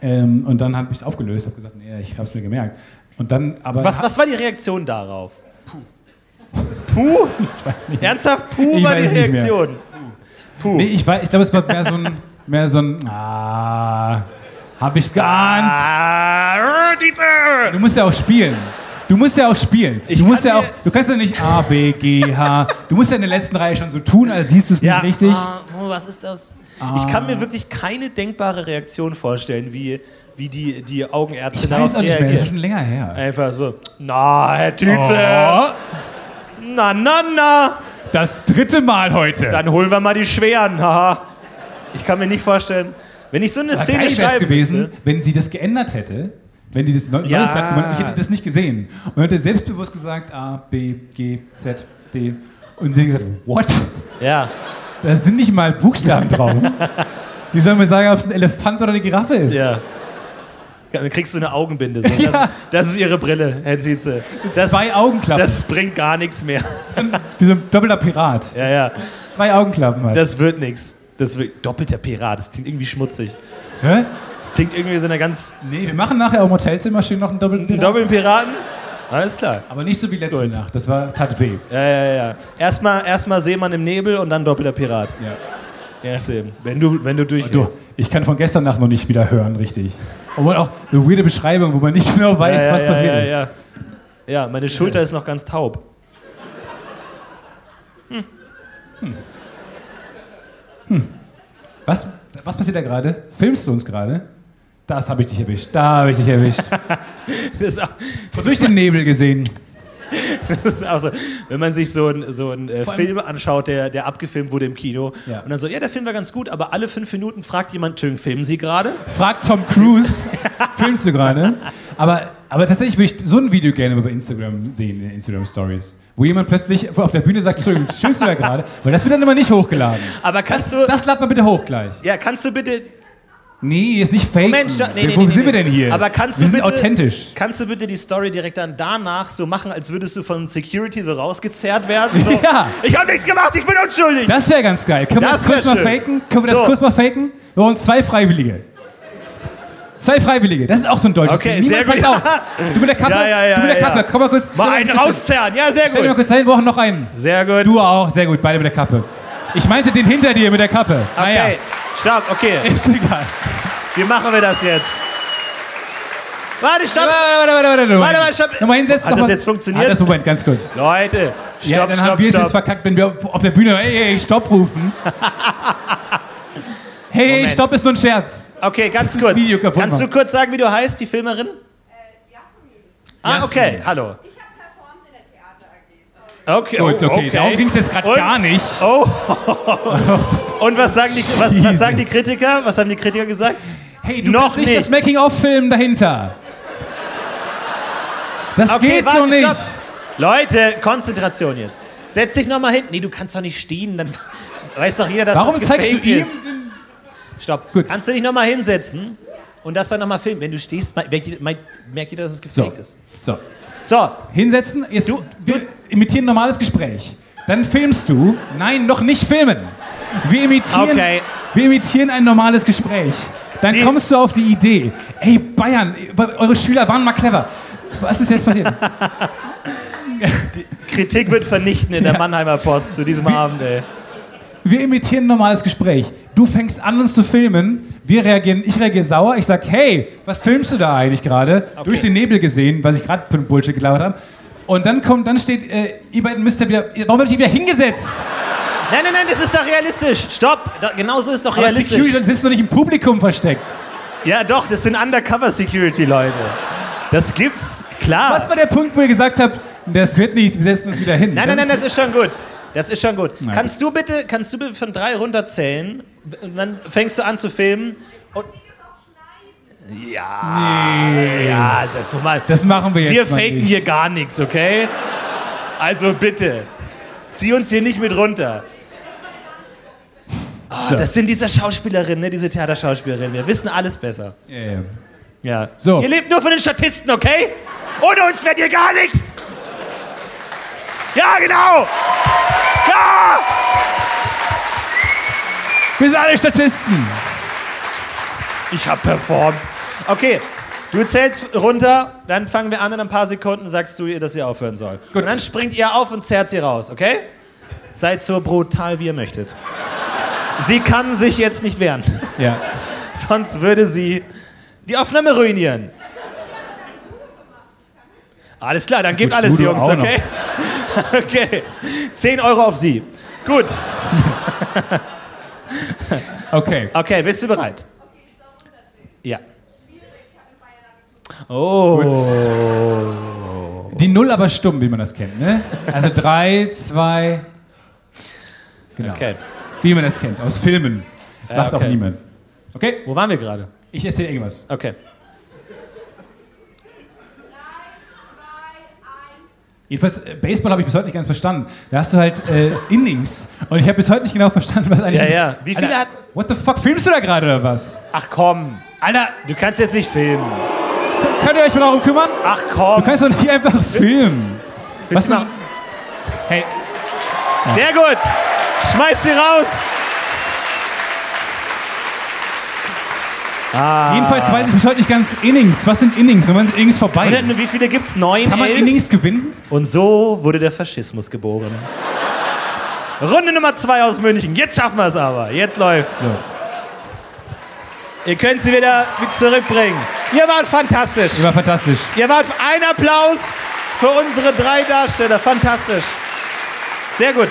B: Ähm, und dann habe ich es aufgelöst, habe gesagt, nee, ich habe es mir gemerkt. Und dann, aber
A: Was, was war die Reaktion darauf? Puh. Puh?
B: ich weiß nicht.
A: Ernsthaft? Puh
B: Ich
A: war die
B: weiß nicht mehr.
A: Reaktion. Puh.
B: Nee, ich, war- ich glaube, es war mehr so ein, mehr so ein, ah, habe ich geahnt.
A: Ah, Dieter!
B: Du musst ja auch spielen. Du musst ja auch spielen.
A: Ich
B: du musst
A: kann
B: ja auch,
A: mir-
B: du kannst ja nicht A, B, G, H. Du musst ja in der letzten Reihe schon so tun, als siehst du es nicht richtig.
A: ah, oh, was ist das? Ich kann mir wirklich keine denkbare Reaktion vorstellen, wie, wie die, die Augenärzte
B: Ich weiß
A: darauf
B: auch nicht mehr, das ist
A: reagieren.
B: schon länger her.
A: Einfach so, na, Herr Tüte,
B: Oh,
A: na, na, na,
B: das dritte Mal heute.
A: dann holen wir mal die Schweren, haha. Ich kann mir nicht vorstellen, wenn ich so eine
B: Aber
A: Szene
B: geil wäre es
A: schreiben
B: gewesen,
A: müsste,
B: wenn sie das geändert hätte. Wenn die das neu
A: Ja.
B: neues Blatt gemacht ich hätte das nicht gesehen. Und hätte selbstbewusst gesagt A, B, G, Z, D. Und sie hätte gesagt, what?
A: ja,
B: Da sind nicht mal Buchstaben drauf. Sie sollen mir sagen, ob es ein Elefant oder eine Giraffe ist.
A: ja. Dann kriegst du eine Augenbinde. So. Das,
B: Ja.
A: das ist ihre Brille, Herr Tietze. Das,
B: Zwei Augenklappen.
A: das bringt gar nichts mehr.
B: Wie so ein doppelter Pirat.
A: Ja, ja.
B: Zwei Augenklappen halt. hat.
A: Das wird nichts. Das wird, doppelter Pirat, das klingt irgendwie schmutzig.
B: Hä?
A: Das klingt irgendwie so einer ganz
B: Nee, wir machen nachher im Hotelzimmer schön noch einen doppelten
A: einen
B: Pirat.
A: doppelten Piraten. Alles klar.
B: Aber nicht so wie letzte
A: Gut.
B: Nacht. Das war tat weh.
A: Ja, ja, ja. Erstmal, erstmal Seemann im Nebel und dann doppelter Pirat.
B: Ja.
A: Je nachdem. Wenn du, wenn du
B: Du,
A: durchhältst.
B: ich kann von gestern Nacht noch nicht wieder hören, richtig. Obwohl auch so weirde Beschreibung, wo man nicht genau weiß,
A: ja, ja,
B: was
A: ja,
B: passiert
A: ja,
B: ist.
A: Ja. ja, meine Schulter ist noch ganz taub.
B: Was, was passiert da gerade? Filmst du uns gerade? Das habe ich dich erwischt. Da habe ich dich erwischt.
A: Das ist auch,
B: Und durch den Nebel gesehen.
A: das ist auch so. Wenn man sich so einen so ein, äh,
B: Vor allem-
A: Film anschaut, der, der abgefilmt wurde im Kino,
B: Ja.
A: und dann so, ja, der Film war ganz gut, aber alle fünf Minuten fragt jemand, Entschuldigung, filmen Sie gerade?
B: Fragt Tom Cruise. Filmst du gerade? Aber Aber tatsächlich würde ich so ein Video gerne mal bei Instagram sehen, in den Instagram Stories. Wo jemand plötzlich auf der Bühne sagt, Entschuldigung, chillst du da gerade? Weil das wird dann immer nicht hochgeladen.
A: Aber kannst du,
B: Das lad mal bitte hoch gleich.
A: ja, kannst du bitte,
B: Nee, ist nicht fake.
A: Mensch, da- nee, nee,
B: Wo
A: nee,
B: sind
A: nee,
B: wir denn hier?
A: Aber kannst
B: wir
A: du
B: sind
A: bitte-
B: authentisch.
A: kannst du bitte die Story direkt dann danach so machen, als würdest du von Security so rausgezerrt werden? So,
B: Ja.
A: Ich habe nichts gemacht, ich bin unschuldig.
B: Das wäre ganz geil. Können wir das,
A: Das
B: kurz
A: wär
B: mal
A: schön.
B: faken? Können wir
A: So.
B: das kurz mal faken? Wir brauchen zwei Freiwillige. Zwei Freiwillige. Das ist auch so ein deutsches
A: Okay,
B: Ding. Niemand
A: sehr
B: sagt
A: gut.
B: auf. Du mit der Kappe.
A: Ja, ja, ja,
B: du mit der
A: ja.
B: Kappe. Komm mal kurz.
A: Mal einen
B: stell-
A: rauszerren. Ja, sehr
B: Stell dir mal
A: gut.
B: kurz dahin. Wir brauchen noch einen.
A: Sehr gut.
B: Du auch. Sehr gut. Beide mit der Kappe. Ich meinte den hinter dir mit der Kappe. Naja.
A: Okay, stopp, okay.
B: Ist egal.
A: Wie machen wir das jetzt? Warte, stopp.
B: Warte, warte, warte, warte. Moment.
A: warte, stopp.
B: Nochmal hinsetzen.
A: Hat
B: nochmal-
A: das jetzt funktioniert?
B: Hat das Moment, ganz kurz.
A: Leute, stopp,
B: ja, dann haben
A: stopp,
B: wir es jetzt
A: stopp.
B: verkackt, wenn wir auf- auf der Bühne hey, hey, stopp rufen. hey,
A: Moment.
B: stopp ist nur ein Scherz.
A: Okay, ganz
B: das
A: kurz.
B: Video kaputt
A: Kannst du
B: machen.
A: kurz sagen, wie du heißt, die Filmerin?
C: Jasmin,
A: Ah,
B: Jasmin.
A: okay, hallo.
C: Äh, ich habe performt in der Theater AG. Sorry.
A: Okay,
B: Gut, okay,
A: oh,
B: darum ging es jetzt gerade
A: Und-
B: gar nicht.
A: Oh. Und was sagen, die, was, was sagen die
B: Jesus.
A: Kritiker? Was haben die Kritiker gesagt?
B: Hey, du
A: noch
B: kannst nicht
A: nichts.
B: das Making-of-Film dahinter. Das
A: Okay,
B: geht
A: warte,
B: so nicht.
A: stopp. Leute, Konzentration jetzt. Setz dich nochmal hin. Nee, du kannst doch nicht stehen. Dann weiß doch jeder, dass
B: Warum
A: das
B: zeigst du
A: gefaked
B: ihm?
A: ist. Stopp.
B: Gut.
A: Kannst du dich nochmal hinsetzen und das dann nochmal filmen? Wenn du stehst, merkt jeder, merkt jeder dass es
B: So.
A: gefaked ist.
B: so,
A: So,
B: hinsetzen. Jetzt
A: Du-
B: wir imitieren ein normales Gespräch. Dann filmst du. Nein, noch nicht filmen. Wir imitieren,
A: Okay.
B: wir imitieren ein normales Gespräch. Dann
A: Die-
B: kommst du auf die Idee. Ey, Bayern, eure Schüler waren mal clever. Was ist jetzt passiert?
A: Kritik wird vernichten in der Mannheimer Post zu diesem Abend, ey.
B: Wir imitieren ein normales Gespräch. Du fängst an, uns zu filmen. Wir reagieren, ich reagiere sauer. Ich sag, hey, was filmst du da eigentlich gerade? Durch den Nebel gesehen, was ich gerade für einen Bullshit gelabert habe. Und dann kommt, dann steht, äh, ihr beiden müsst ja wieder, ihr- warum hab ich mich wieder hingesetzt?
A: Nein, nein, nein, das ist doch realistisch. Stopp. Da, genauso ist doch
B: Aber Security,
A: realistisch.
B: dann sitzt du nicht im Publikum versteckt.
A: Ja, doch, das sind Undercover-Security-Leute. Das gibt's, klar.
B: Was war der Punkt, wo ihr gesagt habt, das wird nichts, wir setzen uns wieder hin?
A: Nein,
B: Das
A: nein, nein,
B: ist-
A: das ist schon gut. Das ist schon gut.
B: Na
A: Kannst du bitte, kannst du bitte von drei runterzählen? Und dann fängst du an zu filmen. Und ja, ja, das so mal.
B: Das machen wir jetzt
A: wir
B: mal
A: faken
B: nicht.
A: hier gar nichts, okay? Also bitte, zieh uns hier nicht mit runter. Oh, Das sind diese Schauspielerinnen, ne? diese Theaterschauspielerinnen. Wir wissen alles besser.
B: Ja, ja.
A: Ja.
B: So.
A: Ihr lebt nur von den Statisten, okay? Ohne uns werdet ihr gar nichts. Ja, genau. Ja.
B: Wir sind alle Statisten.
A: Ich hab performt. Okay. Du zählst runter, dann fangen wir an in ein paar Sekunden sagst du ihr, dass sie aufhören soll.
B: Gut.
A: Und dann springt ihr auf und zerrt sie raus, okay? Seid so brutal, wie ihr möchtet. Sie kann sich jetzt nicht wehren,
B: Ja.
A: sonst würde sie die Aufnahme ruinieren. Alles klar, dann gebt
B: Gut,
A: alles,
B: du, du
A: Jungs,
B: auch noch.
A: okay? Okay. 10 Euro auf sie. Gut.
B: Okay.
A: Okay, bist du bereit?
C: Okay, ich soll runterzählen.
A: Ja.
C: Schwierig, ich habe in Bayern Abitur.
A: Oh.
B: Die Null aber stumm, wie man das kennt, ne? Also drei, zwei. Genau.
A: Okay.
B: Wie man das kennt, aus Filmen. Macht
A: okay.
B: auch niemand. Okay?
A: Wo waren wir gerade?
B: Ich erzähle irgendwas.
A: Okay.
B: Jedenfalls, äh, Baseball habe ich bis heute nicht ganz verstanden. Da hast du halt äh, Innings. Und ich habe bis heute nicht genau verstanden, was eigentlich
A: Ja,
B: ist.
A: ja. Wie viele
B: Alter,
A: hat-
B: What the fuck, filmst du da gerade oder was?
A: Ach komm,
B: Alter,
A: du kannst jetzt nicht filmen.
B: könnt ihr euch mal darum kümmern?
A: Ach
B: Du
A: komm.
B: kannst doch nicht einfach filmen. Was
A: Willst du
B: denn-
A: mal-
B: Hey,
A: Sehr gut. Schmeiß sie raus.
B: jedenfalls weiß ich bis heute nicht ganz Innings. Was sind Innings? Und wann sind Innings vorbei?
A: Ah. Und wie viele gibt's? Neun?
B: Kann man
A: elf?
B: Innings gewinnen?
A: Und so wurde der Faschismus geboren. Runde Nummer zwei aus München. Jetzt schaffen wir es aber. Jetzt läuft's.
B: So.
A: Ihr könnt sie wieder mit zurückbringen. Ihr wart fantastisch.
B: Das war fantastisch.
A: Ihr wart ein Applaus für unsere drei Darsteller. Fantastisch. Sehr gut.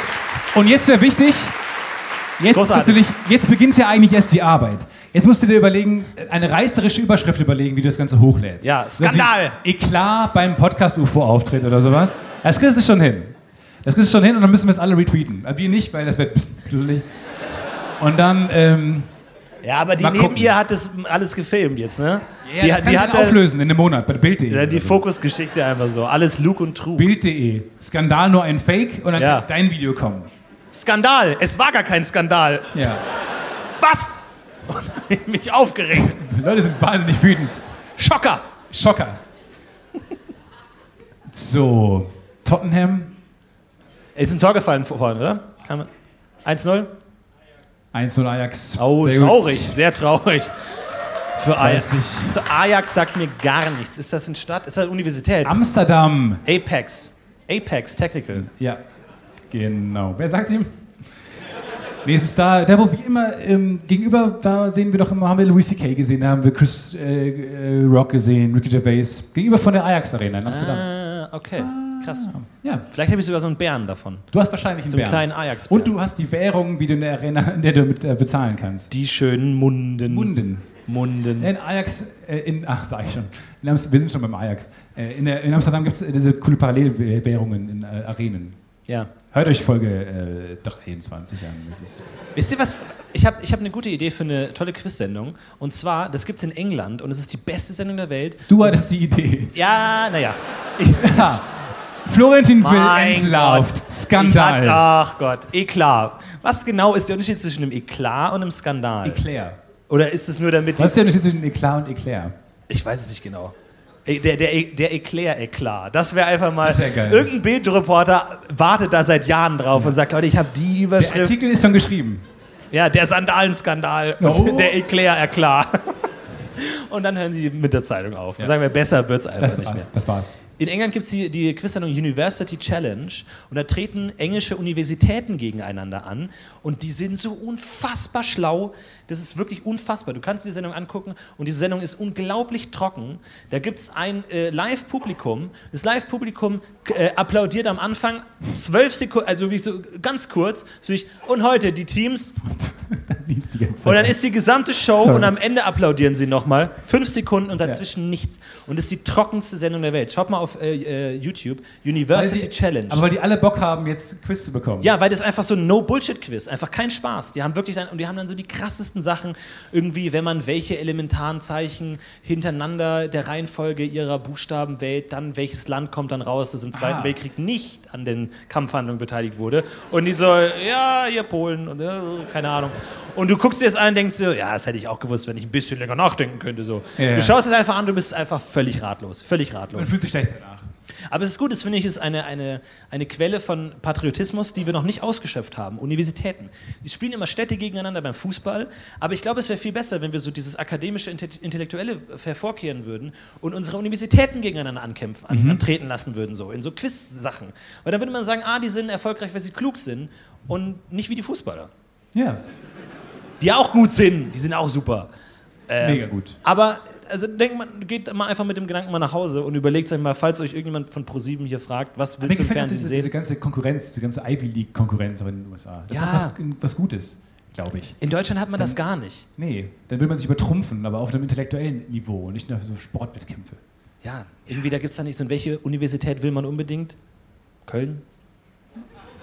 B: Und jetzt wäre wichtig, jetzt, ist
A: Großartig.
B: natürlich, jetzt beginnt ja eigentlich erst die Arbeit. Jetzt musst du dir überlegen, eine reißerische Überschrift überlegen, wie du das Ganze hochlädst.
A: Ja,
B: So was wie
A: Skandal.
B: Eklat beim Podcast-UFO-Auftritt oder sowas. Das kriegst du schon hin. Das kriegst du schon hin Äh, und dann müssen wir es alle retweeten. Wir nicht, weil das wird ein bisschen gruselig. Und dann ähm,
A: Ja, aber die
B: Mal
A: neben
B: gucken.
A: ihr hat das alles gefilmt jetzt, ne?
B: Ja, das
A: die, die
B: kannst
A: hat
B: du
A: äh,
B: auflösen in einem Monat bei Bild.de.
A: ja, die
B: oder so.
A: Fokusgeschichte einfach so. Alles Lug und Trug.
B: Bild.de. Skandal nur ein Fake und dann
A: Ja.
B: kann dein Video kommen.
A: Skandal! Es war gar kein Skandal.
B: Ja.
A: Was? Und dann hab ich mich aufgeregt.
B: Leute sind wahnsinnig wütend.
A: Schocker!
B: Schocker. So, Tottenham
A: Ist ein Tor gefallen vorhin, oder? Kann man- 1-0?
B: 1 0 Ajax.
A: Oh,
B: Sehr gut.
A: traurig, sehr traurig. Für Ajax.
B: Weiß ich.
A: Zu Ajax sagt mir gar nichts. Ist das eine Stadt? Ist das eine Universität?
B: Amsterdam.
A: Apex. Apex Technical.
B: Ja, genau. Wer sagt's ihm? Nee, es ist da, da wo wir immer ähm, gegenüber, da sehen wir doch immer, haben wir Louis C.K. gesehen, da haben wir Chris äh, äh, Rock gesehen, Ricky Gervais. Gegenüber von der Ajax Arena in Amsterdam.
A: Ah, okay, krass.
B: Ja,
A: Vielleicht habe ich sogar so einen Bären davon.
B: du hast wahrscheinlich einen
A: Ah. So einen
B: Bären.
A: kleinen ajax
B: Und du hast die Währung, wie du in der Arena, in der du mit, äh, bezahlen kannst.
A: Die schönen Munden.
B: Munden.
A: Munden.
B: In Ajax, äh, in, ach, sag ich schon. In Amst- wir sind schon beim Ajax. Äh, in, der, in Amsterdam gibt es diese coole Parallelwährungen in äh, Arenen.
A: Ja.
B: Hört euch Folge äh, 23 an. Das ist
A: Wisst ihr was? Ich habe ich hab eine gute Idee für eine tolle Quiz-Sendung. Und zwar, das gibt es in England und es ist die beste Sendung der Welt.
B: Du hattest die Idee.
A: Ja, naja. Ich,
B: Ha. Florentin
A: Mein
B: will entlarvt.
A: Gott.
B: Skandal.
A: Ich hatte, ach Gott, Eklat. Was genau ist der Unterschied zwischen einem Eklat und einem Skandal?
B: Eclair.
A: Oder ist es nur damit die,
B: Was ist der Unterschied zwischen Eklat und Eclair?
A: Ich weiß es nicht genau. Ey, Der, der, der Eclair-Eklat. Das wäre einfach mal.
B: Das wär geil.
A: Irgendein Bildreporter wartet da seit Jahren drauf und sagt: Leute, ich habe die
B: Der
A: Überschrift.
B: Artikel ist schon geschrieben.
A: ja, der Sandalenskandal.
B: Oh.
A: Und der Eclair-Eklat. Und dann hören sie mit der Zeitung auf. Und sagen wir, besser wird's einfach
B: Das,
A: nicht mehr.
B: das war's.
A: In England gibt es die, die Quiz-Sendung University Challenge und da treten englische Universitäten gegeneinander an und die sind so unfassbar schlau. Das ist wirklich unfassbar. Du kannst die Sendung angucken und diese Sendung ist unglaublich trocken. Da gibt es ein äh, Live-Publikum. Das Live-Publikum äh, applaudiert am Anfang zwölf Sekunden, also wirklich so ganz kurz. So ich, und heute die Teams.
B: Lies die ganze Zeit.
A: Und dann ist die gesamte Show
B: Sorry.
A: und am Ende applaudieren sie nochmal. Fünf Sekunden und dazwischen nichts. Und das ist die trockenste Sendung der Welt. Schaut mal auf äh, äh, YouTube.
B: Weil
A: University
B: die-
A: Challenge.
B: Aber weil die alle Bock haben, jetzt Quiz zu bekommen.
A: ja, weil das ist einfach so ein No-Bullshit-Quiz. Einfach kein Spaß. Die haben wirklich dann, und die haben dann so die krassesten Sachen. Irgendwie, wenn man welche elementaren Zeichen hintereinander der Reihenfolge ihrer Buchstaben wählt, dann welches Land kommt dann raus, das im Zweiten
B: Ah.
A: Weltkrieg nicht an den Kampfhandlungen beteiligt wurde. Und die so, ja, hier Polen und äh, keine Ahnung. Und du guckst dir das an und denkst so, ja, das hätte ich auch gewusst, wenn ich ein bisschen länger nachdenken könnte. So.
B: Ja.
A: Du schaust es einfach an, du bist einfach völlig ratlos. Völlig ratlos.
B: Man fühlt sich schlecht danach.
A: Aber es ist gut, es finde ich, ist eine, eine, eine Quelle von Patriotismus, die wir noch nicht ausgeschöpft haben. Universitäten. Die spielen immer Städte gegeneinander beim Fußball, aber ich glaube, es wäre viel besser, wenn wir so dieses akademische, Inte- intellektuelle hervorkehren würden und unsere Universitäten gegeneinander ankämpfen, an,
B: Mhm.
A: antreten lassen würden, so in so Quiz-Sachen. Weil dann würde man sagen, ah, die sind erfolgreich, weil sie klug sind und nicht wie die Fußballer.
B: Ja,
A: Die ja auch gut sind, die sind auch super. Ähm.
B: mega gut.
A: Aber also denkt man, geht mal einfach mit dem Gedanken mal nach Hause und überlegt euch mal, falls euch irgendjemand von ProSieben hier fragt, was
B: Mir
A: willst du im
B: gefällt auch
A: Fernsehen
B: diese, diese
A: sehen?
B: ganze Konkurrenz, diese ganze Ivy League-Konkurrenz auch in den USA. Das
A: Ja.
B: ist auch was, was Gutes, glaube ich.
A: In Deutschland hat man das gar nicht.
B: Nee, dann will man sich übertrumpfen, aber auf einem intellektuellen Niveau und nicht nur so Sportwettkämpfe.
A: Ja, irgendwie da gibt es da nicht so. Und welche Universität will man unbedingt? Köln?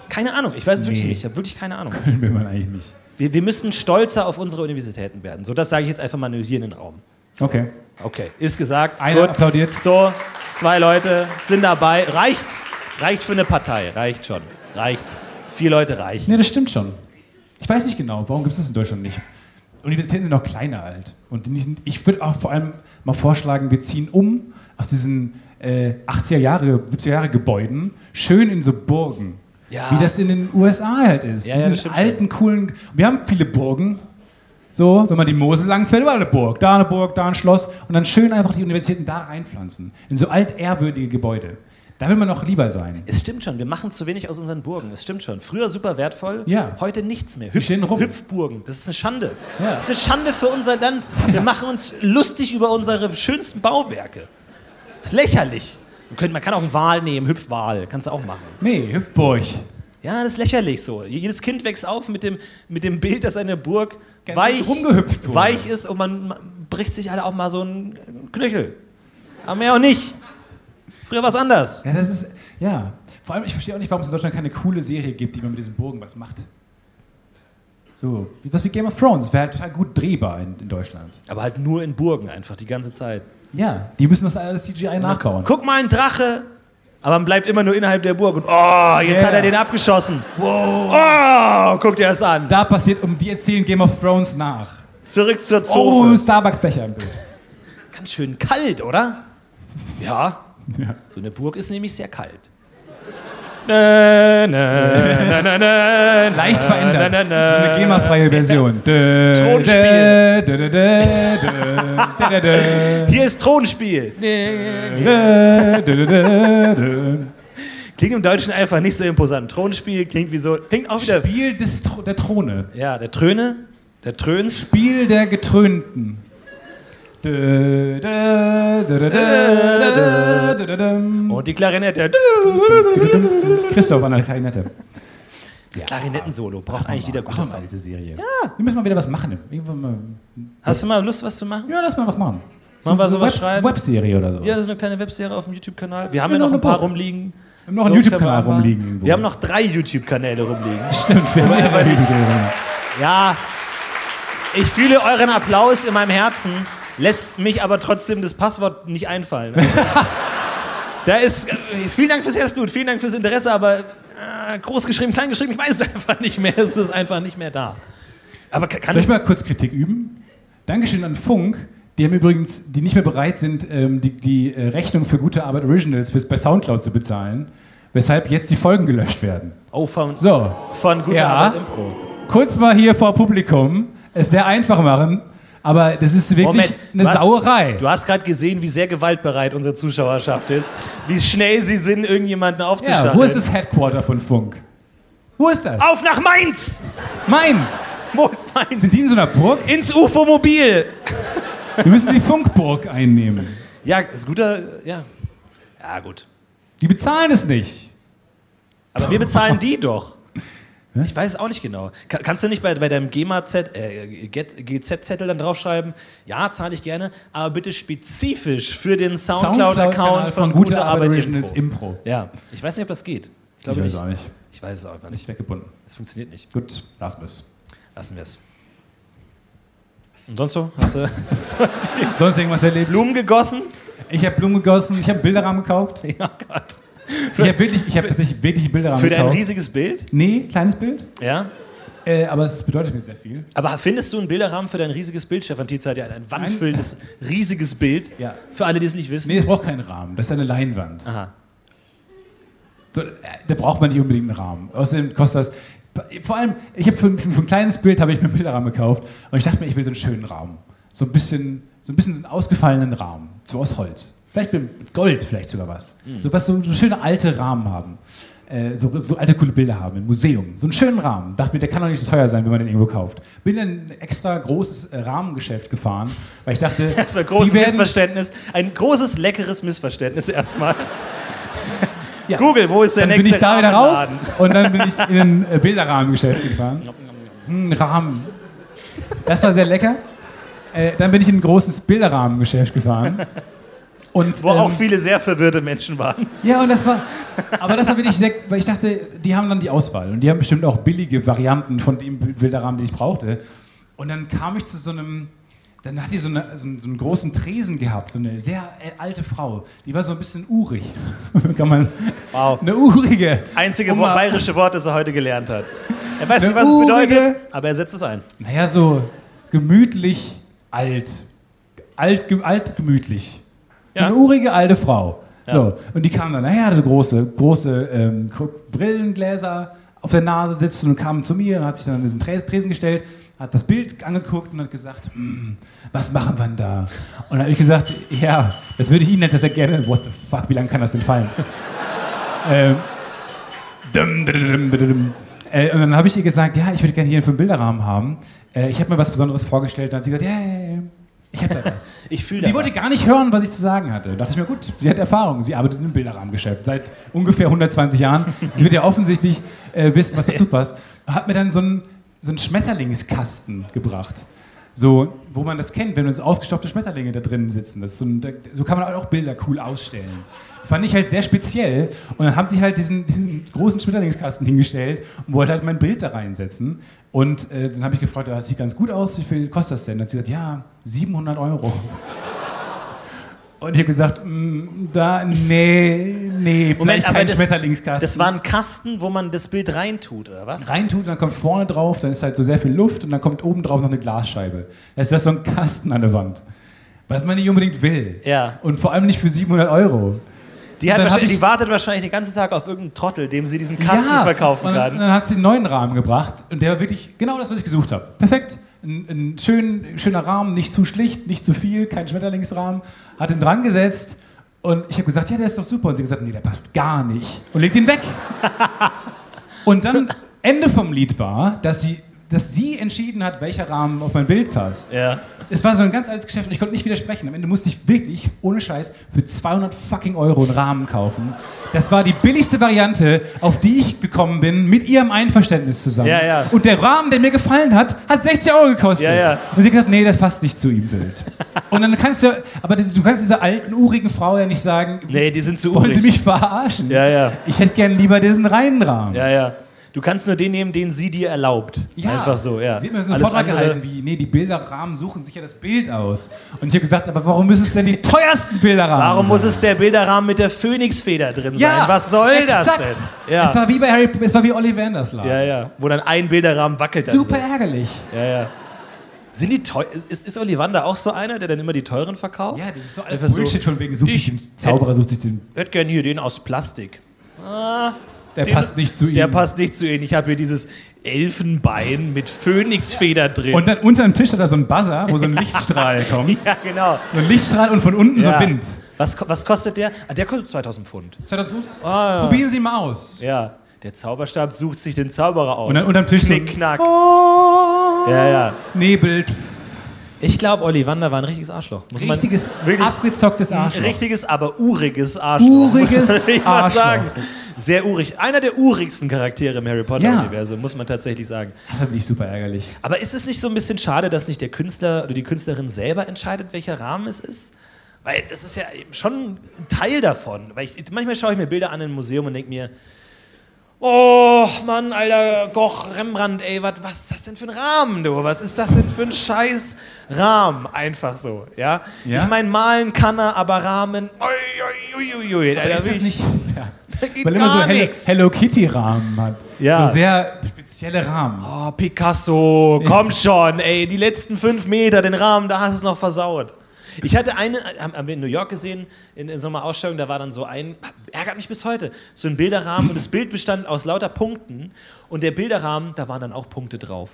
A: Keine Ahnung, ich weiß es wirklich
B: Nee.
A: nicht. Ich habe wirklich keine Ahnung.
B: will man eigentlich nicht.
A: Wir, wir müssen stolzer auf unsere Universitäten werden. So, das sage ich jetzt einfach mal nur hier in den Raum.
B: Okay.
A: Okay, ist gesagt.
B: Einer
A: Gut.
B: applaudiert.
A: So, zwei Leute sind dabei. Reicht. Reicht für eine Partei. Reicht schon. Reicht. Vier Leute reichen.
B: Nee, das stimmt schon. Ich weiß nicht genau, warum gibt es das in Deutschland nicht? Universitäten sind auch kleiner alt. Und die sind, ich würde auch vor allem mal vorschlagen, wir ziehen um aus diesen äh, 80er Jahre, 70er Jahre Gebäuden, schön in so Burgen.
A: Ja.
B: Wie das in den USA halt ist.
A: Ja, ja, das
B: Diesen
A: stimmt
B: alten, coolen. Wir haben viele Burgen. So, wenn man die Mosel langfährt, überall eine Burg. Da eine Burg, da ein Schloss. Und dann schön einfach die Universitäten da einpflanzen. In so altehrwürdige Gebäude. Da will man noch lieber sein.
A: Es stimmt schon, wir machen zu wenig aus unseren Burgen. Es stimmt schon. Früher super wertvoll,
B: Ja.
A: heute nichts mehr.
B: stehen rum.
A: Hüpfburgen, das ist eine Schande.
B: Ja.
A: Das ist eine Schande für unser Land. Wir machen uns lustig über unsere schönsten Bauwerke. Das ist lächerlich. Man, könnte, man kann auch einen Wal nehmen, Hüpfwal, kannst du auch machen.
B: Nee, Hüpfburg.
A: Ja, das ist lächerlich so. Jedes Kind wächst auf mit dem, mit dem Bild, dass eine Burg
B: Ganz
A: weich,
B: rumgehüpft wurde.
A: weich ist und man man bricht sich alle auch mal so einen Knöchel. Aber mehr auch nicht. Früher war es anders.
B: Ja, das ist, ja. Vor allem, ich verstehe auch nicht, warum es in Deutschland keine coole Serie gibt, die man mit diesen Burgen was macht. So, wie- was wie Game of Thrones, wäre halt total gut drehbar in, in Deutschland.
A: Aber halt nur in Burgen einfach die ganze Zeit.
B: Ja, die müssen das alles CGI nachbauen.
A: Guck mal, ein Drache. Aber man bleibt immer nur innerhalb der Burg. Und oh, jetzt
B: Ja.
A: hat er den abgeschossen.
B: Wow.
A: Oh, guck dir das an.
B: Da passiert, um die erzählen Game of Thrones nach.
A: Zurück zur
B: Oh,
A: Zofe.
B: Starbucks-Becher im Bild.
A: Ganz schön kalt, oder? Ja.
B: Ja.
A: So eine Burg ist nämlich sehr kalt. Na, na, na, na, na, na,
B: Leicht verändert.
A: Äh, na, na,
B: So eine GEMA-freie Version. Dö,
A: Thronspiel.
B: dö, dö, dö, dö, dö, dö,
A: Hier ist Thronspiel.
B: dö, dö, dö, dö, dö.
A: Klingt im Deutschen einfach nicht so imposant. Thronspiel klingt wie so. Klingt auch wieder.
B: Spiel des, Tro- der Throne.
A: Ja, der Tröne, der Tröns.
B: Spiel der Getrönten. Dö, dö, dö, dö, dö, dö, dö, dö, dö.
A: Und die Klarinette.
B: Christoph an der Klarinette.
A: Das Klarinetten-Solo braucht eigentlich wieder gute
B: Machen wir mal
A: Songs.
B: diese Serie. Ja. Wir müssen mal wieder was machen. Irgendwann mal.
A: Hast du mal Lust, was zu machen?
B: Ja, lass mal was machen.
A: Sollen wir
B: eine
A: sowas
B: Web-
A: schreiben?
B: Webserie oder so.
A: Ja, so eine kleine Webserie auf dem YouTube-Kanal. Wir haben ja
B: Ja,
A: noch ein
B: noch
A: paar
B: eine.
A: rumliegen.
B: Wir haben noch einen
A: So
B: YouTube-Kanal
A: können wir
B: rumliegen.
A: einmal-
B: irgendwo.
A: Wir haben noch drei YouTube-Kanäle rumliegen.
B: Stimmt, wir haben mehrere Videos.
A: Ja, ich fühle euren Applaus in meinem Herzen, lässt mich aber trotzdem das Passwort nicht einfallen. da ist. äh, Vielen Dank fürs Herzblut, vielen Dank fürs Interesse, aber äh, groß geschrieben, klein geschrieben, ich weiß es einfach nicht mehr. Es ist einfach nicht mehr da. Aber ka- kann
B: Soll ich
A: ich.
B: mal kurz Kritik üben? Dankeschön an Funk. Die haben übrigens, die nicht mehr bereit sind, ähm, die, die äh, Rechnung für gute Arbeit Originals fürs, bei Soundcloud zu bezahlen, weshalb jetzt die Folgen gelöscht werden.
A: Oh, von,
B: So,
A: von guter
B: Ja.
A: Arbeit Impro.
B: kurz mal hier vor Publikum es sehr einfach machen, aber das ist wirklich
A: Moment,
B: eine
A: was-
B: Sauerei.
A: Du hast gerade gesehen, wie sehr gewaltbereit unsere Zuschauerschaft ist, wie schnell sie sind, irgendjemanden aufzustacheln.
B: Ja, wo ist das Headquarter von Funk? Wo ist das?
A: Auf nach Mainz!
B: Mainz!
A: Wo ist Mainz?
B: Sind Sie in so einer Burg?
A: Ins UFO-Mobil!
B: Wir müssen die Funkburg einnehmen.
A: Ja, ist guter, ja. Ja, gut.
B: Die bezahlen es nicht.
A: Aber wir bezahlen die doch. Ich weiß es auch nicht genau. Ka- Kannst du nicht bei, bei deinem GEMA-Z, äh, Get- GZ-Zettel dann draufschreiben, ja, zahle ich gerne, aber bitte spezifisch für den
B: Soundcloud-Kanal
A: Soundcloud-Account von, Gute Arbeit Originals Impro.
B: Impro.
A: Ja, ich weiß nicht, ob das geht. Ich glaube
B: ich
A: nicht.
B: weiß auch nicht.
A: Ich weiß es auch einfach nicht.
B: Nicht weggebunden.
A: Es funktioniert nicht.
B: Gut, lassen wir es.
A: Lassen wir es. Und sonst so? Hast du so die
B: Sonst irgendwas erlebt?
A: Blumen gegossen?
B: Ich habe Blumen gegossen, ich habe Bilderrahmen gekauft. Ich
A: Ja, Gott.
B: habe wirklich, ich habe tatsächlich wirklich Bilderrahmen
A: Für dein
B: gekauft.
A: riesiges Bild?
B: nee, kleines Bild.
A: Ja.
B: Äh, aber es bedeutet mir sehr viel.
A: Aber findest du einen Bilderrahmen für dein riesiges Bild, Stefan Tietze hat ja ein wandfüllendes, riesiges Bild.
B: Ja.
A: Für alle, die es nicht wissen.
B: Nee, es braucht keinen Rahmen. Das ist eine Leinwand.
A: Aha.
B: So, äh, da braucht man nicht unbedingt einen Rahmen. Außerdem kostet das. Vor allem, ich habe für, ein- für ein kleines Bild habe ich mir einen Bilderrahmen gekauft und ich dachte mir, ich will so einen schönen Rahmen. So ein bisschen, so ein bisschen so einen ausgefallenen Rahmen. So aus Holz. Vielleicht mit Gold, vielleicht sogar was.
A: Hm.
B: So was, so, so schöne alte Rahmen haben. Äh, so, so alte coole Bilder haben im Museum. So einen schönen Rahmen. Dachte mir, der kann doch nicht so teuer sein, wenn man den irgendwo kauft. Bin dann in ein extra großes äh, Rahmengeschäft gefahren, weil ich dachte,
A: Erstmal großes
B: die werden-
A: Missverständnis. Ein großes, leckeres Missverständnis erstmal.
B: Ja.
A: Google, wo ist der
B: dann
A: nächste
B: bin ich da wieder raus
A: Rahmenladen?
B: und dann bin ich in ein äh, Bilderrahmengeschäft gefahren. Hm, Rahmen. Das war sehr lecker. Äh, dann bin ich in ein großes Bilderrahmengeschäft gefahren. Und,
A: Wo auch
B: ähm,
A: viele sehr verwirrte Menschen waren.
B: ja, und das war. Aber das war wirklich sehr, weil ich dachte, die haben dann die Auswahl und die haben bestimmt auch billige Varianten von dem Bilderrahmen, den ich brauchte. Und dann kam ich zu so einem. Dann hat die so, eine, so, einen, so einen großen Tresen gehabt, so eine sehr äh, alte Frau. Die war so ein bisschen urig. Kann man.
A: Wow.
B: Eine urige.
A: Einzige
B: Um mal-
A: bayerische Wort, das er heute gelernt hat. Er weiß
B: Eine
A: nicht, was es bedeutet,
B: urige-
A: aber er setzt es ein.
B: Naja, so gemütlich alt. Alt, ge- alt gemütlich.
A: Ja.
B: Eine urige alte Frau. So, und die kam dann, naja, so große, große ähm, Gr- Brillengläser auf der Nase sitzen und kam zu mir und hat sich dann an diesen Tres- Tresen gestellt, hat das Bild angeguckt und hat gesagt, "Hm, was machen wir denn da? Und dann habe ich gesagt, ja, das würde ich Ihnen jetzt sehr gerne, what the fuck, wie lange kann das denn fallen? ähm, Dum, dum, dum, dum, dum. Äh, und dann habe ich ihr gesagt, ja, ich würde gerne hier einen Bilderrahmen haben. Äh, ich habe mir was Besonderes vorgestellt. Und dann hat sie gesagt, ja, ja, ja, ich hätte da was.
A: Ich fühle
B: Die wollte
A: das.
B: gar nicht hören, was ich zu sagen hatte. Da dachte ich mir, gut, sie hat Erfahrung. Sie arbeitet im Bilderrahmengeschäft seit ungefähr 120 Jahren. Sie wird ja offensichtlich äh, wissen, was dazu passt. Hat mir dann so einen, so einen Schmetterlingskasten gebracht. So, wo man das kennt, wenn so ausgestopfte Schmetterlinge da drin sitzen. Das ist so, ein, da- so kann man halt auch Bilder cool ausstellen. Fand ich halt sehr speziell. Und dann haben sie halt diesen, diesen großen Schmetterlingskasten hingestellt und wollte halt mein Bild da reinsetzen. Und äh, dann habe ich gefragt, ja, das sieht ganz gut aus, wie viel kostet das denn? Dann hat sie gesagt, ja, 700 Euro. Und ich habe gesagt, "Mm, da, nee, nee, vielleicht
A: Moment, aber
B: kein
A: das-
B: Schmetterlingskasten
A: Das war ein Kasten, wo man das Bild reintut, oder was?
B: reintut und dann kommt vorne drauf, dann ist halt so sehr viel Luft und dann kommt oben drauf noch eine Glasscheibe. Das ist so ein Kasten an der Wand. Was man nicht unbedingt will.
A: Ja.
B: Und vor allem nicht für 700 Euro.
A: Die, hat
B: Dann hab
A: wahrscheinlich,
B: ich-
A: die wartet wahrscheinlich den ganzen Tag auf irgendeinen Trottel, dem sie diesen Kasten verkaufen
B: und dann-
A: kann.
B: Dann hat sie einen neuen Rahmen gebracht und der war wirklich genau das, was ich gesucht habe. Perfekt. Ein, ein schön, schöner Rahmen, nicht zu schlicht, nicht zu viel, kein Schmetterlingsrahmen. Hat ihn dran gesetzt und ich habe gesagt, ja, der ist doch super. Und sie hat gesagt, nee, der passt gar nicht. Und legt ihn weg. und dann Ende vom Lied war, dass sie, dass sie entschieden hat, welcher Rahmen auf mein Bild passt.
A: Ja.
B: Es war so ein ganz altes Geschäft und ich konnte nicht widersprechen. Am Ende musste ich wirklich, ohne Scheiß, für 200 fucking Euro einen Rahmen kaufen. Das war die billigste Variante, auf die ich gekommen bin, mit ihrem Einverständnis zusammen.
A: Ja, ja.
B: Und der Rahmen, der mir gefallen hat, hat 60 Euro gekostet.
A: Ja, ja.
B: Und sie hat gesagt, nee, das passt nicht zu ihm, Bild. Und dann kannst du, aber du kannst dieser alten, urigen Frau ja nicht sagen,
A: Nee, die sind zu
B: wollen sie
A: übrig.
B: mich verarschen?
A: Ja, ja.
B: Ich hätte gern lieber diesen reinen Rahmen.
A: Ja, ja. Du kannst nur den nehmen, den sie dir erlaubt. Einfach so, ja.
B: Sie hat mir so einen
A: Alles
B: Vortrag
A: andere-
B: gehalten, wie, nee, die Bilderrahmen suchen sich ja das Bild aus. Und ich habe gesagt, aber warum müssen es denn die teuersten Bilderrahmen
A: Warum
B: sein?
A: muss es der Bilderrahmen mit der Phönixfeder drin
B: ja,
A: sein? Was soll
B: exakt.
A: das denn?
B: Ja. Es
A: Ja.
B: war wie bei Harry, es war wie Ollivanders Laden.
A: ja, ja. Wo dann ein Bilderrahmen wackelt. Dann
B: Super ärgerlich.
A: So. Ja, ja. Sind die teuer? Ist, ist Ollivander auch so einer, der dann immer die teuren verkauft?
B: Ja, das ist so alles
A: Einfach so,
B: Bullshit von wegen, sucht sich
A: ich
B: den Zauberer, sucht sich den,
A: hätte gern hier den aus Plastik.
B: der
A: Den-
B: passt nicht zu ihm.
A: Der passt nicht zu Ihnen. Ich habe hier dieses Elfenbein mit Phönixfeder drin.
B: Und dann unter dem Tisch hat er so einen Buzzer, wo so ein Lichtstrahl kommt.
A: ja, genau.
B: So ein Lichtstrahl und von unten
A: Ja.
B: so Wind.
A: Was, ko- was kostet der? Ah, der kostet 2000 Pfund.
B: Das hat er so-
A: Ah, ja.
B: Probieren Sie ihn mal aus.
A: Ja, der Zauberstab sucht sich den Zauberer aus.
B: Und dann unterm Tisch so-
A: Knick, knack.
B: Oh.
A: Ja, ja.
B: Nebel.
A: Ich glaube, Ollivander war ein richtiges Arschloch. Muss man-
B: Richtiges,
A: wirklich
B: abgezocktes
A: ein
B: Arschloch.
A: richtiges, aber uriges Arschloch.
B: Uriges
A: muss man mal
B: Arschloch.
A: Sagen. Sehr urig. Einer der urigsten Charaktere im Harry Potter-Universum, muss man tatsächlich sagen.
B: Das hat mich super ärgerlich.
A: Aber ist es nicht so ein bisschen schade, dass nicht der Künstler oder die Künstlerin selber entscheidet, welcher Rahmen es ist? Weil das ist ja schon ein Teil davon. Weil ich, manchmal schaue ich mir Bilder an im Museum und denke mir, oh Mann, alter Goch, Rembrandt, ey, wat, was ist das denn für ein Rahmen, du? Was ist das denn für ein scheiß Rahmen? Einfach so, ja?
B: Ja.
A: Ich meine, malen kann er, aber Rahmen, oi, ui, ui, ui,
B: Aber
A: Alter,
B: ist es
A: wirklich,
B: nicht, ja.
A: da geht
B: weil immer so
A: gar
B: Hello,
A: nix.
B: Hello Kitty Rahmen hat.
A: Ja.
B: So sehr spezielle Rahmen.
A: Oh, Picasso, komm schon, ey, die letzten fünf Meter, den Rahmen, da hast du es noch versaut. Ich hatte eine, haben haben wir in New York gesehen, in, in so einer Ausstellung, da war dann so ein, ärgert mich bis heute, so ein Bilderrahmen und das Bild bestand aus lauter Punkten und der Bilderrahmen, da waren dann auch Punkte drauf.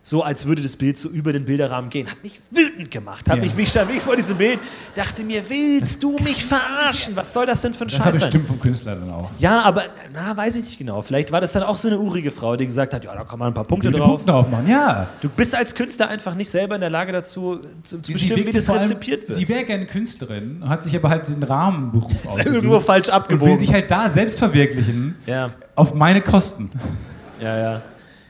A: So als würde das Bild so über den Bilderrahmen gehen. Hat mich wütend gemacht, hat
B: Ja.
A: mich, wie stand ich vor diesem Bild, dachte mir, willst du mich verarschen? Was soll das denn für ein
B: Das war
A: Scheiß sein?
B: bestimmt vom Künstler dann auch.
A: Ja, aber, na, weiß ich nicht genau. Vielleicht war das dann auch so eine urige Frau, die gesagt hat, ja, da kann man ein paar Punkte
B: Die
A: drauf.
B: Punkte drauf machen, ja.
A: Du bist als Künstler einfach nicht selber in der Lage dazu, zu, zu
B: Sie
A: bestimmen, wie
B: wirkt
A: das
B: vor allem-
A: rezipiert wird.
B: Sie wäre gerne Künstlerin, hat sich aber halt diesen Rahmenberuf
A: Ist ja irgendwo
B: ausgesucht
A: falsch
B: und will
A: abgebogen.
B: sich halt da selbst verwirklichen,
A: Ja,
B: auf meine Kosten.
A: ja, ja.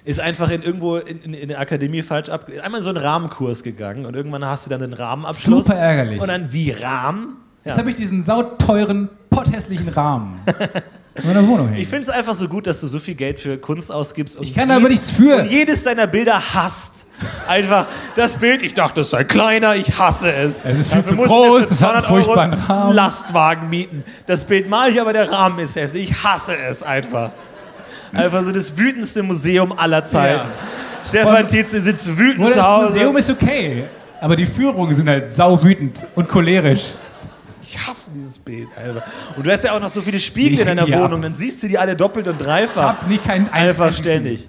A: Ist einfach in, irgendwo in, in, in der Akademie falsch ab. Einmal in so einen Rahmenkurs gegangen und irgendwann hast du dann den Rahmenabschluss.
B: Super ärgerlich.
A: Und dann wie Rahmen? Ja.
B: Jetzt habe ich diesen sauteuren, potthässlichen Rahmen in meiner Wohnung hängen.
A: Ich finde es einfach so gut, dass du so viel Geld für Kunst ausgibst. Und
B: Ich kann da aber
A: jed-
B: nichts für.
A: Und jedes deiner Bilder hasst. Einfach das Bild, ich dachte, es sei kleiner, ich hasse es.
B: Es ist viel
A: Dafür
B: zu
A: musst du mir
B: groß,
A: für
B: es hat einen
A: 200 Euro
B: furchtbaren Rahmen.
A: Lastwagen mieten. Das Bild mal ich, aber der Rahmen ist hässlich. Ich hasse es einfach. Einfach so das wütendste Museum aller Zeiten.
B: Ja.
A: Stefan
B: Und-
A: Tietze sitzt wütend
B: Oder
A: zu
B: das
A: Hause.
B: Museum ist okay, aber die Führungen sind halt sauwütend und cholerisch.
A: Ich hasse dieses Bild. Alter. Und du hast ja auch noch so viele Spiegel in
B: hängen
A: deiner
B: die ab.
A: Wohnung, dann siehst du die alle doppelt und dreifach.
B: Hab nicht keinen einzigen
A: Einfach
B: Spiegel.
A: ständig.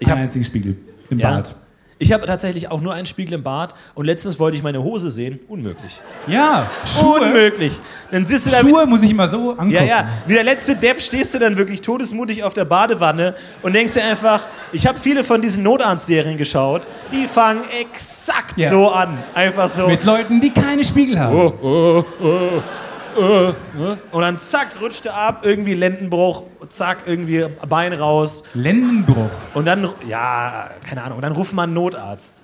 A: Ich
B: Keinen
A: hab-
B: einzigen Spiegel im
A: Ja.
B: Bad.
A: Ich habe tatsächlich auch nur einen Spiegel im Bad und letztens wollte ich meine Hose sehen. Unmöglich.
B: Ja, Schuhe.
A: Unmöglich. Dann sitzt du da
B: Schuhe muss ich immer so angucken.
A: ja, ja, wie der letzte Depp stehst du dann wirklich todesmutig auf der Badewanne und denkst dir einfach, ich habe viele von diesen Notarzt-Serien geschaut, die fangen exakt
B: Ja.
A: so an. Einfach so.
B: Mit Oh, Leuten, die keine Spiegel haben.
A: Oh.
B: oh, ne?
A: Und dann zack, rutscht er ab, irgendwie Lendenbruch, zack, irgendwie Bein raus.
B: Lendenbruch.
A: Und dann, ja, keine Ahnung, und dann ruft man einen Notarzt.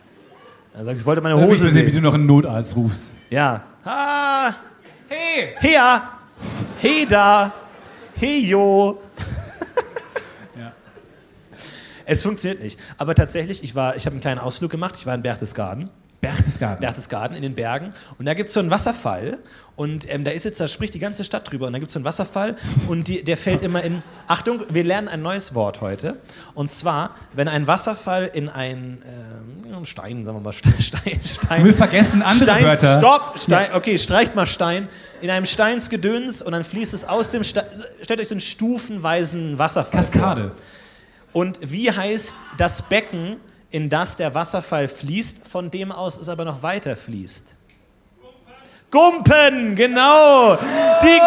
A: Dann sagst du, ich wollte meine
B: Hose
A: Hose
B: sehen, wie du
A: sehen.
B: noch einen Notarzt rufst.
A: Ja. Ah,
B: Hey!
A: hea, he da, hejo.
B: Ja.
A: Es funktioniert nicht. Aber tatsächlich, ich, war- ich habe einen kleinen Ausflug gemacht. Ich war in Berchtesgaden.
B: Berchtesgaden.
A: Berchtesgaden in den Bergen. Und da gibt es so einen Wasserfall. Und ähm, da ist jetzt, da spricht die ganze Stadt drüber. Und da gibt es so einen Wasserfall. Und die, der fällt immer in. Achtung, wir lernen ein neues Wort heute. Und zwar, wenn ein Wasserfall in einen ähm, Stein, sagen wir mal, Stein, Stein, Stein.
B: Wir vergessen andere
A: Steins,
B: Wörter.
A: Stopp! Stein, okay, streicht mal Stein. In einem Steinsgedöns und dann fließt es aus dem Stein. Stellt euch so einen stufenweisen Wasserfall. vor.
B: Kaskade.
A: Und wie heißt das Becken, in das der Wasserfall fließt, von dem aus es aber noch weiter fließt? Gumpen, genau. Die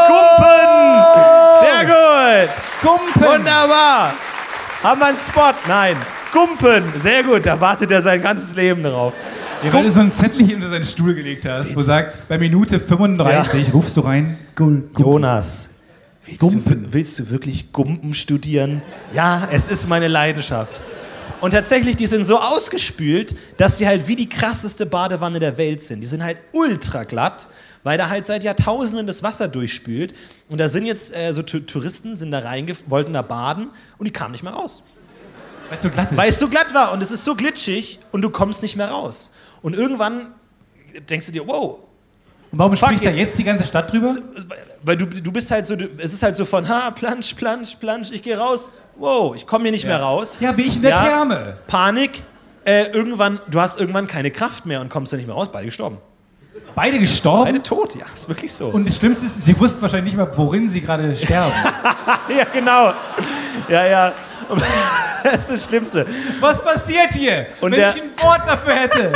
A: Gumpen. Sehr gut.
B: Gumpen!
A: Wunderbar. Haben wir einen Spot? Nein. Gumpen. Sehr gut. Da wartet er sein ganzes Leben drauf.
B: Ja, weil du so einen Zettel hier unter seinen Stuhl gelegt hast, wo sagt, bei Minute 35 rufst du rein. Gul- Gumpen.
A: Jonas. Willst
B: Gumpen.
A: Du, willst du wirklich Gumpen studieren? Ja, es ist meine Leidenschaft. Und tatsächlich, die sind so ausgespült, dass die halt wie die krasseste Badewanne der Welt sind. Die sind halt ultra glatt, weil da halt seit Jahrtausenden das Wasser durchspült. Und da sind jetzt äh, so Tu- Touristen, sind da reinge, wollten da baden und die kamen nicht mehr raus.
B: Weil es so glatt ist.
A: Weil es so glatt war und es ist so glitschig und du kommst nicht mehr raus. Und irgendwann denkst du dir, wow,
B: Und warum
A: Fuck,
B: spricht da
A: jetzt-
B: jetzt die ganze Stadt drüber?
A: weil du, du bist halt so, du, es ist halt so von, ha, plansch, plansch, plansch, ich gehe raus, wow, ich komme hier nicht mehr raus.
B: Ja, wie ich in der
A: Ja.
B: Therme.
A: Panik, äh, irgendwann, du hast irgendwann keine Kraft mehr und kommst da nicht mehr raus, beide gestorben.
B: Beide gestorben.
A: Beide tot, ja, ist wirklich so.
B: Und das Schlimmste ist, sie wussten wahrscheinlich nicht mal, worin sie gerade sterben.
A: ja, genau. Ja, ja. Und- Das ist das Schlimmste.
B: Was passiert hier?
A: Und
B: wenn
A: der-
B: ich ein Wort dafür hätte.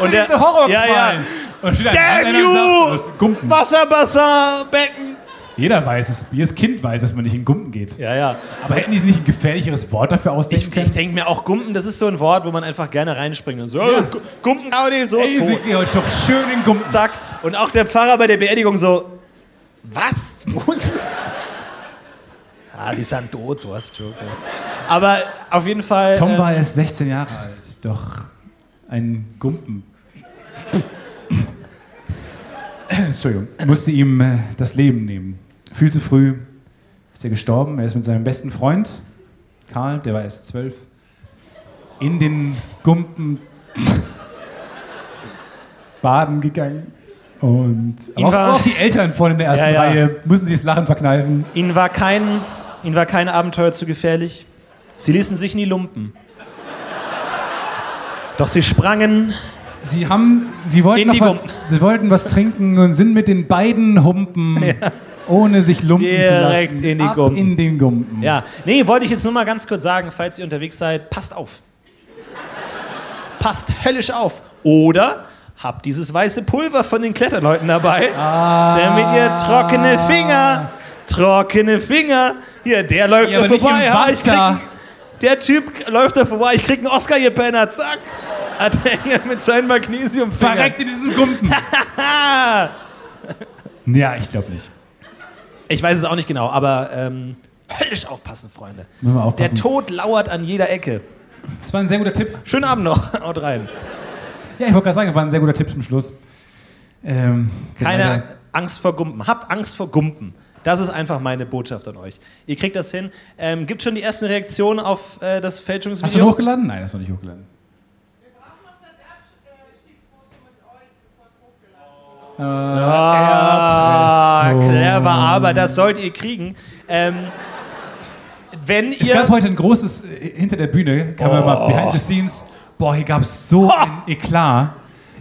A: Und
B: Für diese Horror
A: ja, ja.
B: Und steht da
A: Damn
B: einer und
A: you!
B: sagt, "Du bist ein Gumpen.
A: Wasserbassin, Becken.
B: Jeder weiß es, jedes Kind weiß, dass man nicht in Gumpen geht.
A: Ja, ja.
B: Aber hätten die sich nicht ein gefährlicheres Wort dafür ausdenken
A: Ich, ich
B: können?
A: denke mir auch, Gumpen, das ist so ein Wort, wo man einfach gerne reinspringt und so, ja. Gumpen, Audi, so.
B: Ey,
A: tot.
B: wir gehen heute schon schön in Gumpen.
A: Zack. Und auch der Pfarrer bei der Beerdigung so, was? Muss? Ah, die sind tot, du hast schon. recht. Aber auf jeden Fall.
B: Tom
A: äh,
B: war erst 16 Jahre alt. Doch ein Gumpen. Entschuldigung. Musste ihm äh, das Leben nehmen. Viel zu früh ist er gestorben. Er ist mit seinem besten Freund, Karl, der war erst 12, in den Gumpen baden gegangen. Und
A: Ihm
B: aber auch,
A: war-
B: aber auch die Eltern vorne in der ersten
A: Ja, ja.
B: Reihe müssen sich das Lachen verkneifen.
A: ihnen, war kein, ihnen war kein Abenteuer zu gefährlich. Sie ließen sich nie lumpen. Doch sie sprangen.
B: Sie haben, sie wollten
A: In die
B: noch was, sie wollten was trinken und sind mit den beiden Humpen, ohne sich lumpen
A: Direkt
B: zu lassen,
A: in die
B: ab
A: Gumpen.
B: in den Gumpen.
A: Ja, nee, wollte ich jetzt nur mal ganz kurz sagen, falls ihr unterwegs seid, passt auf. Passt höllisch auf. Oder habt dieses weiße Pulver von den Kletterleuten dabei.
B: Ah.
A: Damit ihr trockene Finger, trockene Finger. Hier, der läuft
B: Ja,
A: da
B: aber nicht
A: vorbei.
B: im
A: ha, ich krieg,
B: Wasser.
A: der Typ läuft da vorbei. Ich krieg einen Oscar, ihr Penner. Zack. Hat er hier mit seinem Magnesium
B: Verreckt in diesem Gumpen.
A: Ah.
B: ja, ich glaube nicht.
A: Ich weiß es auch nicht genau, aber ähm, höllisch aufpassen, Freunde.
B: Müssen wir aufpassen.
A: Der Tod lauert an jeder Ecke.
B: Das war ein sehr guter Tipp.
A: Schönen Abend noch. Haut rein.
B: Genau, Ja, ich wollte gerade sagen, das war ein sehr guter Tipp zum Schluss. Ähm,
A: Keine
B: leider-
A: Angst vor Gumpen. Habt Angst vor Gumpen. Das ist einfach meine Botschaft an euch. Ihr kriegt das hin. Ähm, gibt schon die ersten Reaktionen auf äh, das
B: Hast du ihn
A: Fälschungsvideo?
B: hochgeladen? Nein, hast du nicht hochgeladen.
C: Wir brauchen noch das Abschiedsfoto mit euch, bevor es hochgeladen wird.
A: Ah,
B: Äh, Erpressung.
A: clever, aber das sollt ihr kriegen. Ähm, wenn
B: Es gab
A: ihr.
B: heute ein großes, äh, hinter der Bühne, kann man
A: Oh.
B: mal behind the scenes, boah, hier gab es so ein Eklat.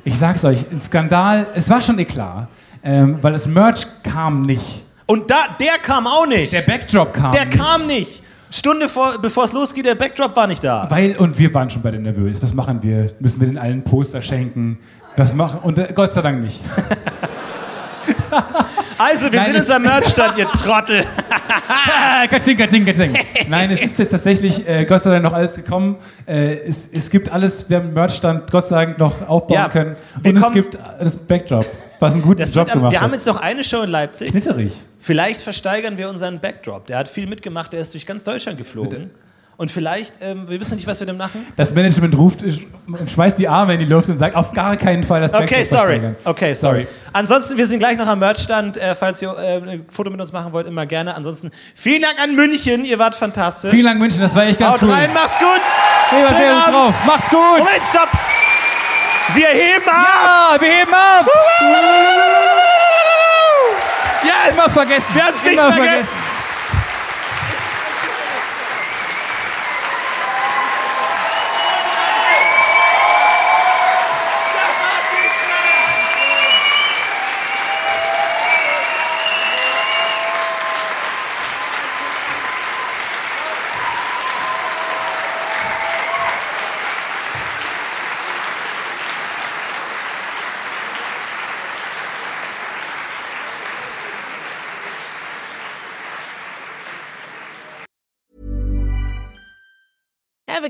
B: Ich sag's euch, ein Skandal, es war schon Eklat, ähm, weil das Merch kam nicht.
A: Und da, der kam auch nicht.
B: Der
A: Der,
B: Backdrop kam nicht.
A: kam nicht. Stunde vor, bevor es losgeht, der Backdrop war nicht da.
B: Weil, und wir waren schon beide nervös, was machen wir? Müssen wir den allen Poster schenken? Was machen, und äh, Gott sei Dank nicht.
A: Also, wir
B: Nein,
A: sind
B: das-
A: jetzt am Merchstand, ihr Trottel.
B: Ah, Katsching, katsching, katsching. Nein, es ist jetzt tatsächlich äh, Gott sei Dank noch alles gekommen. Äh, es, es gibt alles, wir haben den Merchstand Gott sei Dank noch aufbauen
A: Ja,
B: können.
A: wir
B: Und es
A: kommen-
B: gibt das Backdrop, was einen guten
A: Das
B: Job
A: wird, am-
B: gemacht
A: wir
B: hat.
A: haben jetzt noch eine Show in Leipzig.
B: Knitterig.
A: Vielleicht versteigern wir unseren Backdrop. Der hat viel mitgemacht, der ist durch ganz Deutschland geflogen. Und vielleicht, ähm, wir wissen nicht, was wir dem machen.
B: Das Management ruft, sch- schmeißt die Arme in die Luft und sagt auf gar keinen Fall das
A: Okay,
B: Backpack
A: sorry.
B: versteigern.
A: Okay, sorry.
B: Sorry.
A: Ansonsten, wir sind gleich noch am Merchstand. Äh, falls ihr äh, ein Foto mit uns machen wollt, immer gerne. Ansonsten, vielen Dank an München. Ihr wart fantastisch.
B: Vielen Dank, München, das war echt ganz
A: Haut
B: cool.
A: rein, macht's gut.
B: Schönen
A: Schönen Abend.
B: Drauf. Macht's gut.
A: Moment, stopp. Wir heben ab.
B: Ja, wir heben ab.
A: Yes.
B: Immer vergessen.
A: Wir haben's nicht
B: Immer
A: vergessen.
D: Ever